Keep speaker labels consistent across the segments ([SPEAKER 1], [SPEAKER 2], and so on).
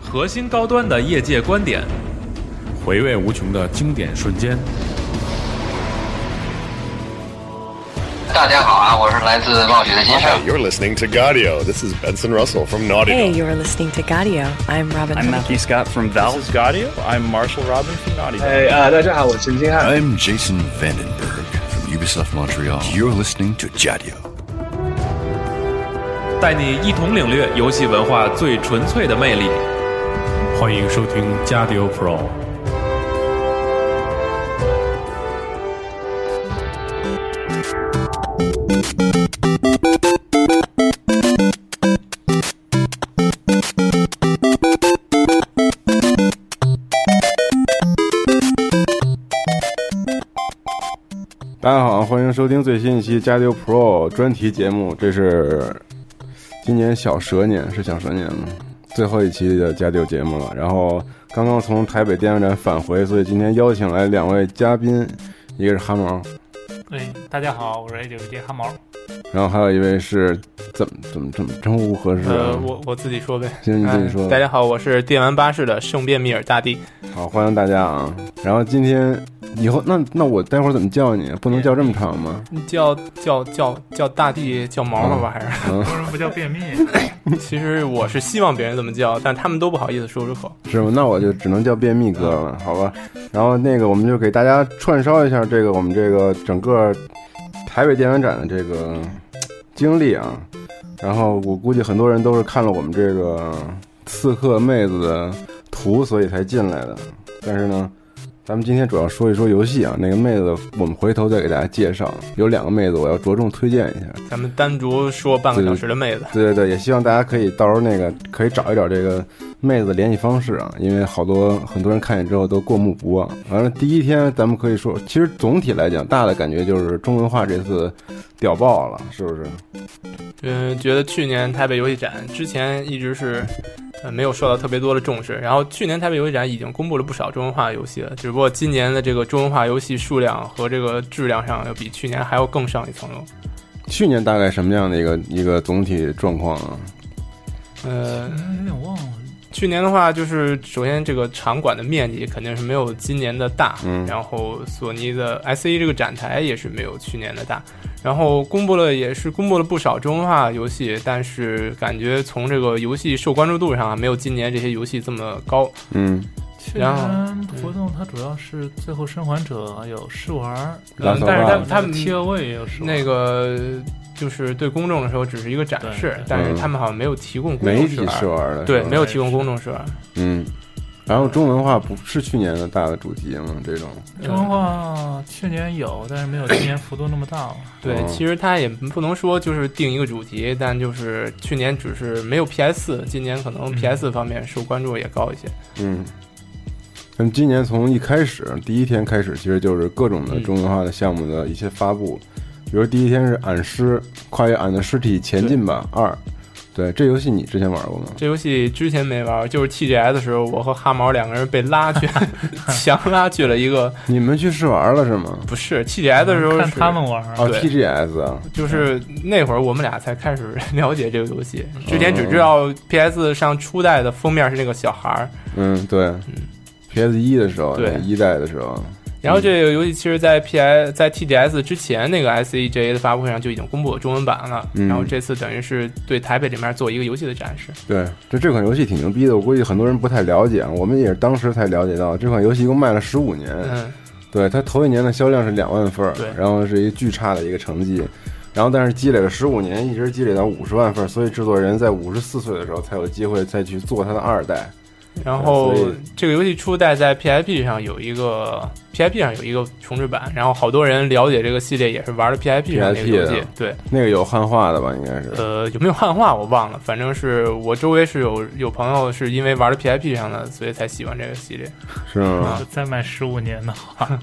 [SPEAKER 1] 核心高端的业界观点，
[SPEAKER 2] 回味无穷的经典瞬间。
[SPEAKER 3] 大家好啊，我是来自暴雪的金盛。
[SPEAKER 4] You're listening to Gaudio. This is Benson Russell from Naughty.
[SPEAKER 5] Hey,
[SPEAKER 4] Dog.
[SPEAKER 5] you're listening to Gaudio. I'm Robin.
[SPEAKER 6] I'm Matthew Scott from Valve.
[SPEAKER 7] This is Gaudio. I'm Marshall Robin from Naughty Dog.
[SPEAKER 8] 哎啊，大家好，我是金汉。
[SPEAKER 9] I'm Jason Vandenberg from Ubisoft Montreal. You're listening to Jadio.
[SPEAKER 1] 带你一同领略游戏文化最纯粹的魅力。
[SPEAKER 2] 欢迎收听加迪欧 Pro。
[SPEAKER 10] 大家好，欢迎收听最新一期《加丢 Pro》专题节目，这是今年小蛇年，是小蛇年吗？最后一期的加丢节目了。然后刚刚从台北电影展返回，所以今天邀请来两位嘉宾，一个是哈毛，
[SPEAKER 11] 对，哎大家好，我是 A 九 D 汗毛。
[SPEAKER 10] 然后还有一位是怎么怎么怎么称呼合适、
[SPEAKER 11] 呃
[SPEAKER 10] 啊，？
[SPEAKER 11] 我我自己说呗。
[SPEAKER 10] 行，你自己说。
[SPEAKER 11] 大家好，我是电玩巴士的圣变米尔大帝。
[SPEAKER 10] 好，欢迎大家啊！然后今天以后，那那我待会儿怎么叫你？不能叫这么长吗？
[SPEAKER 11] 你叫叫叫叫大帝，叫毛毛吧，还是？
[SPEAKER 10] 嗯，
[SPEAKER 6] 为什么不叫便秘？
[SPEAKER 11] 其实我是希望别人这么叫，但他们都不好意思说出口。
[SPEAKER 10] 是吗？那我就只能叫便秘哥了，好吧？然后那个，我们就给大家串烧一下这个我们这个整个台北电玩展的这个呃经历啊。然后我估计很多人都是看了我们这个刺客妹子的图，所以才进来的。但是呢，咱们今天主要说一说游戏啊。那个妹子，我们回头再给大家介绍。有两个妹子，我要着重推荐一下。
[SPEAKER 11] 咱们单独说半个
[SPEAKER 10] 对
[SPEAKER 11] 小时的妹子，
[SPEAKER 10] 对对对，也希望大家可以到时候那个可以找一找这个妹子的联系方式啊，因为好多很多人看见之后都过目不忘。完了，第一天咱们可以说，其实总体来讲，大的感觉就是中文化这次屌爆了，是不是？
[SPEAKER 11] 嗯，觉得去年台北游戏展之前一直是，呃，没有受到特别多的重视。然后去年台北游戏展已经公布了不少中文化游戏了，只不过今年的这个中文化游戏数量和这个质量上要比去年还要更上一层楼。
[SPEAKER 10] 去年大概什么样的一个一个总体状况啊？
[SPEAKER 11] 呃，
[SPEAKER 6] 有点忘了。
[SPEAKER 11] 去年的话，就是首先这个场馆的面积肯定是没有今年的大，
[SPEAKER 10] 嗯
[SPEAKER 11] 然后索尼的 SE 这个展台也是没有去年的大，然后公布了也是公布了不少中文化游戏，但是感觉从这个游戏受关注度上啊，没有今年这些游戏这么高。
[SPEAKER 10] 嗯，
[SPEAKER 6] 去
[SPEAKER 11] 然后
[SPEAKER 6] 年活动它主要是《最后生还者》有试玩儿，
[SPEAKER 10] 拉
[SPEAKER 11] 嗯
[SPEAKER 10] 骚，
[SPEAKER 11] 但是他们他
[SPEAKER 6] 他们
[SPEAKER 11] 们
[SPEAKER 6] T O V 也有试玩儿
[SPEAKER 11] 那个就是对公众的时候只是一个展示
[SPEAKER 6] 对，
[SPEAKER 11] 但是他们好像没有提供公
[SPEAKER 10] 媒
[SPEAKER 11] 众
[SPEAKER 10] 体
[SPEAKER 11] 试玩
[SPEAKER 10] 试玩的，
[SPEAKER 11] 对，
[SPEAKER 10] 是吧
[SPEAKER 11] 没有提供公众试玩。
[SPEAKER 10] 嗯。然后中文化不是去年的大的主题吗？这种
[SPEAKER 6] 中文化去年有，但是没有今年幅度那么大。
[SPEAKER 11] 对，
[SPEAKER 10] 嗯
[SPEAKER 11] 其实它也不能说就是定一个主题，但就是去年只是没有 PS 四，今年可能
[SPEAKER 6] 嗯
[SPEAKER 11] PS 四方面受关注也高一些。
[SPEAKER 10] 嗯，那么今年从一开始第一天开始，其实就是各种的
[SPEAKER 11] 嗯
[SPEAKER 10] 中文化的项目的一些发布，比如第一天是《俺尸》，跨越俺的尸体前进吧二，对，这游戏你之前玩过吗？
[SPEAKER 11] 这游戏之前没玩，就是 TGS 的时候，我和哈毛两个人被拉去， 强拉去了一个
[SPEAKER 10] 你们去试玩了是吗？
[SPEAKER 11] 不是 TGS 的时候
[SPEAKER 6] 嗯看
[SPEAKER 11] 是
[SPEAKER 6] 他们玩儿，
[SPEAKER 10] 哦
[SPEAKER 11] 对
[SPEAKER 10] ，TGS 啊，
[SPEAKER 11] 就是那会儿我们俩才开始了解这个游戏，之前只知道 PS 上初代的封面是那个小孩儿，
[SPEAKER 10] 嗯，对，PS 一的时候，
[SPEAKER 11] 对
[SPEAKER 10] 那一代的时候，
[SPEAKER 11] 然后这个游戏其实，在 P I 在 T G S 之前那个 S E J A 的发布会上就已经公布了中文版了，
[SPEAKER 10] 嗯
[SPEAKER 11] 然后这次等于是对台北这面做一个游戏的展示。
[SPEAKER 10] 对，这这款游戏挺牛逼的，我估计很多人不太了解，我们也是当时才了解到，这款游戏一共卖了十五年，
[SPEAKER 11] 嗯，
[SPEAKER 10] 对，它头一年的销量是两万份儿
[SPEAKER 11] 对，
[SPEAKER 10] 然后是一巨差的一个成绩，然后但是积累了十五年，一直积累到五十万份儿，所以制作人在五十四岁的时候才有机会再去做它的二代。
[SPEAKER 11] 然后
[SPEAKER 10] 所以
[SPEAKER 11] 这个游戏初代在 P I P 上有一个 P I P 上有一个重置版，然后好多人了解这个系列也是玩的 P I P 上那个
[SPEAKER 10] PIP
[SPEAKER 11] 游戏
[SPEAKER 10] 的。
[SPEAKER 11] 对，
[SPEAKER 10] 那个有汉化的吧，应该是，
[SPEAKER 11] 呃，有没有汉化我忘了，反正是我周围是有有朋友是因为玩的 P I P 上的，所以才喜欢这个系列。
[SPEAKER 10] 是吗？
[SPEAKER 6] 就再卖十五年的话，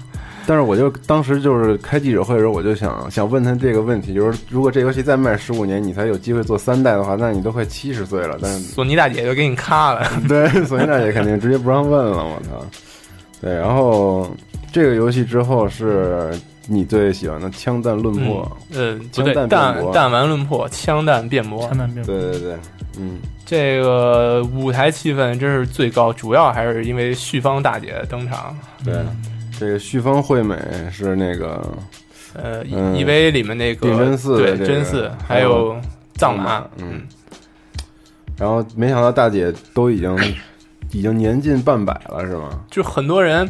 [SPEAKER 10] 但是我就当时就是开记者会的时候，我就想想问他这个问题，就是如果这游戏再卖十五年，你才有机会做三代的话，那你都快七十岁了，但是
[SPEAKER 11] 索尼大姐就给你咔了。
[SPEAKER 10] 对，索尼大姐肯定直接不让问了，我操！对，然后这个游戏之后是你最喜欢的《枪弹论破》
[SPEAKER 11] 嗯，呃，不
[SPEAKER 10] 枪
[SPEAKER 11] 对，
[SPEAKER 10] 弹
[SPEAKER 11] 弹
[SPEAKER 10] 辩驳
[SPEAKER 11] 弹丸论破，枪弹变魔
[SPEAKER 6] 看。看变
[SPEAKER 10] 对对对，嗯，
[SPEAKER 11] 这个舞台气氛真是最高，主要还是因为旭芳大姐的登场。
[SPEAKER 10] 对，这个旭方惠美是那个
[SPEAKER 11] 呃，
[SPEAKER 10] 嗯
[SPEAKER 11] E V 里面那个
[SPEAKER 10] 定真寺的
[SPEAKER 11] 对
[SPEAKER 10] 这个
[SPEAKER 11] 真寺，
[SPEAKER 10] 还
[SPEAKER 11] 还
[SPEAKER 10] 有
[SPEAKER 11] 有藏马
[SPEAKER 10] 马，嗯，然后没想到大姐都已 经已经年近半百了，是吗？
[SPEAKER 11] 就很多人，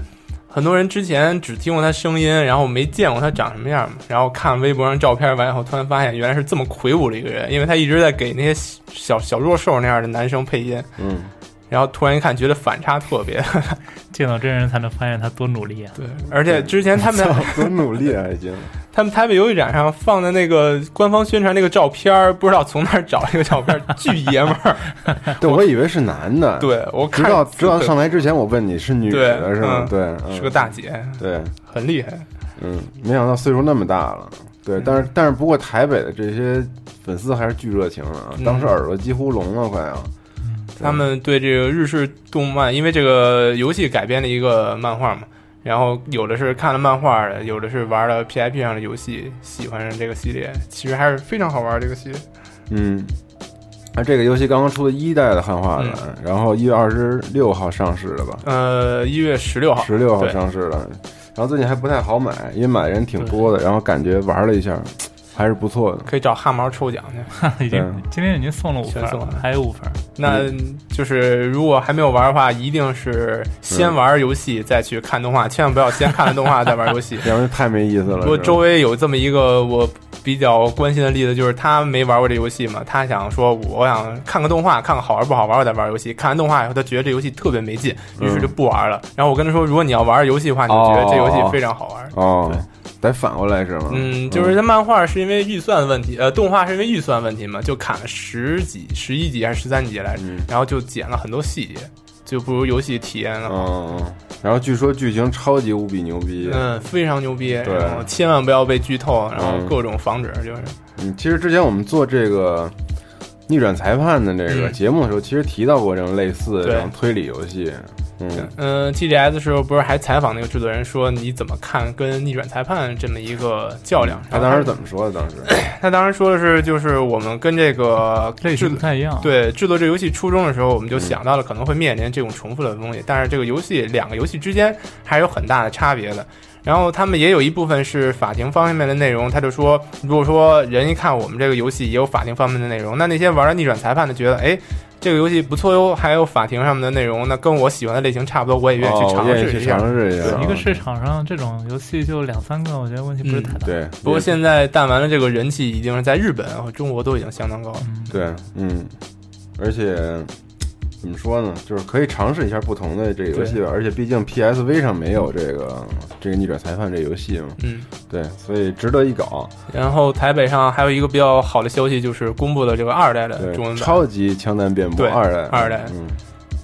[SPEAKER 11] 很多人之前只听过他声音，然后没见过他长什么样嘛，然后看微博上照片完以后，突然发现原来是这么魁梧的一个人，因为他一直在给那些小小弱兽那样的男生配音，
[SPEAKER 10] 嗯，
[SPEAKER 11] 然后突然一看，觉得反差特别
[SPEAKER 6] 见到真人才能发现他多努力啊！
[SPEAKER 11] 对，而且之 前他们
[SPEAKER 10] 多努力啊，已经。
[SPEAKER 11] 他们台北游戏展上放的那个官方宣传那个照片儿，不知道从哪儿找一个照片儿，巨爷们 儿，
[SPEAKER 10] 对，我以为是男的，，
[SPEAKER 11] 对我
[SPEAKER 10] 直
[SPEAKER 11] 看
[SPEAKER 10] 到直到上来之前，我问你是女的
[SPEAKER 11] 对
[SPEAKER 10] 是吗？
[SPEAKER 11] 嗯
[SPEAKER 10] 对，嗯
[SPEAKER 11] 是个大姐，
[SPEAKER 10] 对，
[SPEAKER 11] 很厉害，
[SPEAKER 10] 嗯，没想到岁数那么大了。对，
[SPEAKER 11] 嗯
[SPEAKER 10] 但是但是不过台北的这些粉丝还是巨热情的啊，
[SPEAKER 11] 嗯
[SPEAKER 10] 当时耳朵几乎聋了，快啊要。
[SPEAKER 11] 他们对这个日式动漫，因为这个游戏改编的一个漫画嘛，然后有的是看了漫画的，有的是玩了 PIP 上的游戏，喜欢上这个系列，其实还是非常好玩儿这个系列。
[SPEAKER 10] 嗯，啊，这个游戏刚刚出的一代的汉化
[SPEAKER 11] 嗯
[SPEAKER 10] 版，然后一月二十六号上市的吧，
[SPEAKER 11] 呃，一月十六号，
[SPEAKER 10] 十六号
[SPEAKER 11] 对
[SPEAKER 10] 上市的。然后最近还不太好买，因为买的人挺多的，然后感觉玩了一下，还是不错的。
[SPEAKER 11] 可以找汗毛抽奖去。
[SPEAKER 6] 已经
[SPEAKER 10] 对
[SPEAKER 6] 今天已经送了五分
[SPEAKER 11] 全送完了
[SPEAKER 6] 了，还有五分。
[SPEAKER 11] 那就是如果还没有玩的话，一定是先玩游戏再去看动
[SPEAKER 10] 。
[SPEAKER 11] 画，千万不要先看了动画再玩游戏
[SPEAKER 10] 要不然太没意思了。
[SPEAKER 11] 我
[SPEAKER 10] 是吧
[SPEAKER 11] 周围有这么一个我比较关心的例子，就是他没玩过这游戏嘛，他想说我想看个动画，看看好玩不好玩，我再玩游戏。看完动画以后，他觉得这游戏特别没劲，于是就
[SPEAKER 10] 嗯
[SPEAKER 11] 不玩了。然后我跟他说，如果你要玩游戏的话，你就觉得这游戏非常好玩。
[SPEAKER 10] 哦，得反过来是吗？
[SPEAKER 11] 嗯，就是他漫画是因为预算问题，呃，动画是因为预算问题嘛，就砍了十几、十一集还是十三集来着，
[SPEAKER 10] 嗯
[SPEAKER 11] 然后就剪了很多细节，就不如游戏体验了。
[SPEAKER 10] 嗯，嗯然后据说剧情超级无比牛逼。
[SPEAKER 11] 嗯，非常牛逼，
[SPEAKER 10] 对
[SPEAKER 11] 然后千万不要被剧透，然后
[SPEAKER 10] 嗯
[SPEAKER 11] 各种防止，就是
[SPEAKER 10] 嗯，其实之前我们做这个逆转裁判的这个
[SPEAKER 11] 嗯
[SPEAKER 10] 节目的时候，其实提到过这种类似的
[SPEAKER 11] 对
[SPEAKER 10] 这种推理游戏。嗯，
[SPEAKER 11] 嗯，TGS 的时候不是还采访那个制作人说你怎么看跟逆转裁判这么一个较量？
[SPEAKER 10] 嗯他
[SPEAKER 11] 然后
[SPEAKER 10] 当时怎么说的？当时，
[SPEAKER 11] 他当时说的是，就是我们跟这个
[SPEAKER 6] 类
[SPEAKER 11] 制
[SPEAKER 6] 型
[SPEAKER 11] 作
[SPEAKER 6] 不太一
[SPEAKER 10] 啊
[SPEAKER 6] 样，，
[SPEAKER 11] 对制作这游戏初衷的时候，我们就想到了可能会面临这种重复的东西，但是这个游戏两个游戏之间还是有很大的差别的。然后他们也有一部分是法庭方面的内容，他就说，如果说人一看我们这个游戏也有法庭方面的内容，那那些玩了逆转裁判的觉得，哎，这个游戏不错哟，还有法庭上面的内容，那跟我喜欢的类型差不多，我也愿意
[SPEAKER 10] 哦
[SPEAKER 11] 去尝
[SPEAKER 10] 愿意
[SPEAKER 11] 试
[SPEAKER 10] 去
[SPEAKER 11] 一下
[SPEAKER 10] 尝。试一下。
[SPEAKER 6] 一个市场上这种游戏就两三个，我觉得问题不是太大。
[SPEAKER 10] 嗯对，
[SPEAKER 11] 不过
[SPEAKER 10] 也
[SPEAKER 11] 现在弹丸的这个人气已经是在日本和中国都已经相当高了。
[SPEAKER 10] 对，嗯，而且怎么说呢，就是可以尝试一下不同的这个游戏吧。而且毕竟 PSV 上没有这个这个逆转裁判这游戏嘛，
[SPEAKER 11] 嗯，
[SPEAKER 10] 对，所以值得一搞。
[SPEAKER 11] 然后台北上还有一个比较好的消息，就是公布了这个二代的中
[SPEAKER 10] 对，
[SPEAKER 11] 文版。
[SPEAKER 10] 超级枪弹辩驳
[SPEAKER 11] 对
[SPEAKER 10] 二代，
[SPEAKER 11] 二代
[SPEAKER 10] 嗯，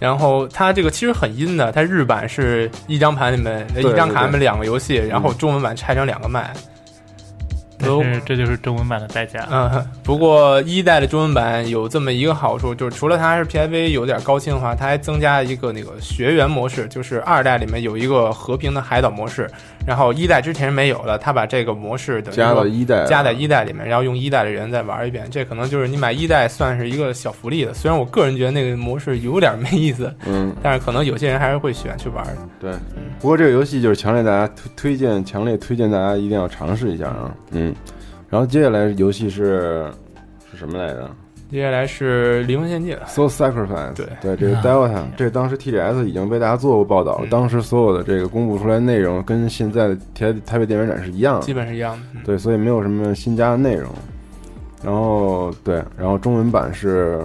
[SPEAKER 11] 然后它这个其实很阴的，它日版是一张盘里面呃
[SPEAKER 10] 对
[SPEAKER 11] 一张卡里面两个游戏，然后中文版拆成两个卖。
[SPEAKER 10] 嗯
[SPEAKER 11] 都
[SPEAKER 6] 但是这就是中文版的代价。
[SPEAKER 11] 嗯，不过一代的中文版有这么一个好处，就是除了它是 PIV 有点高清的话，它还增加一个那个学员模式，就是二代里面有一个和平的海岛模式，然后一代之前是没有的，它把这个模式等于
[SPEAKER 10] 加
[SPEAKER 11] 说
[SPEAKER 10] 到一代，啊
[SPEAKER 11] 加在一代里面，然后用一代的人再玩一遍，这可能就是你买一代算是一个小福利的。虽然我个人觉得那个模式有点没意思，
[SPEAKER 10] 嗯，
[SPEAKER 11] 但是可能有些人还是会喜欢去玩的。
[SPEAKER 10] 对。不过这个游戏就是强烈大家推推荐，强烈推荐大家一定要尝试一下啊，嗯。然后接下来游戏是是什么来着
[SPEAKER 11] 接下来是《灵魂献祭》了，
[SPEAKER 10] ？Soul Sacrifice，
[SPEAKER 11] 对
[SPEAKER 10] 对，这个 Delta，这当时 TGS 已经被大家做过报道，
[SPEAKER 11] 嗯
[SPEAKER 10] 当时所有的这个公布出来的内容跟现在的台台北电玩展是一样的
[SPEAKER 11] 基，本是一样的。嗯
[SPEAKER 10] 对，所以没有什么新加的内容。然后对，然后中文版是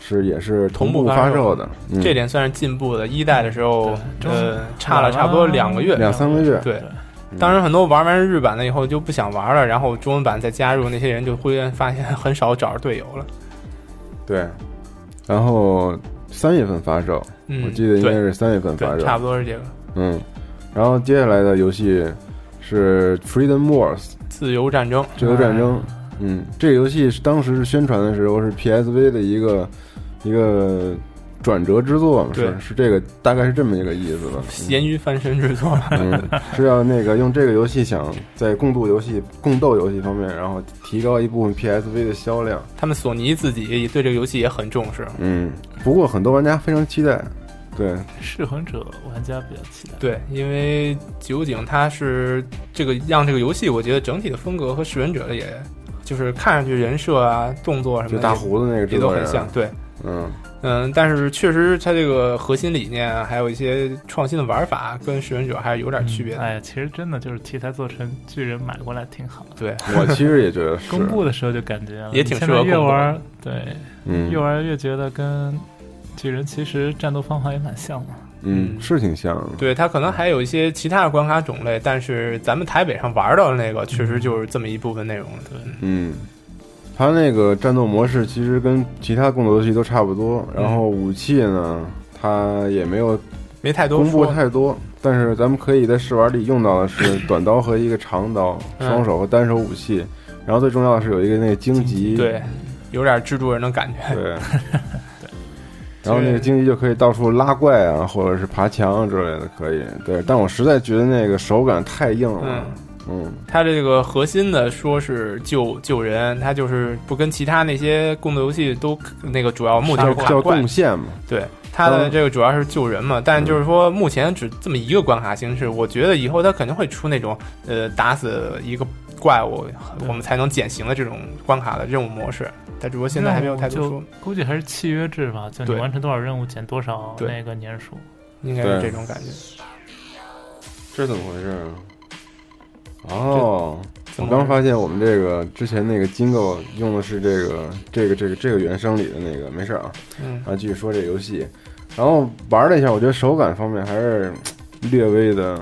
[SPEAKER 10] 是也是同
[SPEAKER 11] 同步
[SPEAKER 10] 步
[SPEAKER 11] 发
[SPEAKER 10] 发
[SPEAKER 11] 售
[SPEAKER 10] 售的，嗯
[SPEAKER 11] 这点算是进步的。一代的时候，
[SPEAKER 6] 对
[SPEAKER 11] 呃
[SPEAKER 6] 中，
[SPEAKER 11] 差了差不多两个月。
[SPEAKER 10] 两三嗯个月，
[SPEAKER 11] 对，当时很多玩完日版的以后就不想玩了，然后中文版再加入那些人就会发现很少找着队友了。
[SPEAKER 10] 对，然后三月份发售，
[SPEAKER 11] 嗯，
[SPEAKER 10] 我记得应该是三月份
[SPEAKER 11] 对
[SPEAKER 10] 发
[SPEAKER 11] 对，差
[SPEAKER 10] 售，
[SPEAKER 11] 不多是这个
[SPEAKER 10] 嗯，然后接下来的游戏是 Freedom Wars
[SPEAKER 11] 自由战争。
[SPEAKER 10] 自由战争，嗯，这个游戏是当时宣传的时候是 PSV 的一个一个。转折之作嘛，是
[SPEAKER 11] 对
[SPEAKER 10] 是这个大概是这么一个意思 吧。
[SPEAKER 11] 咸鱼翻身之作。
[SPEAKER 10] 嗯，是要那个用这个游戏想在共度游戏、共斗游戏方面，然后提高一部分 PSV 的销量。
[SPEAKER 11] 他们索尼自己也对这个游戏也很重视，
[SPEAKER 10] 嗯，不过很多玩家非常期待，对，
[SPEAKER 6] 噬魂者玩家比较期待。
[SPEAKER 11] 对，因为酒井他是这个让这个游戏，我觉得整体的风格和食人者的也，就是看上去人设啊、动作什么
[SPEAKER 10] 就
[SPEAKER 11] 的
[SPEAKER 10] 大
[SPEAKER 11] 也
[SPEAKER 10] 胡子那个
[SPEAKER 11] 也
[SPEAKER 10] 制
[SPEAKER 11] 都
[SPEAKER 10] 作人啊
[SPEAKER 11] 很，像，对。
[SPEAKER 10] 嗯，
[SPEAKER 11] 嗯，但是确实，它这个核心理念啊还有一些创新的玩法，啊跟《食人者》还是有点区别的。
[SPEAKER 6] 哎呀，其实真的就是题材做成巨人买过来挺好的。
[SPEAKER 11] 对，
[SPEAKER 10] 我其实也觉得是，
[SPEAKER 6] 公布的时候就感觉了
[SPEAKER 11] 也挺
[SPEAKER 6] 你现
[SPEAKER 11] 适合
[SPEAKER 6] 在越
[SPEAKER 11] 公布的
[SPEAKER 6] 玩，对，
[SPEAKER 10] 嗯
[SPEAKER 6] 越玩越觉得跟巨人其实战斗方法也蛮像的。
[SPEAKER 10] 嗯，是挺像的，
[SPEAKER 11] 对，它可能还有一些其他的关卡种类，但是咱们台北上玩到的那个，确实就是这么一部分内容了。
[SPEAKER 10] 嗯，它那个战斗模式其实跟其他共斗游戏都差不多，然后武器呢，它也没有
[SPEAKER 11] 没太多
[SPEAKER 10] 公布
[SPEAKER 11] 说。
[SPEAKER 10] 太多，但是咱们可以在试玩里用到的是 短刀和一个长刀，
[SPEAKER 11] 嗯
[SPEAKER 10] 双手和单手武器，然后最重要的是有一个那个荆棘，
[SPEAKER 11] 对，有点蜘蛛人的感觉。
[SPEAKER 10] 对。然后那个荆棘就可以到处拉怪啊，或者是爬墙啊之类的，可以。对，但我实在觉得那个手感太硬了。嗯
[SPEAKER 11] 它这个核心的说是救救人，它就是不跟其他那些共斗游戏都那个主要目的
[SPEAKER 10] 叫
[SPEAKER 11] 是卡
[SPEAKER 10] 叫
[SPEAKER 11] 怪
[SPEAKER 10] 贡，献嘛。
[SPEAKER 11] 对它的这个主要是救人嘛。
[SPEAKER 10] 嗯
[SPEAKER 11] 但就是说，目前只这么一个关卡形式，我觉得以后它肯定会出那种呃打死一个怪物我们才能减刑的这种关卡的任务模式。它只不过现在还没有太
[SPEAKER 10] 嗯
[SPEAKER 11] 多
[SPEAKER 6] 任
[SPEAKER 11] 说
[SPEAKER 6] 务，估计还是契约制吧，就你
[SPEAKER 11] 对
[SPEAKER 6] 完成多少任务减多少
[SPEAKER 11] 对
[SPEAKER 6] 那个年数。
[SPEAKER 11] 应该是这种感觉。
[SPEAKER 10] 这怎么回事啊？哦，我
[SPEAKER 11] 怎么
[SPEAKER 10] 刚发现我们这个之前那个金狗用的是这个这个这个这个原声里的那个，没事啊。
[SPEAKER 11] 嗯
[SPEAKER 10] 然，后继续说这游戏，然后玩了一下，我觉得手感方面还是嗯略微的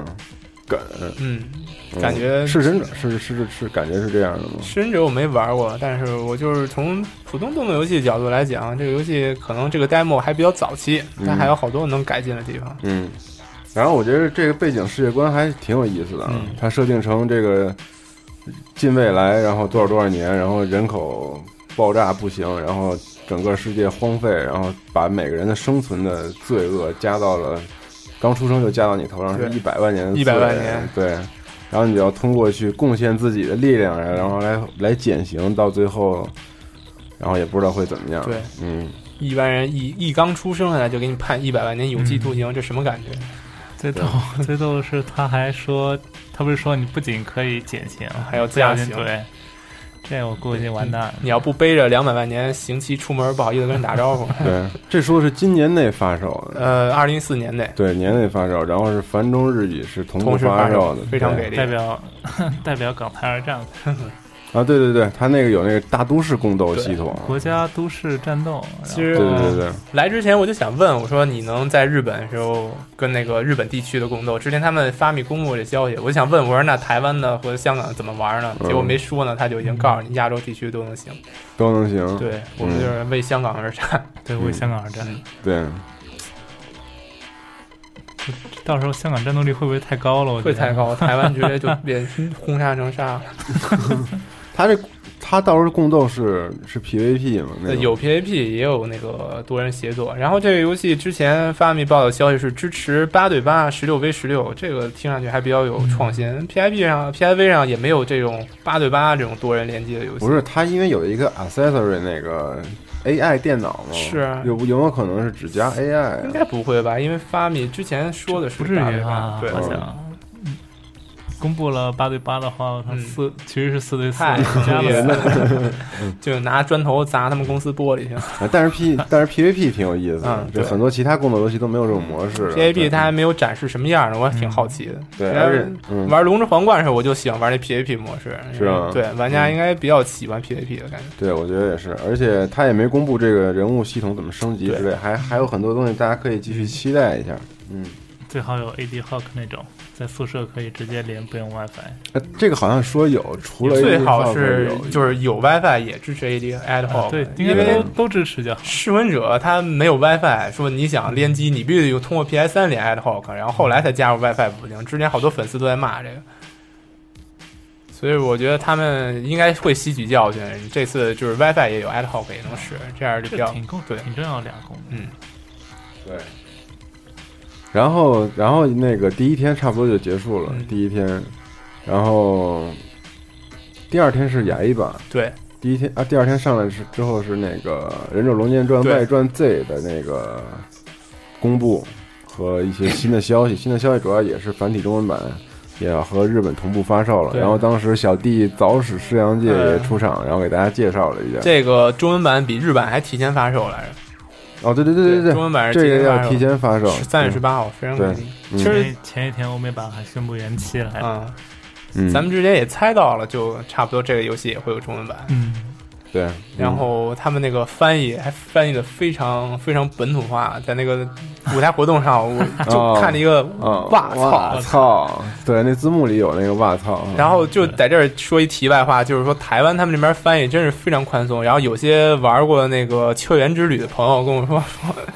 [SPEAKER 10] 梗，
[SPEAKER 11] 嗯，
[SPEAKER 10] 嗯
[SPEAKER 11] 感觉
[SPEAKER 10] 是真的，是是是是，感觉是这样的吗？
[SPEAKER 11] 食人者我没玩过，但是我就是从普通动作游戏角度来讲，这个游戏可能这个 demo 还比较早期，它还有好多能改进的地方。
[SPEAKER 10] 嗯，然后我觉得这个背景世界观还挺有意思的啊，
[SPEAKER 11] 嗯
[SPEAKER 10] 它设定成这个近未来，然后多少多少年，然后人口爆炸不行，然后整个世界荒废，然后把每个人的生存的罪恶加到了刚出生就加到你头上，
[SPEAKER 11] 对
[SPEAKER 10] 是一百万年的罪
[SPEAKER 11] 100万年，
[SPEAKER 10] 对。然后你就要通过去贡献自己的力量，然后来来减刑，到最后，然后也不知道会怎么样。
[SPEAKER 11] 对，
[SPEAKER 10] 嗯，。
[SPEAKER 11] 一般人一一刚出生下来就给你判一百万年有期徒刑，这什么感觉？
[SPEAKER 6] 最逗，最逗的是他还说，他不是说你不仅可以减刑，
[SPEAKER 11] 还要加刑
[SPEAKER 6] 对，这我估计完蛋了。
[SPEAKER 11] 你要不背着两百万年刑期出门，不好意思跟人打招呼
[SPEAKER 10] 对，这说是今年内发售的，
[SPEAKER 11] 呃，二零一四年内
[SPEAKER 10] 对，年内发售，然后是繁中日语是同步
[SPEAKER 11] 同时发
[SPEAKER 10] 售
[SPEAKER 11] 售
[SPEAKER 10] 的，，
[SPEAKER 11] 非常
[SPEAKER 10] 对
[SPEAKER 11] 给力
[SPEAKER 6] 代。表 代表港台而战，
[SPEAKER 10] 啊！对对对，它那个有那个大都市宫斗系统，啊
[SPEAKER 6] 国家都市战斗，
[SPEAKER 11] 其
[SPEAKER 10] 对
[SPEAKER 11] 实
[SPEAKER 10] 对对对，
[SPEAKER 11] 来之前我就想问，我说你能在日本的时候跟那个日本地区的宫斗，之前他们发密公布这消息，我就想问，我说那台湾的或者香港怎么玩呢？
[SPEAKER 10] 嗯
[SPEAKER 11] 结果没说呢，他就已经告诉你亚洲地区都能行。
[SPEAKER 10] 都能行，
[SPEAKER 11] 对我们就是为香港而战，
[SPEAKER 6] 对为香港而
[SPEAKER 11] 嗯
[SPEAKER 6] 战，
[SPEAKER 10] 对，
[SPEAKER 6] 到时候香港战斗力会不会太高了？我觉
[SPEAKER 11] 会
[SPEAKER 6] 得
[SPEAKER 11] 太。高，台湾直接就变轰杀成杀。
[SPEAKER 10] 它这它到时候宫斗是是 PVP 嘛？那种
[SPEAKER 11] 呃有 PVP 也有那个多人协作，然后这个游戏之前发密报道消息是支持八对八、十六 v 十六，这个听上去还比较有创新。PIP 上、PIV 上也没有这种八对八这种多人联机的游戏。
[SPEAKER 10] 不是它因为有一个 accessory 那个 AI 电脑嘛？
[SPEAKER 11] 是啊
[SPEAKER 10] 有有没有可能是只加 AI？啊
[SPEAKER 11] 应该不会吧？因为发米之前说的是
[SPEAKER 6] 不至
[SPEAKER 11] 八
[SPEAKER 6] 于
[SPEAKER 11] 对
[SPEAKER 6] 吧
[SPEAKER 11] 八，？对
[SPEAKER 6] 我，想，嗯公布了八对八的话，他
[SPEAKER 11] 嗯
[SPEAKER 6] 四其实是四对四
[SPEAKER 11] 太，
[SPEAKER 6] 加
[SPEAKER 11] 厉害
[SPEAKER 6] 了
[SPEAKER 11] 了， 就拿砖头砸他们公司玻璃去。
[SPEAKER 10] 啊但是 P 但是 PVP 挺有意思的
[SPEAKER 11] 嗯，
[SPEAKER 10] 这
[SPEAKER 11] 对
[SPEAKER 10] 很多其他宫斗游戏都没有这种模式的。啊对
[SPEAKER 11] PAP 它还没有展示什么样的，我
[SPEAKER 6] 嗯
[SPEAKER 11] 还挺好奇的。
[SPEAKER 10] 对
[SPEAKER 11] 然后
[SPEAKER 10] 而且嗯
[SPEAKER 11] 玩《龙之皇冠》的时候，我就喜欢玩那 PAP 模式，
[SPEAKER 10] 是啊
[SPEAKER 11] 对，玩家应该比较喜欢 PAP 的感觉。
[SPEAKER 10] 对，我觉得也是，而且他也没公布这个人物系统怎么升级
[SPEAKER 11] 对
[SPEAKER 10] 之类，还还有很多东西大家可以继续期待一下。嗯，
[SPEAKER 6] 最好有 AD Hawk 那种，在宿舍可以直接连，不用 WiFi。
[SPEAKER 10] 呃这个好像说有，除了
[SPEAKER 11] 最
[SPEAKER 10] AD
[SPEAKER 11] 好
[SPEAKER 10] Hub
[SPEAKER 11] 是
[SPEAKER 10] 有
[SPEAKER 11] 就是有 WiFi 也支持 AD ad
[SPEAKER 6] 啊
[SPEAKER 11] hoc，
[SPEAKER 6] 对，应
[SPEAKER 11] 因
[SPEAKER 6] 该
[SPEAKER 11] 为
[SPEAKER 6] 都都支持就好。
[SPEAKER 11] 噬魂者他没有 WiFi，说你想联机，你必须得用通过 PS 三连 ad hoc，然后后来才加入 WiFi 补丁。之前好多粉丝都在骂这个，所以我觉得他们应该会吸取教训，这次就是 WiFi 也有 ad hoc 也能使，这样就
[SPEAKER 6] 这
[SPEAKER 11] 比较
[SPEAKER 6] 挺重
[SPEAKER 11] 对
[SPEAKER 6] 挺重要的俩功能。
[SPEAKER 11] 嗯，
[SPEAKER 10] 对。然后，然后那个第一天差不多就结束了，
[SPEAKER 11] 嗯
[SPEAKER 10] 第一天，然后第二天是牙医版，
[SPEAKER 11] 对，
[SPEAKER 10] 第一天啊，第二天上来是之后是那个《忍者龙剑传
[SPEAKER 11] 对
[SPEAKER 10] 外传 Z》的那个公布和一些新的消息， 新的消息主要也是繁体中文版也和日本同步发售了。
[SPEAKER 11] 对
[SPEAKER 10] 然后当时小弟早始诗阳界也
[SPEAKER 11] 嗯
[SPEAKER 10] 出场，然后给大家介绍了一下。
[SPEAKER 11] 这个中文版比日版还提前发售来着，
[SPEAKER 10] 哦，对对对对
[SPEAKER 11] 中文版是
[SPEAKER 10] 这
[SPEAKER 11] 提
[SPEAKER 10] 个
[SPEAKER 11] 前发
[SPEAKER 10] 要
[SPEAKER 11] 售，
[SPEAKER 10] 提前发售，嗯
[SPEAKER 11] 三月十八号，非常
[SPEAKER 10] 对
[SPEAKER 11] 给力。
[SPEAKER 10] 嗯
[SPEAKER 11] 其
[SPEAKER 6] 前
[SPEAKER 11] 实
[SPEAKER 6] 一前一天欧美版还宣布延期来着。
[SPEAKER 11] 啊，
[SPEAKER 10] 嗯，
[SPEAKER 11] 咱们之前也猜到了，就差不多这个游戏也会有中文版。
[SPEAKER 6] 嗯，
[SPEAKER 10] 对，嗯
[SPEAKER 11] 然后他们那个翻译还翻译的非常非常本土化，在那个舞台活动上，我就看了一个
[SPEAKER 10] 啊，
[SPEAKER 11] 哇操
[SPEAKER 10] 哇！操，对，那字幕里有那个哇操，
[SPEAKER 11] 然后就在这儿说一题外话，就是说台湾他们那边翻译真是非常宽松。然后有些玩过那个《秋园之旅》的朋友跟我说，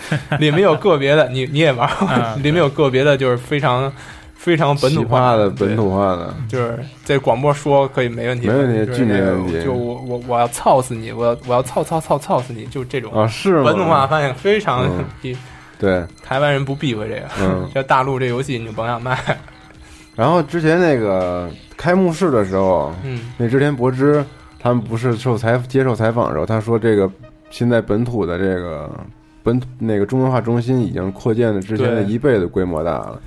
[SPEAKER 11] 说里面有个别的，你你也玩过，
[SPEAKER 6] 嗯
[SPEAKER 11] 里面有个别的就是非常非常本土
[SPEAKER 10] 西化
[SPEAKER 11] 化
[SPEAKER 10] 的本，土化的，
[SPEAKER 11] 对就是在广播说可以没问题，
[SPEAKER 10] 没问题
[SPEAKER 11] 就是
[SPEAKER 10] 巨没
[SPEAKER 11] 那个
[SPEAKER 10] 问题
[SPEAKER 11] 就我我我要操死你，我要我要操操操操死你，就这种
[SPEAKER 10] 啊，是吗？
[SPEAKER 11] 本土化翻译非常
[SPEAKER 10] 嗯
[SPEAKER 11] 比
[SPEAKER 10] 对，
[SPEAKER 11] 台湾人不避讳这个。
[SPEAKER 10] 嗯，
[SPEAKER 11] 这大陆这游戏你就甭想卖，
[SPEAKER 10] 然后之前那个开幕式的时候，
[SPEAKER 11] 嗯，
[SPEAKER 10] 那织田博之他们不是受采接受采访的时候，他说这个现在本土的这个本那个中文化中心已经扩建了之前的
[SPEAKER 11] 对
[SPEAKER 10] 一倍的规模大了。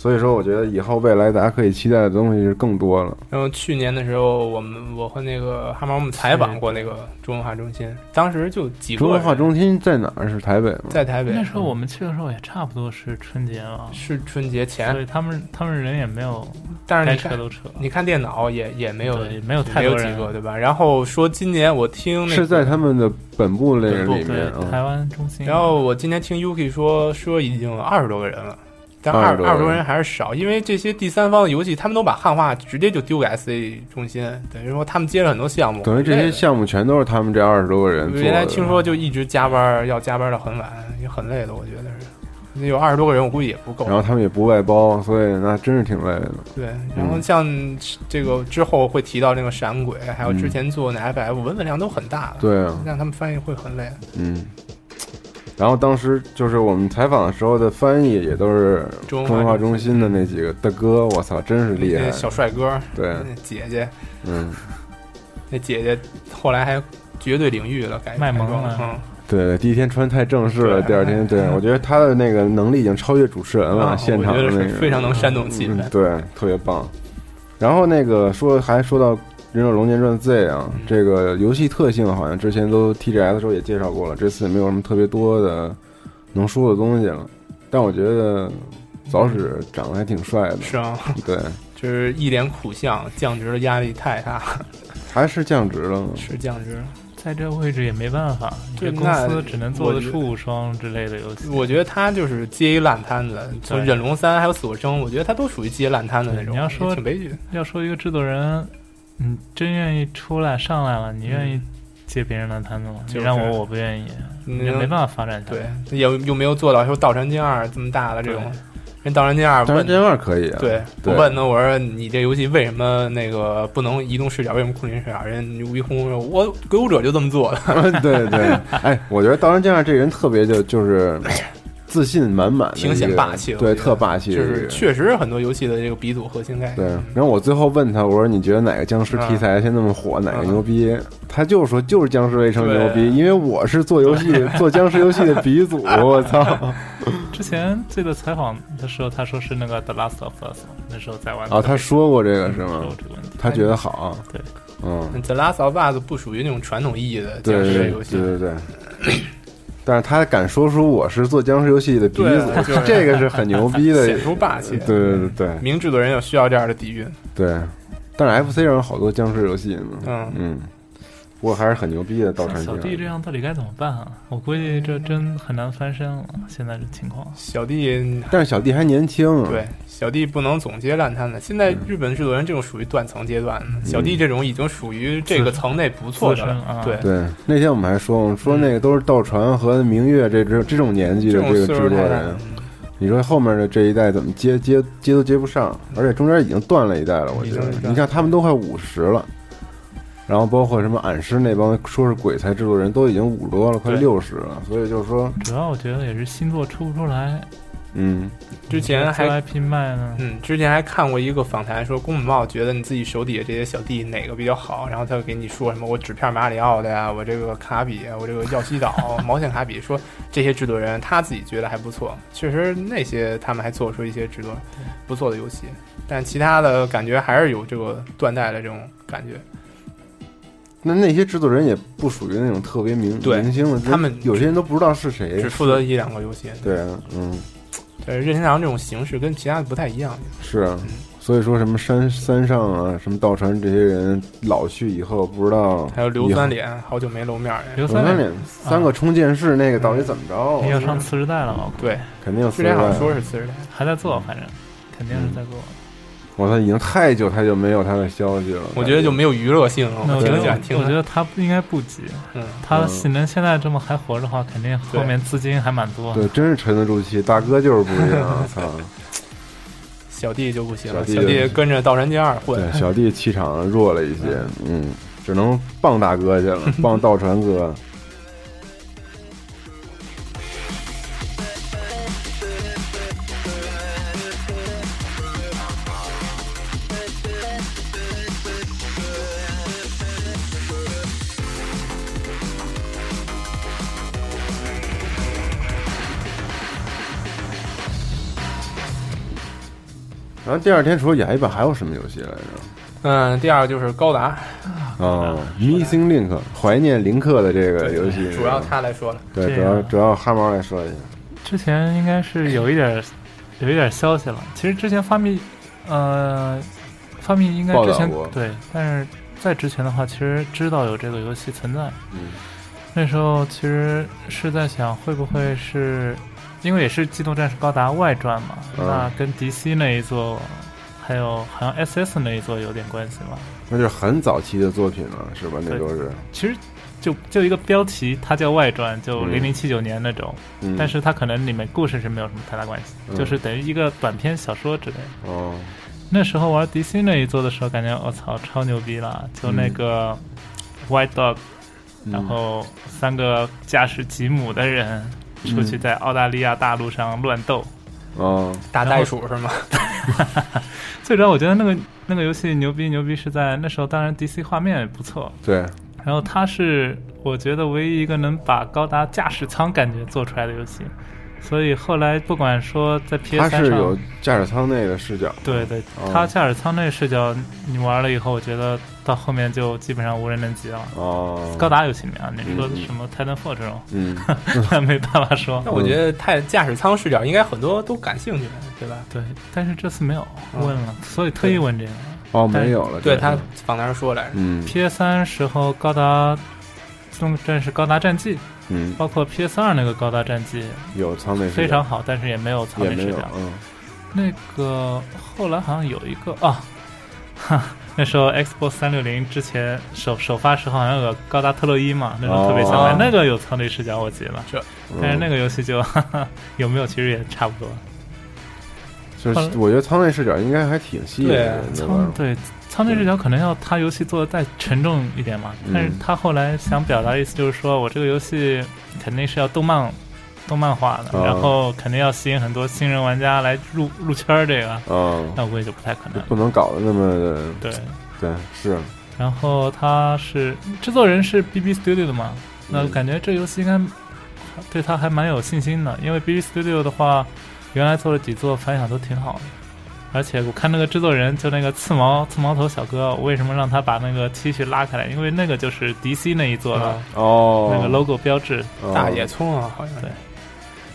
[SPEAKER 10] 所以说，我觉得以后未来大家可以期待的东西是更多了。
[SPEAKER 11] 然后去年的时候，我们我和那个哈毛我们采访过那个中文化中心，当时就几个
[SPEAKER 10] 中
[SPEAKER 11] 人
[SPEAKER 10] 文化中心在哪儿？是台北吗？
[SPEAKER 11] 在台北
[SPEAKER 6] 那，时候我们去的时候也差不多是春节嘛，
[SPEAKER 11] 是春节
[SPEAKER 6] 所
[SPEAKER 11] 前，
[SPEAKER 6] 以他们他们人也没有
[SPEAKER 11] 嗯但是
[SPEAKER 6] 该
[SPEAKER 11] 你
[SPEAKER 6] 扯
[SPEAKER 11] 看
[SPEAKER 6] 都扯，
[SPEAKER 11] 你看电脑也也没有
[SPEAKER 6] 对，没有
[SPEAKER 11] 没
[SPEAKER 6] 太
[SPEAKER 11] 有
[SPEAKER 6] 多
[SPEAKER 11] 几
[SPEAKER 6] 人
[SPEAKER 11] 个对吧？然后说今年我听那个
[SPEAKER 10] 是在他们的本部那个
[SPEAKER 11] 本部
[SPEAKER 10] 里面
[SPEAKER 6] 对台
[SPEAKER 10] 啊。
[SPEAKER 6] 湾中心，
[SPEAKER 11] 然后我今天听 Yuki 说说已经二十多个人了，但二
[SPEAKER 10] 20多个人
[SPEAKER 11] 二十多人还是少，因为这些第三方的游戏他们都把汉化直接就丢给 SC 中心，等于说他们接了很多项目。
[SPEAKER 10] 等于这些项目全都是他们这二十多个人做的。
[SPEAKER 11] 原来听说就一直加班，要加班到很晚，也很累的，我觉得是。那有二十多个人，我估计也不够。
[SPEAKER 10] 然后他们也不外包，所以那真是挺累的。
[SPEAKER 11] 对，然后像这个之后会提到那个闪鬼，还有之前做那 FF，文本量都很大的，
[SPEAKER 10] 嗯对啊，
[SPEAKER 11] 让他们翻译会很累。
[SPEAKER 10] 嗯，然后当时就是我们采访的时候的翻译也都是中
[SPEAKER 11] 中文
[SPEAKER 10] 文
[SPEAKER 11] 化
[SPEAKER 10] 化
[SPEAKER 11] 中
[SPEAKER 10] 中心的那几个大哥，我操，真是厉害
[SPEAKER 11] 那。小帅哥，
[SPEAKER 10] 对，
[SPEAKER 11] 那姐姐，
[SPEAKER 10] 嗯，
[SPEAKER 11] 那姐姐后来还绝对领域了，改
[SPEAKER 6] 卖萌了
[SPEAKER 11] 了，
[SPEAKER 10] 对，第一天穿太正式了，
[SPEAKER 11] 对
[SPEAKER 10] 第二天，对我觉得他的那个能力已经超越主持人
[SPEAKER 11] 嗯，
[SPEAKER 10] 了，
[SPEAKER 11] 啊
[SPEAKER 10] 现场
[SPEAKER 11] 我觉
[SPEAKER 10] 的
[SPEAKER 11] 得
[SPEAKER 10] 那
[SPEAKER 11] 是
[SPEAKER 10] 个
[SPEAKER 11] 非常能煽动气
[SPEAKER 10] 嗯
[SPEAKER 11] 氛。
[SPEAKER 10] 对，特别棒。然后那个说还说到《忍者龙剑传 Z》啊，
[SPEAKER 11] 嗯
[SPEAKER 10] 这个游戏特性好像之前都 TGS 的时候也介绍过了，这次也没有什么特别多的能说的东西了。但我觉得早
[SPEAKER 11] 嗯
[SPEAKER 10] 始长得还挺帅的，
[SPEAKER 11] 是啊，
[SPEAKER 10] 对，
[SPEAKER 11] 就是一脸苦相，降职的压力太大，
[SPEAKER 10] 还是降职了嘛。
[SPEAKER 11] 是降职。
[SPEAKER 6] 在这位置也没办法，
[SPEAKER 11] 对
[SPEAKER 6] 这公
[SPEAKER 11] 那
[SPEAKER 6] 司只能做
[SPEAKER 11] 我
[SPEAKER 6] 得
[SPEAKER 11] 觉得
[SPEAKER 6] 出无双之类的游戏。
[SPEAKER 11] 我觉得他就是接一烂摊子，从
[SPEAKER 6] 对
[SPEAKER 11] 忍龙三还有死活生，我觉得他都属于接烂摊子那种。
[SPEAKER 6] 你要说
[SPEAKER 11] 也挺悲剧的，
[SPEAKER 6] 要说一个制作人，你真愿意出来上来了，你愿意接别人的摊子吗？
[SPEAKER 11] 嗯就是
[SPEAKER 6] 你让我，我不愿意，
[SPEAKER 11] 嗯
[SPEAKER 6] 也没办法发展下去。
[SPEAKER 11] 对，又又没有做到说《道成金二》这么大的这种。人《道成金二》
[SPEAKER 10] 但是
[SPEAKER 11] 问，
[SPEAKER 10] 这二可以啊，
[SPEAKER 11] 对我
[SPEAKER 10] 对
[SPEAKER 11] 问呢，我说你这游戏为什么那个不能移动视角，为什么空间视角？人吴一空说，我鬼武者就这么做的。
[SPEAKER 10] 对对。哎，我觉得当然这样这人特别就就是自信满满的一个
[SPEAKER 11] 挺
[SPEAKER 10] 人，
[SPEAKER 11] 显霸气的，我
[SPEAKER 10] 对，
[SPEAKER 11] 觉得
[SPEAKER 10] 特霸气的
[SPEAKER 11] 就
[SPEAKER 10] 一个人，
[SPEAKER 11] 是确实是很多游戏的这个鼻祖核心概念。
[SPEAKER 10] 对，然后我最后问他，我说你觉得哪个僵尸题
[SPEAKER 11] 嗯
[SPEAKER 10] 材现在那么火，哪个牛逼？他就说就是僵尸围城牛
[SPEAKER 11] 对
[SPEAKER 10] 逼，因为我是做游戏、 做僵尸游戏的鼻 祖，我操！
[SPEAKER 6] 之前这个采访的时候，他说是那个《The Last of Us》，那时候在玩。
[SPEAKER 10] 啊，他说过这个是吗
[SPEAKER 11] 嗯
[SPEAKER 6] 说？这个问题，
[SPEAKER 10] 他觉得好，
[SPEAKER 6] 对，
[SPEAKER 10] 嗯，
[SPEAKER 11] The Last of Us 不属于那种传统意义的
[SPEAKER 10] 对
[SPEAKER 11] 僵
[SPEAKER 10] 对
[SPEAKER 11] 尸
[SPEAKER 10] 对
[SPEAKER 11] 游戏
[SPEAKER 10] 对，对对。但是他敢说出我是做僵尸游戏的鼻
[SPEAKER 11] 对
[SPEAKER 10] 祖
[SPEAKER 11] 就是，
[SPEAKER 10] 这个是很牛逼的，
[SPEAKER 11] 显出霸气嗯
[SPEAKER 10] 对。对对对
[SPEAKER 11] 明制作人有需要这样的底蕴，
[SPEAKER 10] 对。但是 FC 上有好多僵尸游戏呢，
[SPEAKER 11] 嗯，
[SPEAKER 10] 嗯，不过还是很牛逼的《盗
[SPEAKER 6] 小
[SPEAKER 10] 船
[SPEAKER 6] 小弟这样到底该怎么办啊？我估计这真很难翻身了，现在这情况。
[SPEAKER 11] 小弟
[SPEAKER 10] 但是小弟还年轻，，啊
[SPEAKER 11] 对小弟不能总接烂摊子。现在
[SPEAKER 10] 嗯
[SPEAKER 11] 日本制作人这种属于断层阶段，小弟这种已经属于这个层内不错的
[SPEAKER 6] 资深
[SPEAKER 11] 了
[SPEAKER 6] 啊。
[SPEAKER 11] 对，
[SPEAKER 10] 对，那天我们还说，我们说那个都是道传和明月这这这种年纪
[SPEAKER 11] 这
[SPEAKER 10] 的
[SPEAKER 11] 种
[SPEAKER 10] 这个
[SPEAKER 11] 岁
[SPEAKER 10] 制
[SPEAKER 11] 数
[SPEAKER 10] 作
[SPEAKER 11] 太大
[SPEAKER 10] 人
[SPEAKER 11] 了，，嗯
[SPEAKER 10] 你说后面的这一代怎么接接接都接不上，而且中间已经断了一代了，我觉
[SPEAKER 11] 已经
[SPEAKER 10] 得
[SPEAKER 11] 断。了
[SPEAKER 10] 你看他们都快五十了，然后包括什么俺师那帮说是鬼才制作人都已经五十多了，快
[SPEAKER 11] 对
[SPEAKER 10] 六十了，所以就是说，
[SPEAKER 6] 主要我觉得也是新作出不出来，
[SPEAKER 10] 嗯，
[SPEAKER 11] 之前还
[SPEAKER 6] IP 卖呢。
[SPEAKER 11] 嗯，之前还看过一个访谈，说宫本茂觉得你自己手底下这些小弟哪个比较好，然后他就给你说什么我纸片马里奥的呀，我这个卡比，我这个耀西岛毛线卡比，说这些制作人他自己觉得还不错，确实那些他们还做出一些制作不错的游戏，但其他的感觉还是有这个断代的这种感觉。
[SPEAKER 10] 那那些制作人也不属于那种特别明
[SPEAKER 11] 对
[SPEAKER 10] 明星的，就
[SPEAKER 11] 他们
[SPEAKER 10] 有些人都不知道是谁，
[SPEAKER 11] 只负责一两个游戏，
[SPEAKER 10] 对啊，嗯，
[SPEAKER 11] 对任天堂这种形式跟其他的不太一样。
[SPEAKER 10] 是啊，所以说什么山山上啊，什么道传这些人老去以后不知道，
[SPEAKER 11] 还有刘三啊
[SPEAKER 10] 脸，
[SPEAKER 11] 脸，好久没露面儿了。
[SPEAKER 6] 刘
[SPEAKER 10] 刘三
[SPEAKER 6] 脸
[SPEAKER 10] 脸三个冲剑士那个到底怎么
[SPEAKER 11] 嗯哦
[SPEAKER 10] 着？
[SPEAKER 6] 要上次时代了嘛？
[SPEAKER 11] 对，
[SPEAKER 10] 肯定有
[SPEAKER 11] 之
[SPEAKER 10] 四
[SPEAKER 11] 前好像
[SPEAKER 10] 万
[SPEAKER 11] 说是四十代，
[SPEAKER 6] 还在
[SPEAKER 11] 嗯
[SPEAKER 6] 做，反正肯定是在做。
[SPEAKER 10] 我操，已经太久太久没有他的消息了。
[SPEAKER 11] 我觉得就没有娱乐性了。
[SPEAKER 6] 那我觉
[SPEAKER 11] 挺
[SPEAKER 6] 得
[SPEAKER 11] 喜欢听
[SPEAKER 6] 我，
[SPEAKER 11] 的。
[SPEAKER 6] 我觉得他不应该不急。
[SPEAKER 11] 嗯，
[SPEAKER 6] 他能现在这么还活着的话，肯定后面资金还蛮多。
[SPEAKER 10] 对，真是沉得住气，大哥就是不一样。操，
[SPEAKER 11] 小弟就不行，
[SPEAKER 10] 小
[SPEAKER 11] 小
[SPEAKER 10] 弟
[SPEAKER 11] 弟
[SPEAKER 10] 就
[SPEAKER 11] 跟着《道山街二》混
[SPEAKER 10] 对，，小弟气场弱了一些，嗯，只能傍大哥去了，傍道传哥。然后第二天除了雅一版还有什么游戏来着？
[SPEAKER 11] 嗯，第二就是高达，
[SPEAKER 10] 啊，Missing Link，怀念林克的这个哎游戏，
[SPEAKER 11] 主要他来说了，
[SPEAKER 10] 对，主
[SPEAKER 6] 这
[SPEAKER 10] 要
[SPEAKER 6] 样
[SPEAKER 10] 主要哈毛来说一下，
[SPEAKER 6] 之前应该是有一点儿有一点儿消息了。其实之前发密，呃，发密应该
[SPEAKER 10] 报道
[SPEAKER 6] 之前
[SPEAKER 10] 过
[SPEAKER 6] 对，但是在之前的话，其实知道有这个游戏存在。
[SPEAKER 10] 嗯，
[SPEAKER 6] 那时候其实是在想，会不会是因为也是《机动战士高达外传》嘛？
[SPEAKER 10] 嗯
[SPEAKER 6] 那跟 DC 那一座，还有好像 SS 那一座有点关系吧？
[SPEAKER 10] 那就是很早期的作品了，是吧？那都是，
[SPEAKER 6] 其实就就一个标题，它叫外传，就
[SPEAKER 10] 嗯
[SPEAKER 6] 零零七九年那种，
[SPEAKER 10] 嗯
[SPEAKER 6] 但是它可能里面故事是没有什么太大关系，
[SPEAKER 10] 嗯
[SPEAKER 6] 就是等于一个短篇小说之类的。
[SPEAKER 10] 哦，
[SPEAKER 6] 那时候玩 DC 那一座的时候，感觉我操超牛逼了，就那个
[SPEAKER 10] 嗯
[SPEAKER 6] White Dog，、然后三个驾驶吉姆的人出去在澳大利亚大陆上乱斗。
[SPEAKER 10] 哦，
[SPEAKER 11] 大袋鼠是吗？
[SPEAKER 6] 嗯最主要我觉得那个那个游戏牛逼牛逼是在那时候，当然 DC 画面也不错，
[SPEAKER 10] 对，
[SPEAKER 6] 然后它是我觉得唯一一个能把高达驾驶舱感觉做出来的游戏，所以后来不管说在 PS
[SPEAKER 10] 它
[SPEAKER 6] 三
[SPEAKER 10] 是有
[SPEAKER 6] 上，
[SPEAKER 10] 驾驶舱那个视角，
[SPEAKER 6] 对对
[SPEAKER 10] 哦，
[SPEAKER 6] 它驾驶舱那个视角你玩了以后，我觉得到后面就基本上无人能及了。
[SPEAKER 10] 哦，
[SPEAKER 6] 高，达游戏里面啊，你说
[SPEAKER 10] 嗯嗯
[SPEAKER 6] 什么 Titanfall 这种，
[SPEAKER 10] 嗯，
[SPEAKER 6] 那没办法说
[SPEAKER 11] 那。我觉得太驾驶舱视角应该很多都感兴趣，对吧？
[SPEAKER 6] 对，但是这次没有
[SPEAKER 11] 嗯
[SPEAKER 6] 问了，所以特意问这个。
[SPEAKER 10] 哦，没有了，
[SPEAKER 11] 对
[SPEAKER 10] 这个
[SPEAKER 11] 他，访谈上说来着，
[SPEAKER 10] 嗯
[SPEAKER 6] PS 三时候高达。机动战士高达战绩，
[SPEAKER 10] 嗯，
[SPEAKER 6] 包括 PS 二那个高达战绩
[SPEAKER 10] 有舱内视角
[SPEAKER 6] 非常好，但是也没有藏
[SPEAKER 10] 也
[SPEAKER 6] 内
[SPEAKER 10] 没
[SPEAKER 6] 视
[SPEAKER 10] 有
[SPEAKER 6] 角，。
[SPEAKER 10] 嗯，
[SPEAKER 6] 那个后来好像有一个啊， 哈，那时候 Xbox 三六零之前首首发时候好像有个高达特洛伊嘛，那时候特别想买，
[SPEAKER 11] 哦
[SPEAKER 6] 那个有舱内视角我记得，
[SPEAKER 10] 嗯
[SPEAKER 6] 但是那个游戏就 哈哈有没有其实也差不多。
[SPEAKER 10] 就是我觉得舱内视角应该还挺吸引人的
[SPEAKER 6] 舱
[SPEAKER 10] 吧，
[SPEAKER 6] 对舱内视角可能要他游戏做的再沉重一点嘛，但是
[SPEAKER 10] 嗯
[SPEAKER 6] 他后来想表达的意思就是说我这个游戏肯定是要动漫动漫化的，
[SPEAKER 10] 哦
[SPEAKER 6] 然后肯定要吸引很多新人玩家来入入圈儿这个，
[SPEAKER 10] 嗯，
[SPEAKER 6] 那我估计就不太可能了。
[SPEAKER 10] 不能搞得那么的，
[SPEAKER 6] 对，
[SPEAKER 10] 对，是，
[SPEAKER 6] 然后他是制作人是 BB Studio 的嘛，那
[SPEAKER 10] 嗯
[SPEAKER 6] 感觉这游戏应该对他还蛮有信心的，因为 BB Studio 的话，原来做了几座反响都挺好的，而且我看那个制作人就那个刺毛刺毛头小哥，我为什么让他把那个 T 恤拉开来？因为那个就是 DC 那一座的、
[SPEAKER 11] 啊
[SPEAKER 10] 哦，
[SPEAKER 6] 那个 logo 标志，
[SPEAKER 10] 哦
[SPEAKER 11] 大野，葱啊，好像
[SPEAKER 6] 对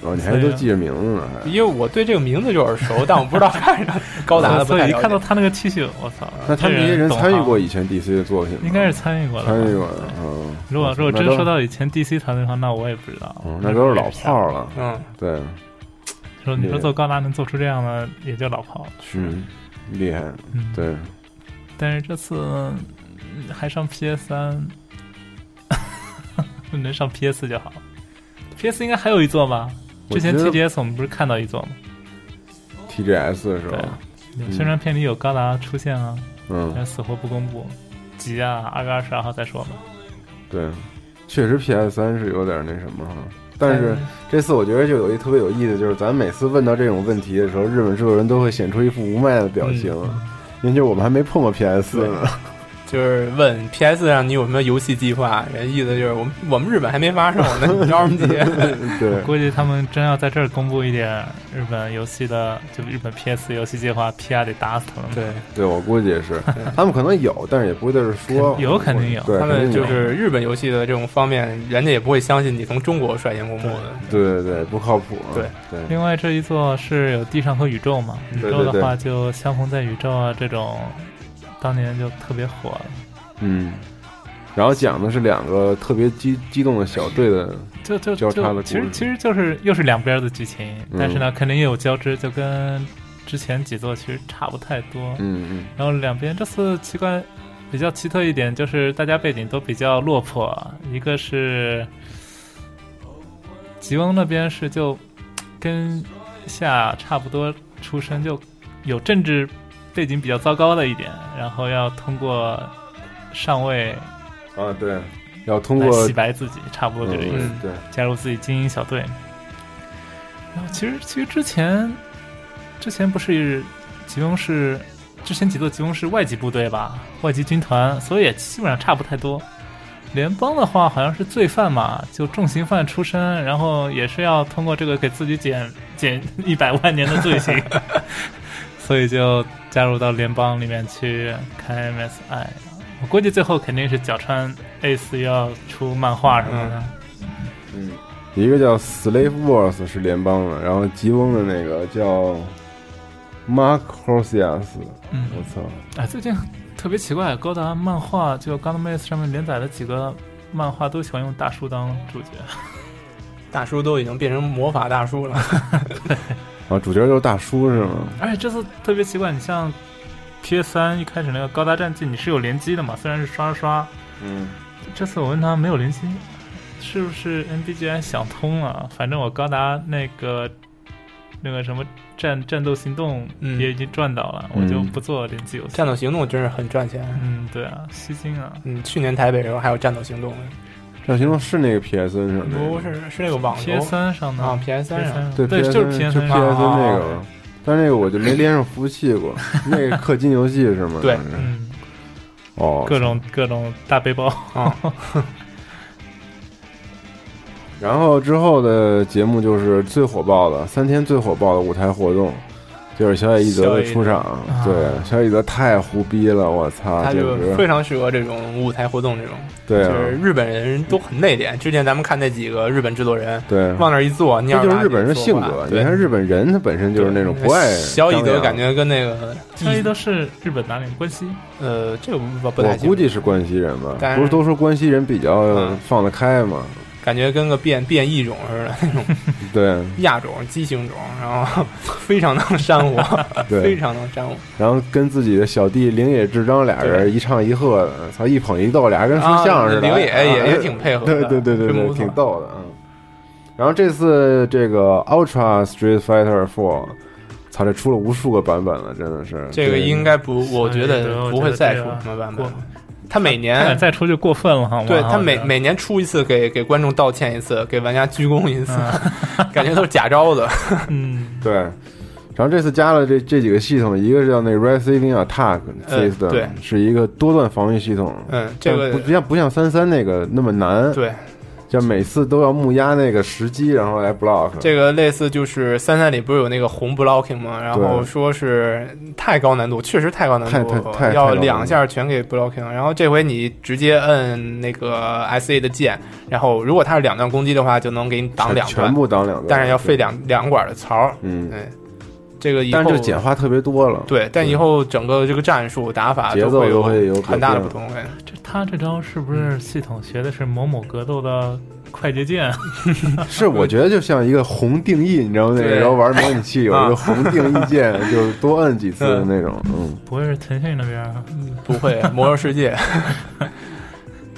[SPEAKER 10] 哦，你还都记着名字呢，还，
[SPEAKER 11] 因为我对这个名字就耳熟，但我不知道他是
[SPEAKER 10] 哦
[SPEAKER 11] 高达的不
[SPEAKER 6] 所以
[SPEAKER 11] 太
[SPEAKER 6] 一
[SPEAKER 11] 了
[SPEAKER 6] 看到
[SPEAKER 11] 解。
[SPEAKER 6] 他那个 T 恤，我操！
[SPEAKER 10] 那他们这些人
[SPEAKER 6] 懂
[SPEAKER 10] 参与
[SPEAKER 6] 行
[SPEAKER 10] 过以前 DC 的作品吗？
[SPEAKER 6] 应该是参与过的吧，
[SPEAKER 10] 参与过的，嗯，
[SPEAKER 6] 如果如果
[SPEAKER 10] 那
[SPEAKER 6] 真
[SPEAKER 10] 都
[SPEAKER 6] 说到以前 DC 团队的话，那我也不知道。
[SPEAKER 10] 嗯，那都是老炮儿了，
[SPEAKER 11] 嗯，
[SPEAKER 10] 对，
[SPEAKER 6] 说你
[SPEAKER 10] 对
[SPEAKER 6] 说做高达能做出这样的，也就老炮了。
[SPEAKER 10] 嗯，厉害，
[SPEAKER 6] 嗯，。
[SPEAKER 10] 对，
[SPEAKER 6] 但是这次嗯还上 PS 三， 能上 PS 就好。PS 应该还有一座吧？
[SPEAKER 10] 我
[SPEAKER 6] 之
[SPEAKER 10] 觉
[SPEAKER 6] 前
[SPEAKER 10] 得
[SPEAKER 6] TGS 我们不是看到一座吗？
[SPEAKER 10] TGS 是吧？
[SPEAKER 6] 嗯对，宣传片里有高达出现啊，
[SPEAKER 10] 嗯
[SPEAKER 6] 但，死活不公布。急啊，二月二十二号再说吧。
[SPEAKER 10] 对，确实 PS 三是有点那什么哈。但是这次我觉得就有一特别有意思，就是咱每次问到这种问题的时候，日本制作人都会显出一副无奈的表情，
[SPEAKER 6] 嗯
[SPEAKER 10] 因为就是我们还没碰过 PS 四呢。
[SPEAKER 11] 就是问 PS 上你有什么游戏计划？人意思就是我们我们日本还没发售呢，你着什么急？
[SPEAKER 10] 对，
[SPEAKER 6] 估计他们真要在这儿公布一点日本游戏的，就日本 PS 游戏计划，PR 得打死他们。
[SPEAKER 11] 对，
[SPEAKER 10] 对我估计也是，他们可能有，但是也不会在这儿说。
[SPEAKER 6] 有肯定有
[SPEAKER 10] 对，
[SPEAKER 11] 他
[SPEAKER 10] 肯
[SPEAKER 11] 们
[SPEAKER 10] 定有
[SPEAKER 11] 就是日本游戏的这种方面，人家也不会相信你从中国率先公布的。
[SPEAKER 10] 对对对，不靠谱。啊
[SPEAKER 11] 对
[SPEAKER 10] 对
[SPEAKER 6] 另外这一座是有地上和宇宙嘛，宇宙
[SPEAKER 10] 对对
[SPEAKER 6] 的
[SPEAKER 10] 对
[SPEAKER 6] 话就《相逢在宇宙》啊这种，当年就特别火了。
[SPEAKER 10] 嗯。然后讲的是两个特别激激动的小队的，
[SPEAKER 6] 就就
[SPEAKER 10] 交
[SPEAKER 6] 就
[SPEAKER 10] 叉的故
[SPEAKER 6] 其实
[SPEAKER 10] 事嗯
[SPEAKER 6] 其实就是又是两边的剧情，但是呢，肯定也有交织，就跟之前几座其实差不太多。
[SPEAKER 10] 嗯嗯，
[SPEAKER 6] 然后两边这次奇怪，比较奇特一点就是大家背景都比较落魄，一个是吉翁那边是就跟夏差不多出身，就有政治背景比较糟糕的一点，然后要通过上位
[SPEAKER 10] 啊对，要通
[SPEAKER 6] 来
[SPEAKER 10] 过
[SPEAKER 6] 洗白自己，差不多这个意思。
[SPEAKER 10] 嗯对，
[SPEAKER 6] 加入自己精英小队。然后其实其实之前之前不是吉翁是之前几座吉翁是外籍部队吧，外籍军团，所以也基本上差不太多。联邦的话好像是罪犯嘛，就重刑犯出身，然后也是要通过这个给自己减减一百万年的罪行，所以就加入到联邦里面去开 MSI。我估计最后肯定是角川 A 四要出漫画什么的。
[SPEAKER 10] 一个叫 Slave Wars 是联邦的，然后吉翁的那个叫 Marcosius，
[SPEAKER 6] 嗯
[SPEAKER 10] 我操，
[SPEAKER 6] 哎，最近特别奇怪，高达漫画就《g a n m a s 上面连载的几个漫画都喜欢用大叔当主 角，
[SPEAKER 11] 大叔都已经变成魔法大叔了，
[SPEAKER 10] 啊，主角就是大叔是吗？
[SPEAKER 6] 而且这次特别奇怪，你像 PS 三一开始那个高达战记，你是有联机的嘛？虽然是刷刷，
[SPEAKER 10] 嗯，
[SPEAKER 6] 这次我问他没有联机，是不是 NBGI 想通了？反正我高达那个那个什么战战斗行动
[SPEAKER 11] 嗯
[SPEAKER 6] 也已经赚到了，我就不做联机游戏。
[SPEAKER 11] 战斗行动真是很赚钱。
[SPEAKER 6] 嗯，对啊，吸金啊，
[SPEAKER 11] 嗯，去年台北的时候还有战斗行动呢，
[SPEAKER 10] 这行动是那个 PSN 上的，
[SPEAKER 11] 不是是那个网游
[SPEAKER 6] PS 三上的
[SPEAKER 11] 啊，PS 三上。啊
[SPEAKER 6] PS3
[SPEAKER 10] 对，
[SPEAKER 6] 对，就是
[SPEAKER 10] PSN
[SPEAKER 6] PS
[SPEAKER 10] 是
[SPEAKER 6] 三
[SPEAKER 10] PSN
[SPEAKER 6] 上的。
[SPEAKER 10] 那个吗，但是那个我就没连上服务器过，那个氪金游戏是吗？
[SPEAKER 11] 对
[SPEAKER 6] 嗯，
[SPEAKER 10] 哦，
[SPEAKER 6] 各种各种大背 包，
[SPEAKER 10] 然后之后的节目就是最火爆的三天最火爆的舞台活动，就是小野义德的出场。
[SPEAKER 6] 小野义德
[SPEAKER 10] 对，小野义德太胡逼了，我操，
[SPEAKER 11] 啊他
[SPEAKER 10] 简
[SPEAKER 11] 就
[SPEAKER 10] 直
[SPEAKER 11] 非常适合这种舞台活动，这种
[SPEAKER 10] 对
[SPEAKER 11] 就
[SPEAKER 10] 啊，
[SPEAKER 11] 是日本人都很内敛。之前咱们看那几个日本制作人，
[SPEAKER 10] 对，啊
[SPEAKER 11] 往那儿一坐，你
[SPEAKER 10] 这就是日本人的性格。你
[SPEAKER 11] 对，
[SPEAKER 10] 看日本人，他本身就是那种不爱
[SPEAKER 11] 小乙德，
[SPEAKER 10] 张扬
[SPEAKER 11] 感。觉跟那个
[SPEAKER 6] 这都是日本哪里关西？
[SPEAKER 11] 呃，这个不
[SPEAKER 10] 我
[SPEAKER 11] 不太清楚
[SPEAKER 10] 估计是关西人吧
[SPEAKER 11] 但，是
[SPEAKER 10] 不是都说关西人比较
[SPEAKER 11] 嗯
[SPEAKER 10] 放得开嘛？
[SPEAKER 11] 感觉跟个变变异种似的那种
[SPEAKER 10] 对
[SPEAKER 11] 亚种、畸形种，然后非常能煽我，非
[SPEAKER 10] 对，
[SPEAKER 11] 常能煽我。
[SPEAKER 10] 然后跟自己的小弟铃野智章俩人一唱一和的，操一捧一逗，俩人跟说相声似的。
[SPEAKER 11] 刘也
[SPEAKER 10] 啊
[SPEAKER 11] 哎也也挺配合
[SPEAKER 10] 对
[SPEAKER 11] 的，
[SPEAKER 10] 对 对对
[SPEAKER 11] 真
[SPEAKER 10] 对，
[SPEAKER 11] 不错
[SPEAKER 10] 挺。逗的。嗯，然后这次这个 Ultra Street Fighter Four，操，这出了无数个版本了，真的是。
[SPEAKER 11] 这个
[SPEAKER 10] 对
[SPEAKER 11] 应该不，我觉
[SPEAKER 6] 小乙
[SPEAKER 11] 得
[SPEAKER 6] 德
[SPEAKER 11] 不会再出
[SPEAKER 6] 我觉得
[SPEAKER 11] 什么版
[SPEAKER 6] 对
[SPEAKER 11] 本
[SPEAKER 6] 啊
[SPEAKER 11] 了。他每
[SPEAKER 6] 他
[SPEAKER 11] 年
[SPEAKER 6] 敢再出就过分了哈！
[SPEAKER 11] 嗯对
[SPEAKER 6] 我
[SPEAKER 11] 他每
[SPEAKER 6] 觉得
[SPEAKER 11] 每年出一次给，给观众道歉一次，给玩家鞠躬一次，感觉都是假招的。
[SPEAKER 6] 嗯，
[SPEAKER 10] 对。然后这次加了这这几个系统，一个是叫那 Receiving Attack
[SPEAKER 11] 呃
[SPEAKER 10] System，、
[SPEAKER 11] 对
[SPEAKER 10] 是一个多段防御系统。
[SPEAKER 11] 嗯，这
[SPEAKER 10] 但
[SPEAKER 11] 个
[SPEAKER 10] 不不像不像三三那个那么难，，
[SPEAKER 11] 对
[SPEAKER 10] 就每次都要木压那个时机，然后来 block。
[SPEAKER 11] 这个类似就是三三里不是有那个红 blocking 吗？然后
[SPEAKER 10] 对
[SPEAKER 11] 说是太高难度，确实太高难
[SPEAKER 10] 太
[SPEAKER 11] 度呃
[SPEAKER 10] 太太太高
[SPEAKER 11] 要
[SPEAKER 10] 难度
[SPEAKER 11] 两下全给 blocking。然后这回你直接摁那个 S A 的键，然后如果它是两段攻击的话，就能给你挡两
[SPEAKER 10] 全
[SPEAKER 11] 段，
[SPEAKER 10] 部挡两段，
[SPEAKER 11] 但是要费两两管的槽儿。
[SPEAKER 10] 嗯，
[SPEAKER 11] 对，这个以后
[SPEAKER 10] 但是就简化特别多了。
[SPEAKER 11] 对，但以后整个这个战术打法
[SPEAKER 10] 节
[SPEAKER 11] 都
[SPEAKER 10] 奏
[SPEAKER 11] 会
[SPEAKER 10] 都会有
[SPEAKER 11] 很大的
[SPEAKER 10] 改
[SPEAKER 11] 不
[SPEAKER 10] 变
[SPEAKER 11] 同。哎对
[SPEAKER 6] 这他这招是不是系统学的是某某格斗的快捷键？
[SPEAKER 10] 是，我觉得就像一个红定义，你知道吗？那个
[SPEAKER 11] 对啊
[SPEAKER 10] 然后玩模拟器有一个红定义键， 就是多摁几次的那种。嗯，
[SPEAKER 6] 不会是腾讯那边啊儿？
[SPEAKER 11] 不 会，《魔兽世界》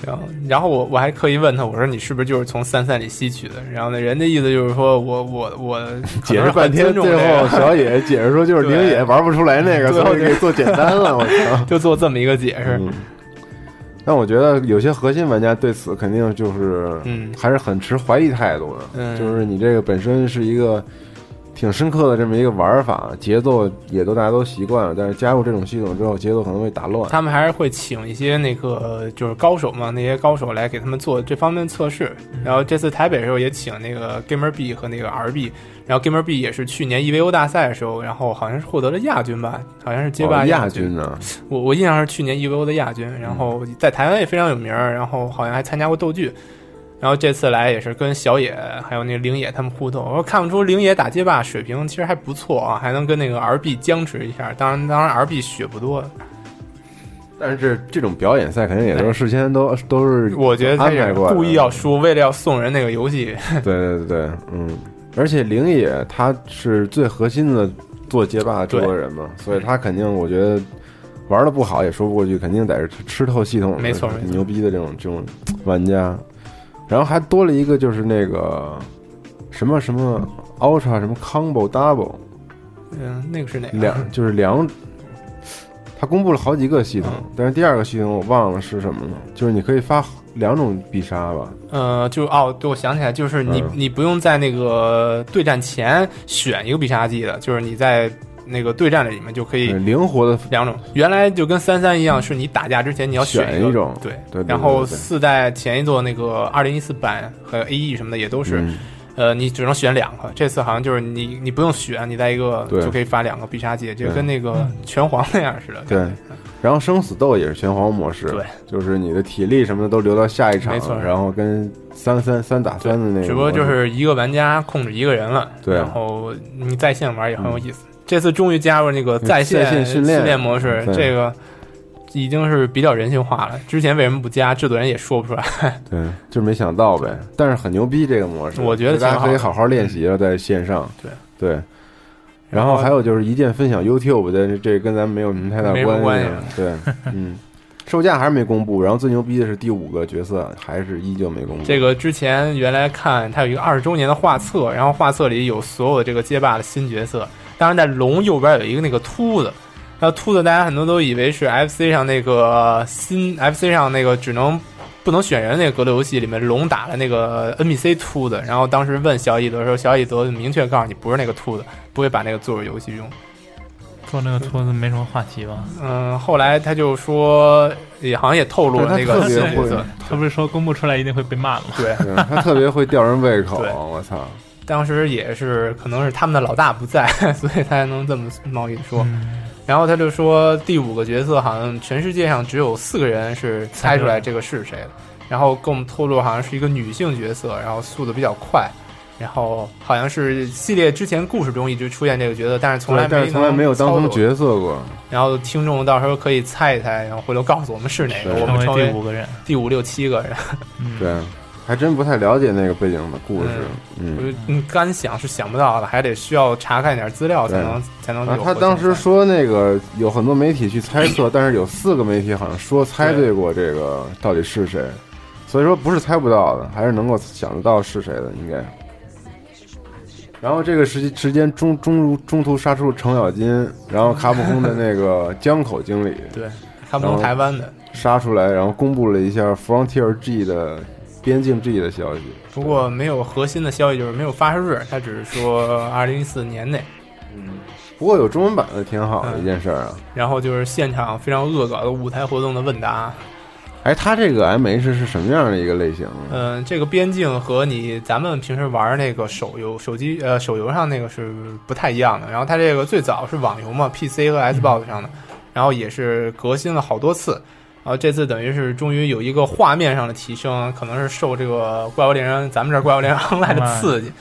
[SPEAKER 11] 然后，然后我我还刻意问他，我说你是不是就是从三三里吸取的？然后呢，人家意思就是说我我我
[SPEAKER 10] 解释半天，
[SPEAKER 11] 可能是很尊重
[SPEAKER 10] 最
[SPEAKER 11] 这
[SPEAKER 10] 后
[SPEAKER 11] 个
[SPEAKER 10] 小野解释 说就是
[SPEAKER 11] 对
[SPEAKER 10] 灵野玩不出来那个，
[SPEAKER 11] 最后
[SPEAKER 10] 所以给做简单了。我操！
[SPEAKER 11] 就做这么一个解释。
[SPEAKER 10] 嗯但我觉得有些核心玩家对此肯定就是
[SPEAKER 11] 嗯
[SPEAKER 10] 还是很持怀疑态度的，
[SPEAKER 11] 嗯
[SPEAKER 10] 就是你这个本身是一个挺深刻的这么一个玩法，节奏也都大家都习惯了，但是加入这种系统之后，节奏可能会打乱。
[SPEAKER 11] 他们还是会请一些那个呃就是高手嘛，那些高手来给他们做这方面的测试。
[SPEAKER 10] 嗯
[SPEAKER 11] 然后这次台北的时候也请那个 Gamer B 和那个 RB，然后 Gamer B 也是去年 EVO 大赛的时候，然后好像是获得了亚军吧，好像是街霸
[SPEAKER 10] 哦亚
[SPEAKER 11] 军。
[SPEAKER 10] 军呢？
[SPEAKER 11] 我我印象是去年 EVO 的亚军，
[SPEAKER 10] 嗯
[SPEAKER 11] 然后在台湾也非常有名儿，然后好像还参加过斗剧。然后这次来也是跟小野还有那个灵野他们互动，我看不出灵野打街霸水平其实还不错啊，还能跟那个 RB 僵持一下。当然，当然 RB 血不多，
[SPEAKER 10] 但是这种表演赛肯定也
[SPEAKER 11] 哎
[SPEAKER 10] 都是事先都都是
[SPEAKER 11] 我觉得他
[SPEAKER 10] 安
[SPEAKER 11] 也
[SPEAKER 10] 排
[SPEAKER 11] 是
[SPEAKER 10] 过的
[SPEAKER 11] 故意要输，为了要送人那个游戏。
[SPEAKER 10] 对 对对对，嗯。而且灵野他是最核心的做街霸的制作人嘛，所以他肯定我觉得玩的不好也说不过去，肯定得是吃透系统的
[SPEAKER 11] 没错没错
[SPEAKER 10] 牛逼的这种这种玩家。然后还多了一个就是那个什么什么 Ultra 什么 Combo Double
[SPEAKER 11] 嗯，那个是哪个？
[SPEAKER 10] 两就是两，他公布了好几个系统，
[SPEAKER 11] 嗯
[SPEAKER 10] 但是第二个系统我忘了是什么了，就是你可以发两种必杀吧，
[SPEAKER 11] 呃，就哦，对，我想起来，就是你、
[SPEAKER 10] 嗯
[SPEAKER 11] 你不用在那个对战前选一个必杀技的，就是你在那个对战里面就可以
[SPEAKER 10] 对灵活的
[SPEAKER 11] 两种，原来就跟三三一样，是你打架之前你要
[SPEAKER 10] 选
[SPEAKER 11] 一
[SPEAKER 10] 一种
[SPEAKER 11] 对
[SPEAKER 10] 对对对
[SPEAKER 11] 然后
[SPEAKER 10] 对对
[SPEAKER 11] 四代前一座那个二零一四版和 A E 什么的也都是，
[SPEAKER 10] 嗯
[SPEAKER 11] 呃，你只能选两个，这次好像就是你你不用选，你在一个
[SPEAKER 10] 对
[SPEAKER 11] 就可以发两个必杀技，就
[SPEAKER 10] 对
[SPEAKER 11] 跟那个拳皇那样似的，
[SPEAKER 10] 对，然后生死斗也是拳皇模式，
[SPEAKER 11] 对，
[SPEAKER 10] 就是你的体力什么的都留到下一场
[SPEAKER 11] 没错，
[SPEAKER 10] 然后跟三三三打三的那个模式，
[SPEAKER 11] 只不过就是一个玩家控制一个人了，
[SPEAKER 10] 对嗯
[SPEAKER 11] 然后你在线玩也很有意思。这次终于加入那个在
[SPEAKER 10] 在线
[SPEAKER 11] 训
[SPEAKER 10] 训练
[SPEAKER 11] 模式，
[SPEAKER 10] 对
[SPEAKER 11] 这个已经是比较人性化了。之前为什么不加，制作人也说不出来。
[SPEAKER 10] 对，就没想到呗，但是很牛逼这个模式，
[SPEAKER 11] 我觉得
[SPEAKER 10] 大
[SPEAKER 11] 挺
[SPEAKER 10] 家
[SPEAKER 11] 好嗯
[SPEAKER 10] 可以好好练习了，在线上，
[SPEAKER 11] 对
[SPEAKER 10] 对。然后还有就是一键分享 YouTube 的，这跟咱们没有什么太大
[SPEAKER 11] 没什么
[SPEAKER 10] 关系啊
[SPEAKER 11] 关系。
[SPEAKER 10] 对， 嗯，售价还是没公布。然后最牛逼的是第五个角色，还是依旧没公布。
[SPEAKER 11] 这个之前原来看它有一个二十周年的画册，然后画册里有所有的这个街霸的新角色，当然在龙右边有一个那个秃子。那秃子，大家很多都以为是 FC 上那个新 FC 上那个只能不能选人那个格斗游戏里面龙打了那个 NPC 秃子，然后当时问小乙德的时候，小乙德明确告诉你不是那个秃子，不会把那个做入游戏用。
[SPEAKER 6] 做那个托子没什么话题吧？
[SPEAKER 11] 嗯，后来他就说，也好像也透露了
[SPEAKER 10] 但
[SPEAKER 11] 那
[SPEAKER 10] 是他
[SPEAKER 11] 个
[SPEAKER 10] 特
[SPEAKER 11] 新
[SPEAKER 10] 别
[SPEAKER 11] 角色
[SPEAKER 10] 会，，
[SPEAKER 6] 他不是说公布出来一定会被骂的吗？
[SPEAKER 11] 对，
[SPEAKER 10] 对他特别会吊人胃口
[SPEAKER 11] 对。
[SPEAKER 10] 我操！
[SPEAKER 11] 当时也是可能是他们的老大不在， 所以他才能这么贸易地说。
[SPEAKER 10] 嗯
[SPEAKER 11] 然后他就说，第五个角色好像全世界上只有四个人是猜出来这个是谁的。然后跟我们透露，好像是一个女性角色，然后速度比较快，然后好像是系列之前故事中一直出现这个角色，但是从来
[SPEAKER 10] 对，但是从来没有当成
[SPEAKER 11] 角。
[SPEAKER 10] 角色过。
[SPEAKER 11] 然后听众到时候可以猜一猜，然后回头告诉我们是哪个，
[SPEAKER 10] 对
[SPEAKER 11] 我们
[SPEAKER 6] 成
[SPEAKER 11] 成
[SPEAKER 6] 为
[SPEAKER 11] 为
[SPEAKER 6] 第五个人，嗯
[SPEAKER 11] 第五六七个人。
[SPEAKER 10] 对，还真不太了解那个背景的故事。
[SPEAKER 11] 我
[SPEAKER 10] 嗯，
[SPEAKER 11] 就你干想是想不到的，还得需要查看一点资料才能才能有
[SPEAKER 10] 然
[SPEAKER 11] 获
[SPEAKER 10] 后啊
[SPEAKER 11] 奖。
[SPEAKER 10] 他当时说那个有很多媒体去猜测，但是有四个媒体好像说猜对过这个到底是谁，所以说不是猜不到的，还是能够想得到是谁的应该。然后这个时时间中中中途杀出程咬金，然后卡普空的那个江口经理
[SPEAKER 11] 对，他们从台湾的。
[SPEAKER 10] 杀出来，然后公布了一下 Frontier G 的边境 G 的消息。
[SPEAKER 11] 不过没有核心的消息，就是没有发售日，他只是说二零一四年内。
[SPEAKER 10] 不过有中文版的挺好
[SPEAKER 11] 嗯
[SPEAKER 10] 的一件事儿啊。
[SPEAKER 11] 然后就是现场非常恶搞的舞台活动的问答，
[SPEAKER 10] 哎，它这个 M H 是什么样的一个类型啊？
[SPEAKER 11] 嗯、这个边境和你咱们平时玩那个手游、手机呃手游上那个是不太一样的。然后它这个最早是网游嘛，PC 和 Xbox 上的，然后也是革新了好多次。然后这次等于是终于有一个画面上的提升，可能是受这个《怪物猎人》咱们这《怪物猎人 Online》的刺激，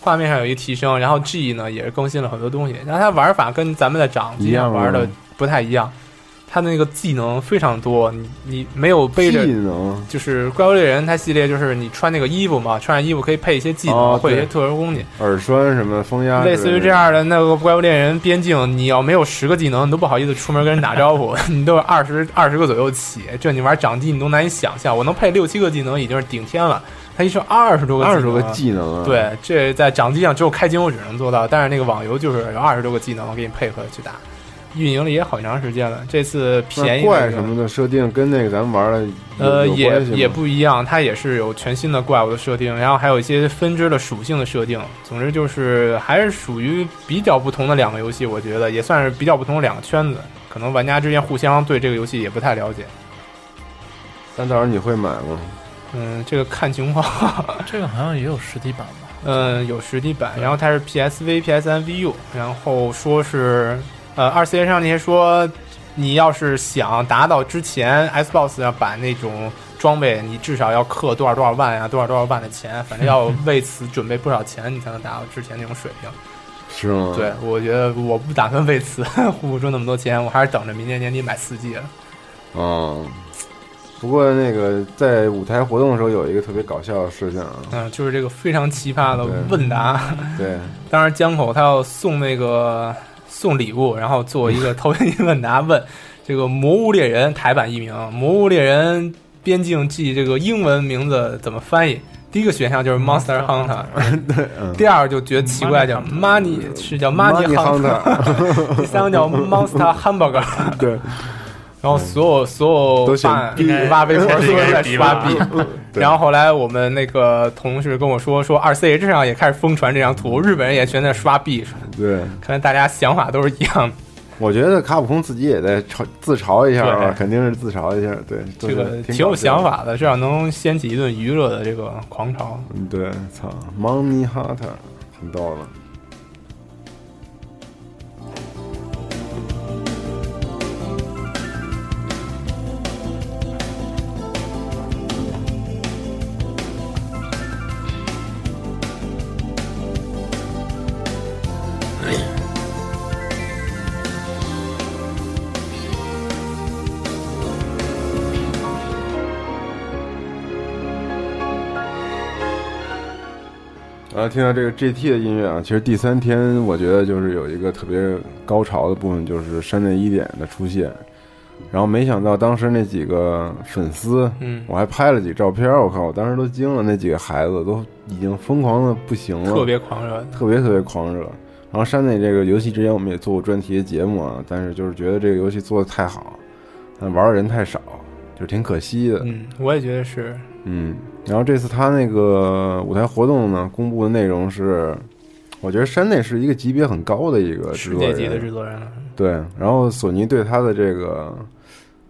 [SPEAKER 11] 画面上有一提升。然后 G 呢也是更新了很多东西，然后它玩法跟咱们在掌机
[SPEAKER 10] 一样
[SPEAKER 11] 上玩的
[SPEAKER 10] 吗
[SPEAKER 11] 不太一样，它那个技能非常多，你你没有背着
[SPEAKER 10] 技能
[SPEAKER 11] 就是《怪物猎人》它系列，就是你穿那个衣服嘛，穿上衣服可以配一些技能，
[SPEAKER 10] 哦
[SPEAKER 11] 会有一些
[SPEAKER 10] 对啊
[SPEAKER 11] 特殊攻击，
[SPEAKER 10] 耳栓什么风压，
[SPEAKER 11] 类似于这。样的那个《怪物猎人》边境，你要没有十个技能，你都不好意思出门跟人打招呼， 你都是二十二十个左右起，这你玩掌机你都难以想象，我能配六七个技能已经是顶天了，它一说二十多个技能
[SPEAKER 10] 二十多个。技能啊！，
[SPEAKER 11] 对，这在掌机上只有开金手指能做到，但是那个网游就是有二十多个技能，我给你配合去打。运营了也好长时间了。这次便
[SPEAKER 10] 那
[SPEAKER 11] 宜那个
[SPEAKER 10] 怪什么的设定跟那个咱们玩的有
[SPEAKER 11] 呃，
[SPEAKER 10] 有
[SPEAKER 11] 也
[SPEAKER 10] 关系吗
[SPEAKER 11] 也不一样，它也是有全新的怪物的设定，然后还有一些分支的属性的设定。总之就是还是属于比较不同的两个游戏，我觉得也算是比较不同的两个圈子。可能玩家之间互相对这个游戏也不太了解。
[SPEAKER 10] 但到时候你会买吗？
[SPEAKER 11] 嗯，这个看情况。
[SPEAKER 6] 这个好像也有实体版吧？
[SPEAKER 11] 嗯，有实体版，然后它是 PSV、PSN、VU，然后说是呃二次元上那些说，你要是想达到之前 Xbox 上版那种装备，你至少要氪多少多少万呀、多少多少万的钱，反正要为此准备不少钱，你才能达到之前那种水平。
[SPEAKER 10] 是吗？
[SPEAKER 11] 对，，我觉得我不打算为此 付出那么多钱，我还是等着明年年底买四 G 了。
[SPEAKER 10] 嗯。不过那个在舞台活动的时候有一个特别搞笑的事情啊，
[SPEAKER 11] 嗯，就是这个非常奇葩的
[SPEAKER 10] 对
[SPEAKER 11] 问答。
[SPEAKER 10] 对，
[SPEAKER 11] 当时江口他要送那个送礼物，然后做一个投屏问答问， 这个《魔物猎人》台版译名《魔物猎人边境记》这个英文名字怎么翻译？第一个选项就是 Monster Hunter，第二就觉得奇怪，叫 Money 是叫 Money
[SPEAKER 10] Money
[SPEAKER 11] Hunter，第 三个叫 Monster Hamburger，
[SPEAKER 10] 对，
[SPEAKER 11] 然后所有所
[SPEAKER 10] 都
[SPEAKER 11] 有
[SPEAKER 10] 选
[SPEAKER 11] 办
[SPEAKER 10] 应该
[SPEAKER 11] 挖微博都是在
[SPEAKER 6] 应该是 B
[SPEAKER 11] 刷
[SPEAKER 6] 吧
[SPEAKER 11] B，
[SPEAKER 4] 对
[SPEAKER 11] 然后后来我们那个同事跟我说，说 RCH 上也开始疯传这张图，日本人也全在刷 B，
[SPEAKER 10] 对，
[SPEAKER 11] 看来大家想法都是一样的。
[SPEAKER 10] 我觉得卡普空自己也在嘲自嘲一下啊，
[SPEAKER 11] 对
[SPEAKER 10] 肯定是自嘲一下，对， 都
[SPEAKER 11] 这
[SPEAKER 10] 是
[SPEAKER 11] 个
[SPEAKER 10] 挺
[SPEAKER 11] 挺有
[SPEAKER 10] 搞笑
[SPEAKER 11] 想
[SPEAKER 10] 的，
[SPEAKER 11] 法的，至少能掀起一顿娱乐的这个狂潮。
[SPEAKER 10] 嗯对，操，Money Hunter，挺逗的。然后听到这个 GT 的音乐啊，其实第三天我觉得就是有一个特别高潮的部分，就是山内一点的出现。然后没想到当时那几个粉丝，
[SPEAKER 11] 嗯
[SPEAKER 10] 我还拍了几照片，我靠，我当时都惊了，那几个孩子都已经疯狂的不行了，
[SPEAKER 11] 特别狂热，
[SPEAKER 10] 特别特别狂热。然后山内这个游戏之前我们也做过专题的节目啊，但是就是觉得这个游戏做的太好，但玩的人太少，就是挺可惜的。
[SPEAKER 11] 嗯，我也觉得是，
[SPEAKER 10] 嗯，然后这次他那个舞台活动呢，公布的内容是，我觉得山内是一个级别很高的一个呃制
[SPEAKER 11] 世
[SPEAKER 10] 作
[SPEAKER 11] 界级的
[SPEAKER 10] 人，
[SPEAKER 11] 制作人了。
[SPEAKER 10] 对。然后索尼对他的这个，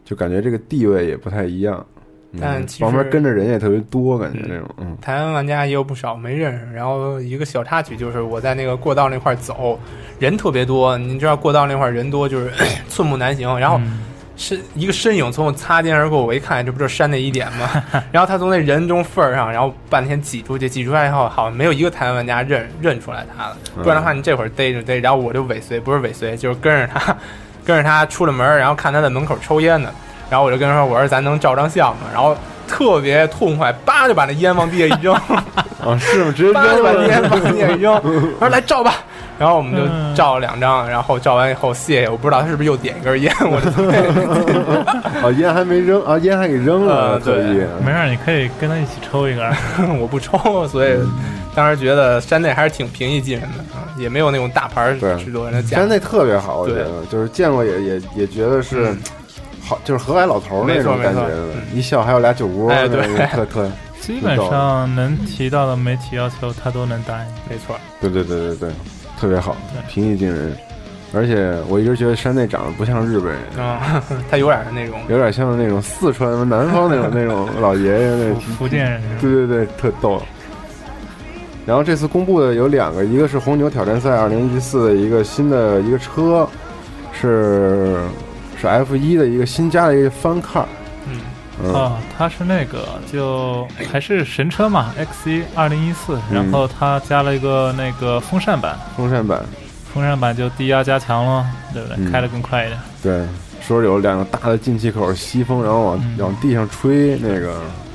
[SPEAKER 10] 就感觉这个地位也不太一样，嗯
[SPEAKER 11] 但其实
[SPEAKER 10] 旁边跟着人也特别多，感觉那种，嗯，
[SPEAKER 11] 台湾玩家也有不少没认识，然后一个小插曲就是我在那个过道那块儿走，人特别多，你知道过道那块儿人多就是 寸步难行，然后
[SPEAKER 6] 嗯
[SPEAKER 11] 身一个身影从我擦肩而过，我一看，这不就是山那一点吗？ 然后他从那人中缝儿上，然后半天挤出去，挤出来以后，好像没有一个台湾玩家认认出来他了。不然的话，你这会儿逮着逮，然后我就尾随，不是尾随，就是跟着他， 跟着他出了门儿，然后看他在门口抽烟呢。然后我就跟他说：“我说咱能照张相吗？”然后特别痛快，叭就把那烟往地下一 扔，
[SPEAKER 10] 啊，是吗？直接
[SPEAKER 11] 叭就
[SPEAKER 10] 扔
[SPEAKER 11] 把烟
[SPEAKER 10] 了，
[SPEAKER 11] 往地 下一扔，我说来照吧。然后我们
[SPEAKER 6] 嗯
[SPEAKER 11] 就照了两张，然后照完以后谢谢，我不知道他是不是又点一根烟，我就
[SPEAKER 10] 啊，烟还没扔啊，烟还给扔了，
[SPEAKER 11] 呃
[SPEAKER 10] 特
[SPEAKER 11] 对
[SPEAKER 10] 意。
[SPEAKER 6] 没事儿，你可以跟他一起抽一啊 根儿。
[SPEAKER 11] 我不抽，所以当时觉得山内还是挺平易近人的，啊也没有那种大牌儿
[SPEAKER 10] 对
[SPEAKER 11] 制作人的
[SPEAKER 10] 山
[SPEAKER 11] 假。
[SPEAKER 10] 内特别好，我觉
[SPEAKER 11] 对嗯
[SPEAKER 10] 得就是见过也也也觉得是好，就是和蔼老头儿那种
[SPEAKER 11] 没错
[SPEAKER 10] 感觉
[SPEAKER 11] 没错
[SPEAKER 10] 的，一笑还有俩酒窝，
[SPEAKER 11] 哎对
[SPEAKER 10] 特特，
[SPEAKER 6] 基本上能提到的媒体要求，他都能答应。
[SPEAKER 11] 没错，
[SPEAKER 10] 对对对对对，特别好
[SPEAKER 6] 对，
[SPEAKER 10] 平易近人。而且我一直觉得山内长得不像日本人，
[SPEAKER 11] 啊，他有点儿那种
[SPEAKER 10] 有点像那种四川南方那种那种老爷爷那种，
[SPEAKER 6] 福建人是吧
[SPEAKER 10] 对对对，特逗。然后这次公布的有两个，一个是红牛挑战赛二零一四的一个新的一个车，是是 F 一的一个新加的一个 fun car，
[SPEAKER 11] 嗯
[SPEAKER 10] 嗯
[SPEAKER 6] 哦，它是那个就还是神车嘛，X 一二零一四，
[SPEAKER 10] 嗯
[SPEAKER 6] 然后它加了一个那个风扇版，
[SPEAKER 10] 风扇版，
[SPEAKER 6] 风扇版就低压加强了，对不对？
[SPEAKER 10] 嗯
[SPEAKER 6] 开得更快一点。
[SPEAKER 10] 对，说有两个大的进气口吸风，然后往、
[SPEAKER 6] 嗯
[SPEAKER 10] 往地上吹那个，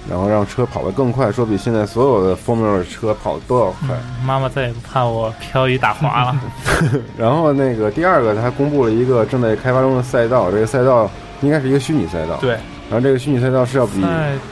[SPEAKER 10] 然后让车跑得更快，说比现在所有的 Formula 车跑得都要快。
[SPEAKER 6] 嗯妈妈再也不怕我漂移打滑了。
[SPEAKER 10] 然后那个第二个，它公布了一个正在开发中的赛道，这个赛道应该是一个虚拟赛道，
[SPEAKER 11] 对，
[SPEAKER 10] 然后这个虚拟赛道是要比
[SPEAKER 6] 赛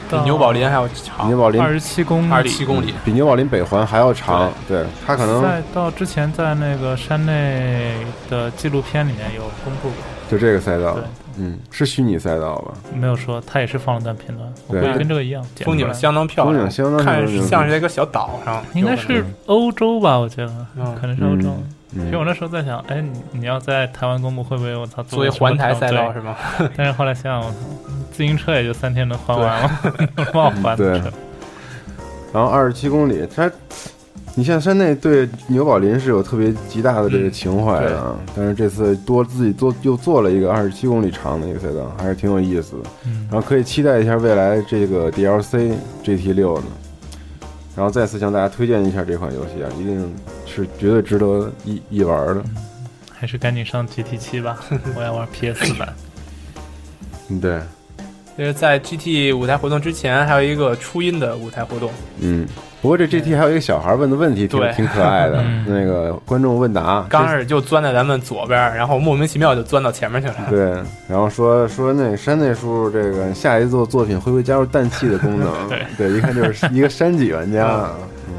[SPEAKER 11] 比
[SPEAKER 6] 到
[SPEAKER 10] 嗯
[SPEAKER 11] 牛堡林还要长
[SPEAKER 10] 比牛，堡林
[SPEAKER 6] 二十七公
[SPEAKER 11] 二
[SPEAKER 6] 里
[SPEAKER 11] 十。七公里。
[SPEAKER 10] 比牛堡林北环还要长，对它可能
[SPEAKER 6] 赛道之前在那个山内的纪录片里面有公布过，
[SPEAKER 10] 就这个赛道
[SPEAKER 6] 对，
[SPEAKER 10] 嗯，是虚拟赛道吧？
[SPEAKER 6] 没有说他也是放了段片段，我
[SPEAKER 10] 对
[SPEAKER 6] 估计跟这个一样，剪出
[SPEAKER 11] 风景
[SPEAKER 6] 来
[SPEAKER 11] 相当漂
[SPEAKER 10] 风
[SPEAKER 11] 亮，
[SPEAKER 10] 景相当
[SPEAKER 11] 看
[SPEAKER 10] 漂亮
[SPEAKER 11] 像是在一个小岛上，
[SPEAKER 6] 应该是欧洲吧，我觉得
[SPEAKER 11] 嗯
[SPEAKER 6] 可能是欧洲。
[SPEAKER 10] 嗯
[SPEAKER 6] 其实我那时候在想，哎，你你要在台湾公布，会不会我操
[SPEAKER 11] 作为环台赛道是
[SPEAKER 6] 吧？
[SPEAKER 11] 吗？
[SPEAKER 6] 对 但是后来想想，我操自行车也就三天能还完了， 忘还
[SPEAKER 10] 对
[SPEAKER 6] 车。
[SPEAKER 10] 然后二十七公里，它，你像山内对牛宝林是有特别极大的这个情怀的啊，但是这次多自己做又做了一个二十七公里长的一个赛道，还是挺有意思的。
[SPEAKER 6] 嗯
[SPEAKER 10] 然后可以期待一下未来这个 DLC GT 六呢。然后再次向大家推荐一下这款游戏啊，一定是绝对值得一一玩的。
[SPEAKER 6] 还是赶紧上 GT 七吧，我要玩 PS 版。
[SPEAKER 10] 嗯，对，
[SPEAKER 11] 就是在 GT 舞台活动之前，还有一个初音的舞台活动，
[SPEAKER 10] 嗯。不过这 GT 还有一个小孩问的问题挺
[SPEAKER 11] 对
[SPEAKER 10] 挺可爱的，那个观众问答，
[SPEAKER 11] 刚开始就钻在咱们左边，然后莫名其妙就钻到前面去 了。
[SPEAKER 10] 对，然后说说那山内叔叔这个下一座作品会不会加入氮气的功 能？对，一看就是一个山脊玩家啊。
[SPEAKER 11] 嗯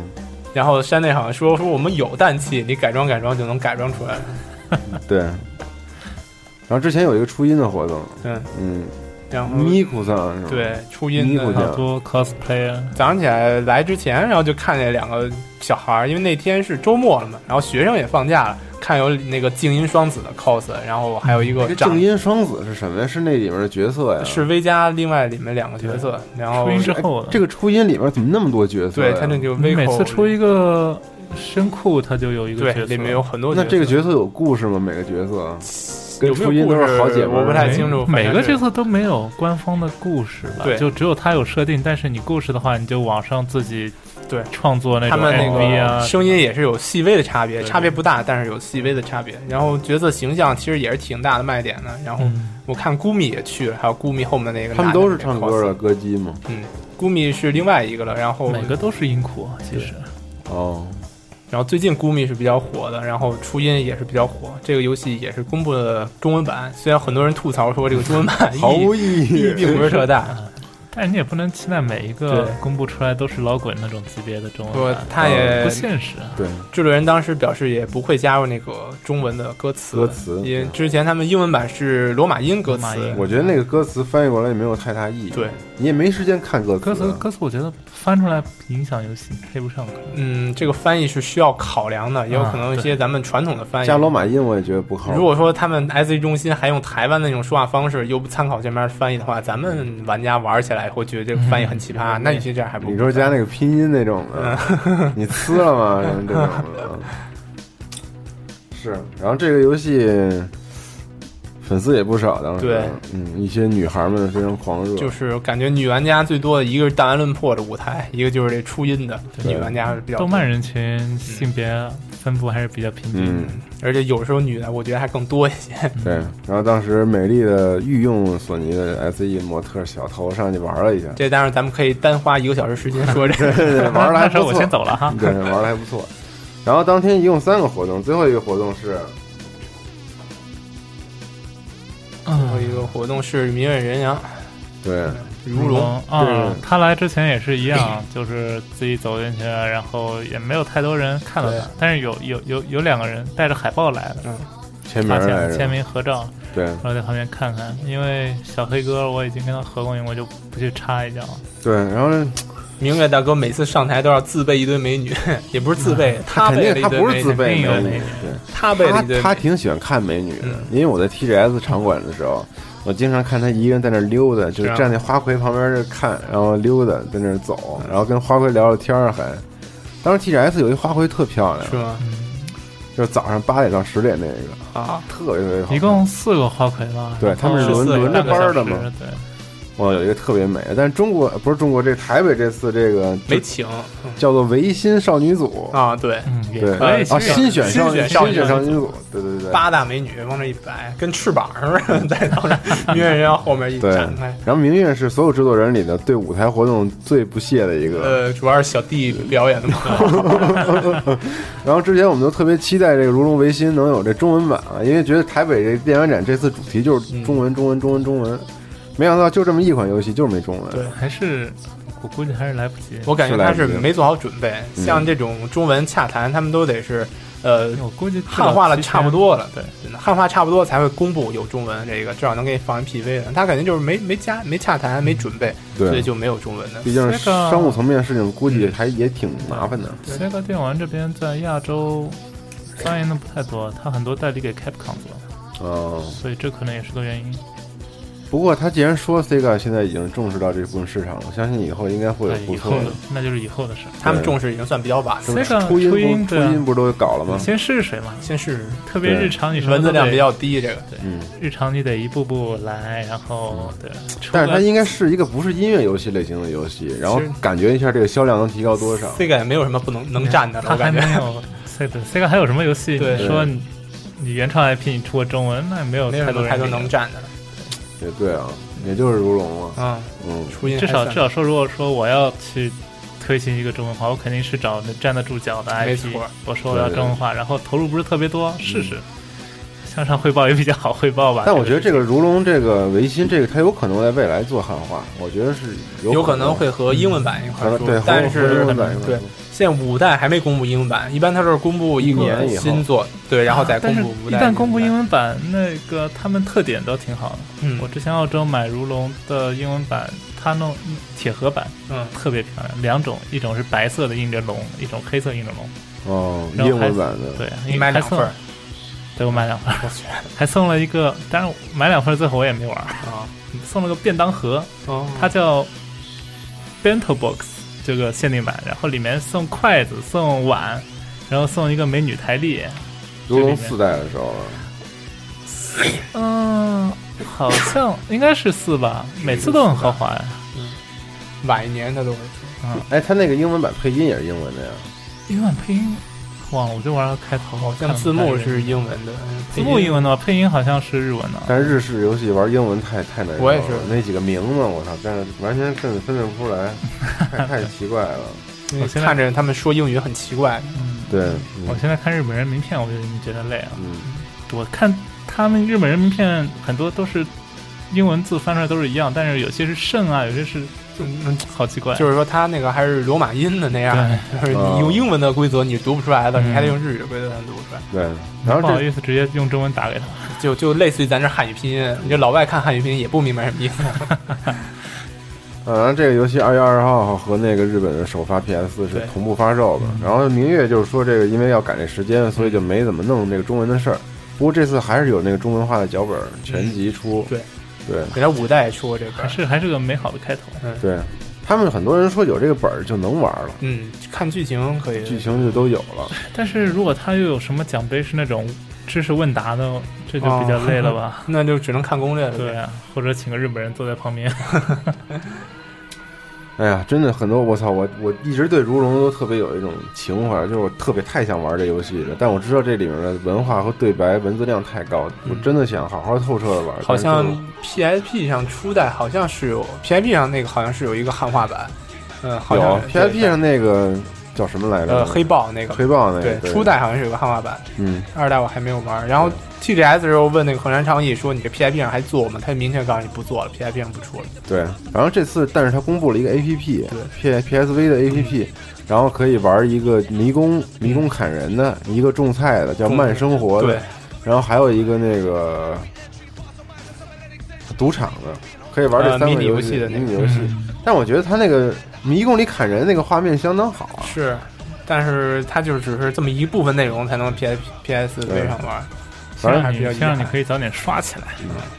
[SPEAKER 11] 然后山内好像说说我们有氮气，你改装改装就能改装出来。
[SPEAKER 10] 对。然后之前有一个初音的活动，
[SPEAKER 11] 嗯，
[SPEAKER 10] 嗯，
[SPEAKER 11] 然后
[SPEAKER 10] 咪咕桑是吧？，
[SPEAKER 11] 对初音
[SPEAKER 10] 咪咕酱
[SPEAKER 11] 的。
[SPEAKER 6] 好多啊 cosplayer，
[SPEAKER 11] 早上起来来之前，然后就看见两个小孩儿，因为那天是周末了嘛，然后学生也放假了，看有那个静音双子的 cos，然后还有一个
[SPEAKER 10] 这
[SPEAKER 11] 长
[SPEAKER 10] 正音双子是什么呀？是那里面的角色呀？
[SPEAKER 11] 是微加另外里面两个角色，然后
[SPEAKER 6] 初音之
[SPEAKER 10] 哎
[SPEAKER 6] 后的，
[SPEAKER 10] 这个初音里面怎么那么多角色呀？
[SPEAKER 11] 对他哦那个微
[SPEAKER 6] 你每
[SPEAKER 11] 扣
[SPEAKER 6] 次出一个深库，它就有一个
[SPEAKER 11] 对
[SPEAKER 6] 角色，
[SPEAKER 11] 里面有很多
[SPEAKER 10] 那这个
[SPEAKER 11] 角
[SPEAKER 10] 角
[SPEAKER 11] 色
[SPEAKER 10] 色有故事吗？每个角色跟
[SPEAKER 11] 有没有
[SPEAKER 10] 初音都是好姐妹嗯
[SPEAKER 11] 故事我不太清楚，
[SPEAKER 6] 每个角
[SPEAKER 11] 这
[SPEAKER 6] 色都没有官方的故事吧？
[SPEAKER 11] 对
[SPEAKER 6] 就只有它有设定，但是你故事的话，你就网上自己
[SPEAKER 11] 对
[SPEAKER 6] 创作那
[SPEAKER 11] 他
[SPEAKER 6] 种
[SPEAKER 11] 们那
[SPEAKER 6] MV
[SPEAKER 11] 个
[SPEAKER 6] 啊，
[SPEAKER 11] 声音也是有细微的差别，差别不大，但是有细微的差别。然后角色形象其实也是挺大的卖点的。然后
[SPEAKER 6] 嗯
[SPEAKER 11] 我看 Gumi 也去了，还有 Gumi 后面那个
[SPEAKER 10] 他们都是唱歌
[SPEAKER 11] 的
[SPEAKER 10] 的歌姬吗？
[SPEAKER 11] 那个 cos。嗯，Gumi 是另外一个了。然后
[SPEAKER 6] 每个都是音库啊，其实
[SPEAKER 10] 哦，
[SPEAKER 11] 然后最近 Gumi 是比较火的，然后初音也是比较火。这个游戏也是公布了中文版，虽然很多人吐槽说这个中文版
[SPEAKER 10] 毫无
[SPEAKER 11] 意
[SPEAKER 10] 意
[SPEAKER 11] 义
[SPEAKER 10] 义，
[SPEAKER 11] 并不是 特大。
[SPEAKER 6] 但你也不能期待每一个
[SPEAKER 11] 对
[SPEAKER 6] 公布出来都是老滚那种级别的中
[SPEAKER 11] 不
[SPEAKER 6] 文版，，
[SPEAKER 11] 他也
[SPEAKER 6] 不现实啊。
[SPEAKER 10] 对，
[SPEAKER 11] 制作人当时表示也不会加入那个中文的歌词，
[SPEAKER 10] 歌词
[SPEAKER 11] 因为之前他们英文版是罗马音
[SPEAKER 6] 罗
[SPEAKER 11] 歌
[SPEAKER 6] 马
[SPEAKER 11] 词，
[SPEAKER 6] 音
[SPEAKER 10] 我觉得那个歌词翻译过来也没有太大意义，
[SPEAKER 11] 对，
[SPEAKER 10] 你也没时间看歌词。啊
[SPEAKER 6] 歌词歌词，我觉得翻出来影响游戏配不上，可能
[SPEAKER 11] 嗯，这个翻译是需要考量的，也有
[SPEAKER 6] 啊
[SPEAKER 11] 可能一些咱们传统的翻译。
[SPEAKER 10] 加罗马音我也觉得不靠谱。
[SPEAKER 11] 哎如果说他们 SC 中心还用台湾那种说话方式，又不参考这边的翻译的话，咱们玩家玩起来会觉得这个翻译很奇
[SPEAKER 6] 嗯
[SPEAKER 11] 葩。那有些这样还不
[SPEAKER 10] 你说加那个拼音那种的，
[SPEAKER 11] 嗯
[SPEAKER 10] 你呲了吗？什么这种的，嗯是。然后这个游戏粉丝也不少，当时
[SPEAKER 11] 对，
[SPEAKER 10] 嗯，一些女孩们非常狂热，
[SPEAKER 11] 就是感觉女玩家最多的一个是弹丸论破的舞台，一个就是这初音的女玩家比较多
[SPEAKER 6] 动漫人群性别分布还是比较平均
[SPEAKER 10] 嗯
[SPEAKER 6] 的。，
[SPEAKER 11] 而且有时候女的我觉得还更多一些。
[SPEAKER 10] 对。然后当时美丽的御用索尼的 SE 模特小头上去玩 了一下，
[SPEAKER 11] 这当然咱们可以单花一个小时时间说这 个。
[SPEAKER 10] 对对，玩的还
[SPEAKER 6] 那时
[SPEAKER 10] 不
[SPEAKER 6] 候我
[SPEAKER 10] 错。
[SPEAKER 6] 先走了哈。
[SPEAKER 10] 对，玩的还不错。然后当天一共三个活动，最后一个活动是
[SPEAKER 11] 最后一个活动是明月人羊
[SPEAKER 10] 对
[SPEAKER 11] 如龙，
[SPEAKER 6] 啊
[SPEAKER 10] 对，
[SPEAKER 6] 他来之前也是一样， 就是自己走进去，然后也没有太多人看到他
[SPEAKER 11] 对，
[SPEAKER 6] 但是有有有有两个人带着海报来的，
[SPEAKER 10] 签名
[SPEAKER 6] 发
[SPEAKER 10] 儿来
[SPEAKER 6] 现
[SPEAKER 10] 着，
[SPEAKER 6] 签名合照，
[SPEAKER 10] 对
[SPEAKER 6] 然后在旁边看看。因为小黑哥我已经跟他合过影，我就不去插一脚了。
[SPEAKER 10] 对，然后
[SPEAKER 11] 明月大哥每次上台都要自备一堆美女， 也不是自备，他
[SPEAKER 10] 肯
[SPEAKER 11] 备了
[SPEAKER 10] 定
[SPEAKER 11] 一
[SPEAKER 10] 嗯他
[SPEAKER 11] 堆
[SPEAKER 10] 不
[SPEAKER 11] 美
[SPEAKER 10] 是自
[SPEAKER 11] 女，
[SPEAKER 10] 备
[SPEAKER 6] 定有
[SPEAKER 10] 美
[SPEAKER 6] 美
[SPEAKER 10] 女
[SPEAKER 6] 女，
[SPEAKER 10] 对。
[SPEAKER 11] 他备了
[SPEAKER 10] 他
[SPEAKER 11] 一堆
[SPEAKER 10] 他
[SPEAKER 11] 美女。
[SPEAKER 10] 挺喜欢看美女的
[SPEAKER 11] 嗯，
[SPEAKER 10] 因为我在 TGS 场馆的时候，我经常看他一个人在那儿溜达，就是
[SPEAKER 11] 啊
[SPEAKER 10] 站在花魁旁边儿看，然后溜达在那儿走，然后跟花魁聊聊天儿，还。当时 TGS 有一花魁特漂亮
[SPEAKER 11] 是，啊吗？
[SPEAKER 10] 就是早上八点到十点那个，
[SPEAKER 11] 啊，
[SPEAKER 10] 特别特别好看。
[SPEAKER 6] 一共四个花魁吧？
[SPEAKER 10] 对他们是
[SPEAKER 6] 然后
[SPEAKER 10] 轮
[SPEAKER 11] 14
[SPEAKER 10] 轮着班儿的嘛
[SPEAKER 6] 半个，小时对，
[SPEAKER 10] 哇，有一个特别美，但是中国不是中国，这台北这次这个
[SPEAKER 11] 没请
[SPEAKER 10] 叫做维新少女组，
[SPEAKER 11] 啊，对，
[SPEAKER 6] 嗯，也
[SPEAKER 10] 对
[SPEAKER 6] 可以
[SPEAKER 10] 啊，
[SPEAKER 6] 去
[SPEAKER 10] 新选少
[SPEAKER 11] 新选少
[SPEAKER 10] 新
[SPEAKER 11] 女
[SPEAKER 10] 选少女组，对对对。
[SPEAKER 11] 八大美女往这一摆，跟翅膀似的， 在到 那明月人羊后面一
[SPEAKER 10] 对，
[SPEAKER 11] 展开。
[SPEAKER 10] 然后明月是所有制作人里的对舞台活动最不屑的一个，
[SPEAKER 11] 呃，主要是小弟表演的嘛，
[SPEAKER 10] 然后之前我们都特别期待这个《如龙维新》能有这中文版啊，因为觉得台北这电玩展这次主题就是中文、中文、中文、中文。没想到就这么一款游戏就是没中文。
[SPEAKER 11] 对
[SPEAKER 6] 还是我估计还是来不及。
[SPEAKER 11] 我感觉
[SPEAKER 10] 是来
[SPEAKER 11] 他
[SPEAKER 10] 不
[SPEAKER 11] 是
[SPEAKER 10] 及了
[SPEAKER 11] 没做好准备，
[SPEAKER 10] 嗯
[SPEAKER 11] 像这种中文洽谈，他们都得是呃
[SPEAKER 6] 我估计至少
[SPEAKER 11] 汉化了
[SPEAKER 6] 提前
[SPEAKER 11] 差不多了，对，真的汉化差不多才会公布有中文这个，至少能给你放一 PV 的。他肯定就是没没加没洽谈没准备，所以
[SPEAKER 10] 对，
[SPEAKER 11] 就没有中文的。
[SPEAKER 10] 毕竟
[SPEAKER 6] 这个
[SPEAKER 10] 商务层面事情估计还也挺麻烦的。
[SPEAKER 6] 这个电玩这边在亚洲发言的不太多，它很多代理给 Capcom 做，
[SPEAKER 10] 嗯，
[SPEAKER 6] 所以这可能也是个原因。
[SPEAKER 10] 不过他既然说 Sega 现在已经重视到这部分市场了，我相信以后应该会有
[SPEAKER 6] 对，
[SPEAKER 10] 不
[SPEAKER 6] 哎以
[SPEAKER 10] 错
[SPEAKER 6] 后的那就是以后的事。
[SPEAKER 11] 他们重视已经算比较晚了，
[SPEAKER 10] 这不是
[SPEAKER 6] Sega
[SPEAKER 10] 初音
[SPEAKER 6] 初
[SPEAKER 10] 不
[SPEAKER 6] 音
[SPEAKER 10] 初
[SPEAKER 6] 对啊
[SPEAKER 10] 音不是都搞了吗？
[SPEAKER 6] 先试水嘛，
[SPEAKER 11] 先试试。
[SPEAKER 6] 特别
[SPEAKER 10] 对
[SPEAKER 6] 日常，你什么
[SPEAKER 11] 嗯文字
[SPEAKER 6] 都
[SPEAKER 11] 量
[SPEAKER 6] 得
[SPEAKER 11] 比较低，这个对，
[SPEAKER 10] 嗯，
[SPEAKER 6] 日常你得一步步来，然后
[SPEAKER 11] 嗯
[SPEAKER 6] 对，
[SPEAKER 10] 但是它应该是一个不是音乐游戏类型的游戏，然后
[SPEAKER 11] 其实
[SPEAKER 10] 感觉一下这个销量能提高多少。
[SPEAKER 11] 这个也没有什么不能能站的了，
[SPEAKER 6] 他
[SPEAKER 11] 我
[SPEAKER 6] 还
[SPEAKER 11] 感
[SPEAKER 6] 没
[SPEAKER 11] 觉。
[SPEAKER 6] 有 C 对 C 个还有什么游戏？
[SPEAKER 11] 对
[SPEAKER 6] 你说你你原创 IP 你出个中文，那也没有
[SPEAKER 11] 没有
[SPEAKER 6] 太
[SPEAKER 11] 什
[SPEAKER 6] 多
[SPEAKER 11] 么太多
[SPEAKER 6] 人理解
[SPEAKER 11] 能站的了，
[SPEAKER 10] 也对啊，也就是如龙了。
[SPEAKER 11] 嗯，
[SPEAKER 10] 嗯，
[SPEAKER 11] 初音
[SPEAKER 6] 至少
[SPEAKER 11] 还算
[SPEAKER 6] 至少说，如果说我要去推行一个中文化，我肯定是找能站得住脚的
[SPEAKER 11] 没
[SPEAKER 6] IP
[SPEAKER 11] 错。嗯
[SPEAKER 6] 我说我要中文化，然后投入不是特别多，试试向上汇报也比较好汇报吧。
[SPEAKER 10] 但我觉得
[SPEAKER 6] 啊这
[SPEAKER 10] 这个如龙这个维新这个，它有可能在未来做汉化，我觉得是
[SPEAKER 11] 有
[SPEAKER 10] 可
[SPEAKER 11] 可能会和英文版一
[SPEAKER 10] 嗯
[SPEAKER 11] 块
[SPEAKER 10] 可
[SPEAKER 11] 儿
[SPEAKER 10] 能
[SPEAKER 11] 出
[SPEAKER 10] 对，，
[SPEAKER 11] 但
[SPEAKER 10] 和
[SPEAKER 11] 是
[SPEAKER 10] 和日本版
[SPEAKER 11] 对，现在五代还没公布英文版，一般它都是公布一
[SPEAKER 10] 一年
[SPEAKER 11] 个
[SPEAKER 10] 以后
[SPEAKER 11] 新作，对，然后再公
[SPEAKER 6] 但是
[SPEAKER 11] 布五
[SPEAKER 6] 一
[SPEAKER 11] 代。
[SPEAKER 6] 旦公布英，文版，那个他们特点都挺好的。
[SPEAKER 11] 嗯
[SPEAKER 6] 我之前澳洲买如龙的英文版，它弄铁盒版
[SPEAKER 11] 嗯，
[SPEAKER 6] 特别漂亮，两种，一种是白色的印着龙，一种黑色印着龙。
[SPEAKER 10] 哦，
[SPEAKER 6] 然后
[SPEAKER 10] 英
[SPEAKER 6] 还
[SPEAKER 10] 文版的，
[SPEAKER 6] 对，
[SPEAKER 11] 你买
[SPEAKER 6] 还
[SPEAKER 11] 两份
[SPEAKER 6] 送
[SPEAKER 11] 儿，
[SPEAKER 6] 对我买两份儿，
[SPEAKER 11] 我去
[SPEAKER 6] 还送了一个，当然买两份儿最后我也没玩儿，
[SPEAKER 11] 啊，
[SPEAKER 6] 送了个便当盒，
[SPEAKER 11] 哦，
[SPEAKER 6] 它叫 Bento Box 这个限定版，然后里面送筷子、送碗，然后送一个美女台历。
[SPEAKER 10] 如龙
[SPEAKER 6] 这里面
[SPEAKER 10] 四代的时候了，
[SPEAKER 6] 嗯，
[SPEAKER 10] 啊
[SPEAKER 6] 好像应该是四吧，每次都很豪华呀。
[SPEAKER 11] 晚一年它都会出。
[SPEAKER 10] 哎，它那个英文版配音也是英文的呀。
[SPEAKER 6] 英文配音，忘了，我就玩了开头，
[SPEAKER 11] 好
[SPEAKER 6] 看
[SPEAKER 11] 像
[SPEAKER 6] 了
[SPEAKER 11] 字幕
[SPEAKER 6] 看
[SPEAKER 11] 是英文的，
[SPEAKER 6] 嗯字幕英文的吧，配音好像是日文的。
[SPEAKER 10] 但是日式游戏玩英文太太难受了，
[SPEAKER 11] 我也是
[SPEAKER 10] 那几个名字，我操，但是完全分分辨不出来，太太奇怪了。
[SPEAKER 11] 因为
[SPEAKER 6] 我现在
[SPEAKER 11] 看着他们说英语很奇怪。
[SPEAKER 6] 嗯，
[SPEAKER 10] 对，
[SPEAKER 6] 我
[SPEAKER 10] 嗯
[SPEAKER 6] 现在看日本人名片，我就已经觉得累了。
[SPEAKER 10] 嗯，
[SPEAKER 6] 我看他们日本人名片很多都是英文字翻出来都是一样，但是有些是肾啊，有些是嗯，好奇怪。
[SPEAKER 11] 就是说，他那个还是罗马音的那样，就是
[SPEAKER 10] 哦
[SPEAKER 11] 你用英文的规则你读不出来的，
[SPEAKER 6] 嗯
[SPEAKER 11] 你还得用日语的规则才能读出来，
[SPEAKER 10] 对。然
[SPEAKER 6] 不
[SPEAKER 10] 后
[SPEAKER 6] 好
[SPEAKER 10] 这
[SPEAKER 6] 意思，直接用中文打给他。
[SPEAKER 11] 就就类似于咱这汉语拼音，你这老外看汉语拼音也不明白什么意思。
[SPEAKER 10] 呃，然后这个游戏二月二号和那个日本的首发 PS 是
[SPEAKER 11] 对
[SPEAKER 10] 同步发售的。然后明月就是说这个因为要赶这时间，所以就没怎么弄这个中文的事儿。不过这次还是有那个中文化的脚本全集出。
[SPEAKER 11] 嗯对
[SPEAKER 10] 对
[SPEAKER 11] 给他五代也出过这
[SPEAKER 6] 还
[SPEAKER 11] 本，
[SPEAKER 6] 是还是个美好的开头。
[SPEAKER 10] 对，他们很多人说有这个本儿就能玩了，
[SPEAKER 11] 嗯，看剧情可以，
[SPEAKER 10] 剧情就都有了。
[SPEAKER 6] 但是如果他又有什么奖杯是那种知识问答的，这就比较累了吧？
[SPEAKER 11] 那就只能看攻略了。
[SPEAKER 6] 对，啊，或者请个日本人坐在旁边。
[SPEAKER 10] 哎呀，真的很多，我操，我我一直对如龙都特别有一种情怀，就是我特别太想玩这游戏了，但我知道这里面的文化和对白文字量太高，我真的想好好透彻的玩。
[SPEAKER 11] 嗯好像
[SPEAKER 10] 但是
[SPEAKER 11] PSP 上初代好像是有 PSP 上那个好像是有一个汉化版，嗯，好
[SPEAKER 10] 就
[SPEAKER 11] 像
[SPEAKER 10] 有啊
[SPEAKER 11] 是
[SPEAKER 10] PSP 上那个叫什么来着？
[SPEAKER 11] 呃黑豹那个，
[SPEAKER 10] 黑豹那个
[SPEAKER 11] 对，初，代好像是有个汉化版，
[SPEAKER 10] 嗯，
[SPEAKER 11] 二代我还没有玩儿。然后 TGS 的时候问那个横山昌义说：“你这 PIP 上还做吗？”他明确告诉你不做了，PIP 上不出了。
[SPEAKER 10] 对。然后这次，但是它公布了一个 APP，
[SPEAKER 11] 对嗯
[SPEAKER 10] P PSV 的 APP，然后可以玩一个迷宫迷宫砍人的，一个种菜的，叫
[SPEAKER 11] 种
[SPEAKER 10] 慢生活的
[SPEAKER 11] 对，，
[SPEAKER 10] 然后还有一个那个赌场的，可以玩这
[SPEAKER 11] 呃
[SPEAKER 10] 三
[SPEAKER 11] 迷
[SPEAKER 10] 个
[SPEAKER 11] 你
[SPEAKER 10] 游
[SPEAKER 11] 游戏的那
[SPEAKER 10] 迷
[SPEAKER 11] 个嗯
[SPEAKER 10] 你游戏。但我觉得他那个迷宫里砍人那个画面相当好啊，
[SPEAKER 11] 是，但是它就只是这么一部分内容才能 PIP PSV 上玩儿。
[SPEAKER 6] 先
[SPEAKER 11] 还
[SPEAKER 6] 让你
[SPEAKER 11] 是比较遗
[SPEAKER 6] 先让你
[SPEAKER 11] 憾
[SPEAKER 6] 可以早点刷起来。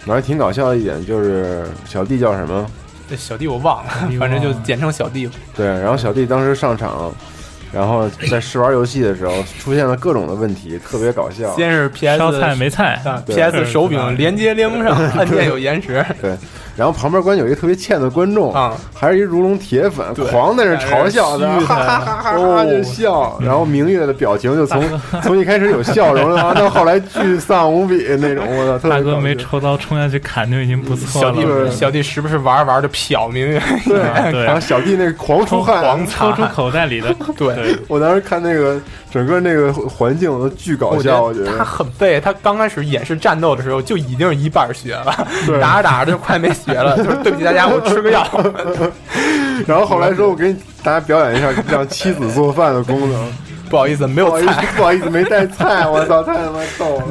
[SPEAKER 10] 然后挺搞笑的一点就是小弟叫什么？
[SPEAKER 11] 这呃小弟我忘了
[SPEAKER 6] 弟，
[SPEAKER 11] 反正就
[SPEAKER 6] 忘了
[SPEAKER 11] 简称小弟吧。
[SPEAKER 10] 对，然后小弟当时上场，然后在试玩游戏的时候出现了各种的问题，特别搞笑。
[SPEAKER 11] 先是 PS
[SPEAKER 6] 烧菜没菜，
[SPEAKER 11] 啊
[SPEAKER 10] 啊对
[SPEAKER 11] ，PS 手柄连接连不上，按键有延时。
[SPEAKER 10] 对，然后旁边关有一个特别欠的观众，
[SPEAKER 11] 啊
[SPEAKER 10] 还是一如龙铁粉，狂在那嘲笑他，哈哈哈哈哈就笑，然后明月的表情就从从一开始有笑容，然后到后来巨丧无比那种，我操，特
[SPEAKER 6] 大
[SPEAKER 10] 别
[SPEAKER 6] 哥
[SPEAKER 10] 搞
[SPEAKER 6] 没
[SPEAKER 10] 笑
[SPEAKER 6] 抽刀冲下去砍就已经不错
[SPEAKER 11] 小弟
[SPEAKER 6] 了。
[SPEAKER 11] 小弟时不时玩着玩着就瞟明月，
[SPEAKER 10] 对，
[SPEAKER 6] 啊对
[SPEAKER 10] 然后小弟那狂出汗，
[SPEAKER 11] 狂
[SPEAKER 6] 抽出口袋里的，
[SPEAKER 11] 对，
[SPEAKER 10] 我当时看那个整个那个环境都巨搞
[SPEAKER 11] 我
[SPEAKER 10] 笑，我
[SPEAKER 11] 觉
[SPEAKER 10] 觉
[SPEAKER 11] 得他
[SPEAKER 10] 得。
[SPEAKER 11] 很背，他刚开始演示战斗的时候就已经一半血了，
[SPEAKER 10] 对
[SPEAKER 11] 打着打着就快没 血了，就是对不起大家，我吃个药。
[SPEAKER 10] 然后后来说，我给大家表演一下让妻子做饭的功能。
[SPEAKER 11] 不好意思，没
[SPEAKER 10] 不好
[SPEAKER 11] 有
[SPEAKER 10] 意思
[SPEAKER 11] 菜，，
[SPEAKER 10] 不好意思，没带菜，我操，太他妈逗 了。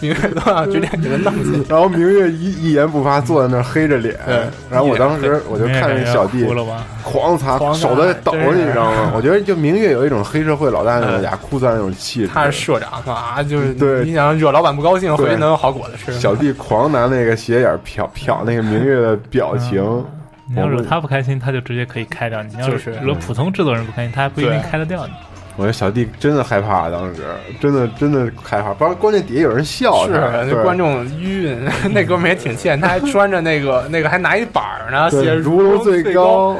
[SPEAKER 11] 明月都想直接给他弄死。
[SPEAKER 10] 然后明月一一言不发，坐在那儿黑着脸
[SPEAKER 11] 对。
[SPEAKER 10] 然后我当时我就
[SPEAKER 6] 明月
[SPEAKER 10] 看
[SPEAKER 6] 感
[SPEAKER 10] 着
[SPEAKER 6] 觉
[SPEAKER 10] 小弟
[SPEAKER 6] 哭了吧？
[SPEAKER 10] 狂擦，
[SPEAKER 11] 狂擦
[SPEAKER 10] 手都在抖，
[SPEAKER 11] 真是
[SPEAKER 10] 你知道 吗？我觉得就明月有一种黑社会老大那种
[SPEAKER 11] 嗯
[SPEAKER 10] 牙哭丧那种气质。
[SPEAKER 11] 他是社长啊，就是
[SPEAKER 10] 对
[SPEAKER 11] 你想惹老板不高兴，回去
[SPEAKER 10] 对
[SPEAKER 11] 能有好果子吃。
[SPEAKER 10] 小弟狂拿那个斜眼瞟瞟那个明月的表情，
[SPEAKER 11] 嗯
[SPEAKER 6] 你要惹他不开心，他就直接可以开掉你；你要
[SPEAKER 11] 就是
[SPEAKER 6] 惹普通制作人不开心，他还不一定
[SPEAKER 11] 对
[SPEAKER 6] 开得掉你。
[SPEAKER 10] 我觉得小弟真的害怕，当时真的真的害怕。不然关键底下有人笑
[SPEAKER 11] 是
[SPEAKER 10] 他，
[SPEAKER 11] 那
[SPEAKER 10] 对
[SPEAKER 11] 观众晕， 那哥们儿也挺欠，他还穿着那个那个还拿一板儿呢，
[SPEAKER 10] 对
[SPEAKER 11] 写着
[SPEAKER 10] 如龙最
[SPEAKER 11] 最
[SPEAKER 10] 高，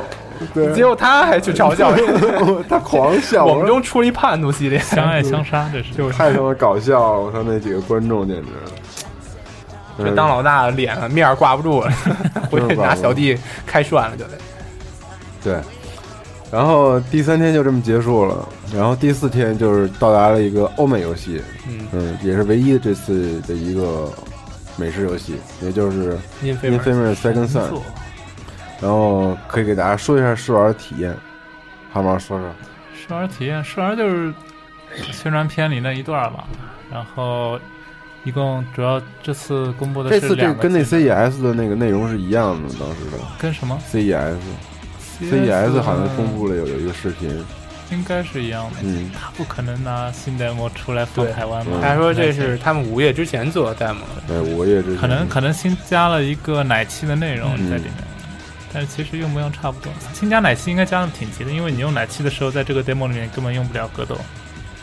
[SPEAKER 10] 对，
[SPEAKER 11] 结果他还去嘲 笑人。
[SPEAKER 10] 他狂笑，
[SPEAKER 11] 我们
[SPEAKER 10] 说
[SPEAKER 11] 中出了一叛徒系列，
[SPEAKER 6] 相爱相杀，这是
[SPEAKER 10] 太他妈搞笑了，我操，那几个观众简直。
[SPEAKER 11] 这当老大脸啊面儿挂 不住了，回去
[SPEAKER 10] 挂不
[SPEAKER 11] 拿
[SPEAKER 10] 住
[SPEAKER 11] 小弟开涮了就得。
[SPEAKER 10] 对，然后第三天就这么结束了，然后第四天就是到达了一个欧美游戏，
[SPEAKER 11] 嗯
[SPEAKER 10] 也是唯一这次的一个美式游戏，也就是《
[SPEAKER 11] 因飞
[SPEAKER 10] Infamous Second Son》，然后可以给大家说一下试玩的体验，好吗？说说，
[SPEAKER 6] 试玩体验，试玩就是宣传片里那一段吧。然后一共主要这次公布的
[SPEAKER 10] 这
[SPEAKER 6] 是
[SPEAKER 10] 次这
[SPEAKER 6] 两
[SPEAKER 10] 个跟那
[SPEAKER 6] 技能
[SPEAKER 10] CES 的那个内容是一样的，当时的 E
[SPEAKER 6] 跟什么
[SPEAKER 10] CES。CES
[SPEAKER 6] E
[SPEAKER 10] 好像公布了有有一个视频，
[SPEAKER 6] 应该是一样的。
[SPEAKER 10] 嗯，
[SPEAKER 6] 他不可能拿新 demo 出来放
[SPEAKER 11] 对
[SPEAKER 6] 台湾吧？
[SPEAKER 10] 嗯
[SPEAKER 11] 他说这是他们午夜之前做的 demo，
[SPEAKER 10] 对，五个月之前
[SPEAKER 6] 可能可能新加了一个奶昔的内容
[SPEAKER 10] 嗯
[SPEAKER 6] 在里面，但是其实用不用差不多。新加奶昔应该加的挺齐的，因为你用奶昔的时候，在这个 demo 里面根本用不了格斗，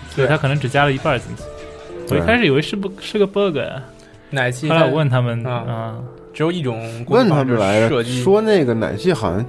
[SPEAKER 6] 所以他可能只加了一半儿进去。我
[SPEAKER 10] 对
[SPEAKER 6] 一开始以为是不是个 bug，啊
[SPEAKER 11] 奶昔
[SPEAKER 6] 后来我问他们
[SPEAKER 11] 啊
[SPEAKER 6] 啊，
[SPEAKER 11] 只有一种功
[SPEAKER 10] 问
[SPEAKER 11] 能
[SPEAKER 10] 他们来着，
[SPEAKER 11] 就是射击
[SPEAKER 10] 说那个奶系好像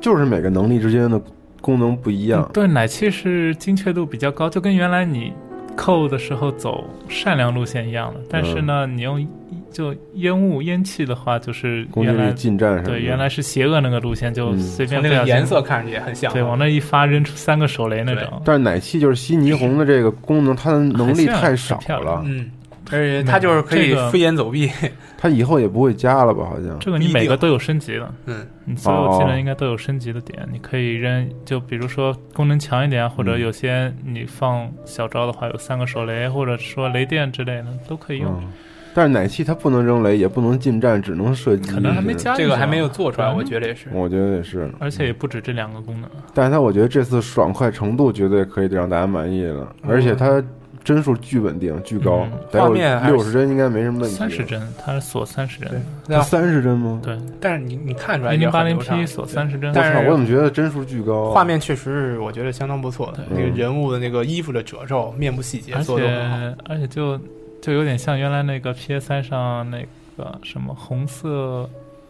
[SPEAKER 10] 就是每个能力之间的功能不一样
[SPEAKER 6] 嗯，对，奶昔是精确度比较高，就跟原来你扣的时候走善良路线一样的。但
[SPEAKER 10] 嗯
[SPEAKER 6] 是呢，你用就烟雾烟气的话，就是
[SPEAKER 10] 攻击
[SPEAKER 6] 原
[SPEAKER 10] 力、
[SPEAKER 6] 来
[SPEAKER 10] 近啊战什么的。
[SPEAKER 6] 对原来是邪恶那个路线，就
[SPEAKER 10] 嗯
[SPEAKER 6] 随便
[SPEAKER 11] 从
[SPEAKER 6] 不小
[SPEAKER 11] 那个
[SPEAKER 6] 心
[SPEAKER 11] 颜色看上去也很像啊，
[SPEAKER 6] 对，往那一发扔出三个手雷那种。
[SPEAKER 10] 但是奶系就是悉尼红的这个功能，它的能力太少
[SPEAKER 6] 很漂
[SPEAKER 10] 了
[SPEAKER 6] 亮，
[SPEAKER 11] 嗯，而且他就是可以
[SPEAKER 6] 这个
[SPEAKER 11] 飞檐走壁，
[SPEAKER 10] 它以后也不会加了吧？好像
[SPEAKER 6] 这个你每个都有升级的，
[SPEAKER 11] 嗯，
[SPEAKER 6] 你所
[SPEAKER 10] 哦
[SPEAKER 6] 有技能应该都有升级的点。你可以扔，就比如说功能强一点啊，或者
[SPEAKER 10] 嗯
[SPEAKER 6] 有些你放小招的话，有三个手雷，或者说雷电之类的都可以用。
[SPEAKER 10] 嗯，但是奶系它不能扔雷，也不能近战，只能射击。
[SPEAKER 6] 可能还没
[SPEAKER 10] 是
[SPEAKER 6] 加
[SPEAKER 11] 这个还没有
[SPEAKER 6] 进去
[SPEAKER 11] 做出来，
[SPEAKER 6] 嗯
[SPEAKER 11] 我觉得也是。
[SPEAKER 10] 我觉得也是，
[SPEAKER 6] 而且也不止这两个功能，
[SPEAKER 10] 但是它我觉得这次爽快程度绝对可以让大家满意了，而且它帧数巨稳定、巨高
[SPEAKER 6] 嗯，
[SPEAKER 10] 得有
[SPEAKER 11] 画面还是
[SPEAKER 10] 六十帧应该没什么问题。
[SPEAKER 6] 三十，帧，它是锁三十帧，
[SPEAKER 11] 那
[SPEAKER 10] 三十帧吗？
[SPEAKER 6] 对，
[SPEAKER 11] 但是你你看出来
[SPEAKER 6] 零零
[SPEAKER 11] 也
[SPEAKER 6] 八
[SPEAKER 11] 很
[SPEAKER 6] 零
[SPEAKER 11] 流畅
[SPEAKER 6] P 锁三十帧，
[SPEAKER 11] 但是
[SPEAKER 10] 啊我操我怎么觉得帧数巨高啊？
[SPEAKER 11] 画面确实是我觉得相当不错的，那
[SPEAKER 10] 嗯
[SPEAKER 11] 个人物的那个衣服的褶皱、面部细节
[SPEAKER 6] 而
[SPEAKER 11] 做得很好。
[SPEAKER 6] 且而且就就有点像原来那个 PS 三上那个什么红色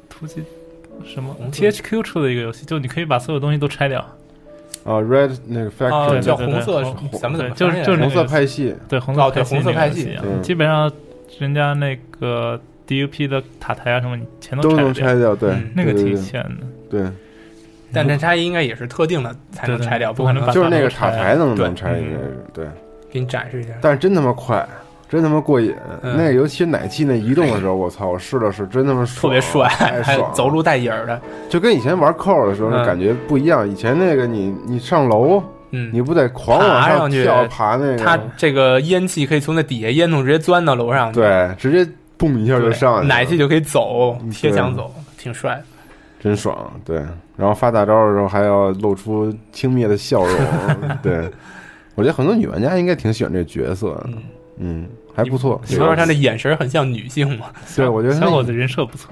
[SPEAKER 6] 突击什么
[SPEAKER 11] 红色
[SPEAKER 6] THQ 出的一个游戏，就你可以把所有东西都拆掉，
[SPEAKER 10] 啊，Red 那个
[SPEAKER 11] 哦
[SPEAKER 10] Factory
[SPEAKER 6] 对
[SPEAKER 11] 叫
[SPEAKER 6] 对
[SPEAKER 11] 红
[SPEAKER 6] 对
[SPEAKER 11] 色
[SPEAKER 6] 红
[SPEAKER 11] 是咱们怎么
[SPEAKER 6] 对就是
[SPEAKER 11] 翻译来
[SPEAKER 6] 就是那
[SPEAKER 10] 红
[SPEAKER 6] 个
[SPEAKER 10] 色派系，
[SPEAKER 6] 对红色
[SPEAKER 11] 哦对红色
[SPEAKER 6] 派
[SPEAKER 11] 派
[SPEAKER 6] 系
[SPEAKER 11] 系
[SPEAKER 6] 那个游戏啊
[SPEAKER 10] 嗯
[SPEAKER 6] 基本上人家那个 DUP 的塔台啊什么，你全都
[SPEAKER 10] 都
[SPEAKER 6] 拆
[SPEAKER 10] 能
[SPEAKER 6] 掉
[SPEAKER 10] 拆，掉，对
[SPEAKER 11] 嗯，
[SPEAKER 6] 那个
[SPEAKER 10] 对
[SPEAKER 6] 挺
[SPEAKER 10] 对
[SPEAKER 6] 炫的。
[SPEAKER 10] 对，
[SPEAKER 11] 但这拆应该也是特定的才能
[SPEAKER 6] 对对
[SPEAKER 11] 拆掉，
[SPEAKER 6] 不
[SPEAKER 11] 不
[SPEAKER 6] 可
[SPEAKER 11] 可
[SPEAKER 6] 能
[SPEAKER 11] 能
[SPEAKER 6] 把
[SPEAKER 10] 就是
[SPEAKER 6] 它
[SPEAKER 10] 那
[SPEAKER 6] 都
[SPEAKER 10] 个
[SPEAKER 6] 拆
[SPEAKER 10] 塔
[SPEAKER 6] 了
[SPEAKER 10] 台能
[SPEAKER 11] 对
[SPEAKER 10] 能拆，
[SPEAKER 6] 嗯
[SPEAKER 10] 应该是对，
[SPEAKER 11] 给你展示一下。
[SPEAKER 10] 但是真他妈快，真他妈过瘾。
[SPEAKER 11] 嗯
[SPEAKER 10] 那个尤其奶气那移动的时候，我操，我试了试，真他妈
[SPEAKER 11] 特
[SPEAKER 10] 爽
[SPEAKER 11] 别帅，
[SPEAKER 10] 太
[SPEAKER 11] 还
[SPEAKER 10] 爽了，
[SPEAKER 11] 走路带影儿的，
[SPEAKER 10] 就跟以前玩扣的时候那
[SPEAKER 11] 嗯
[SPEAKER 10] 感觉不一样。以前那个你你上楼，
[SPEAKER 11] 嗯，
[SPEAKER 10] 你不得狂往
[SPEAKER 11] 爬上去
[SPEAKER 10] 跳爬那
[SPEAKER 11] 他
[SPEAKER 10] 个，
[SPEAKER 11] 这个烟气可以从那底下烟囱直接钻到楼上去，
[SPEAKER 10] 对，直接嘣一下
[SPEAKER 11] 对，
[SPEAKER 10] 就上去了，
[SPEAKER 11] 奶气就可以走，
[SPEAKER 10] 嗯
[SPEAKER 11] 贴
[SPEAKER 10] 对
[SPEAKER 11] 墙走，挺帅的。
[SPEAKER 10] 真爽，对。然后发大招的时候还要露出轻蔑的笑容， 对。我觉得很多女玩家应该挺喜欢这角色的，
[SPEAKER 11] 嗯，
[SPEAKER 10] 嗯，还不错。
[SPEAKER 11] 你不说他那眼神很像女性吗？
[SPEAKER 10] 对，我觉得他那
[SPEAKER 6] 小伙子人设不错，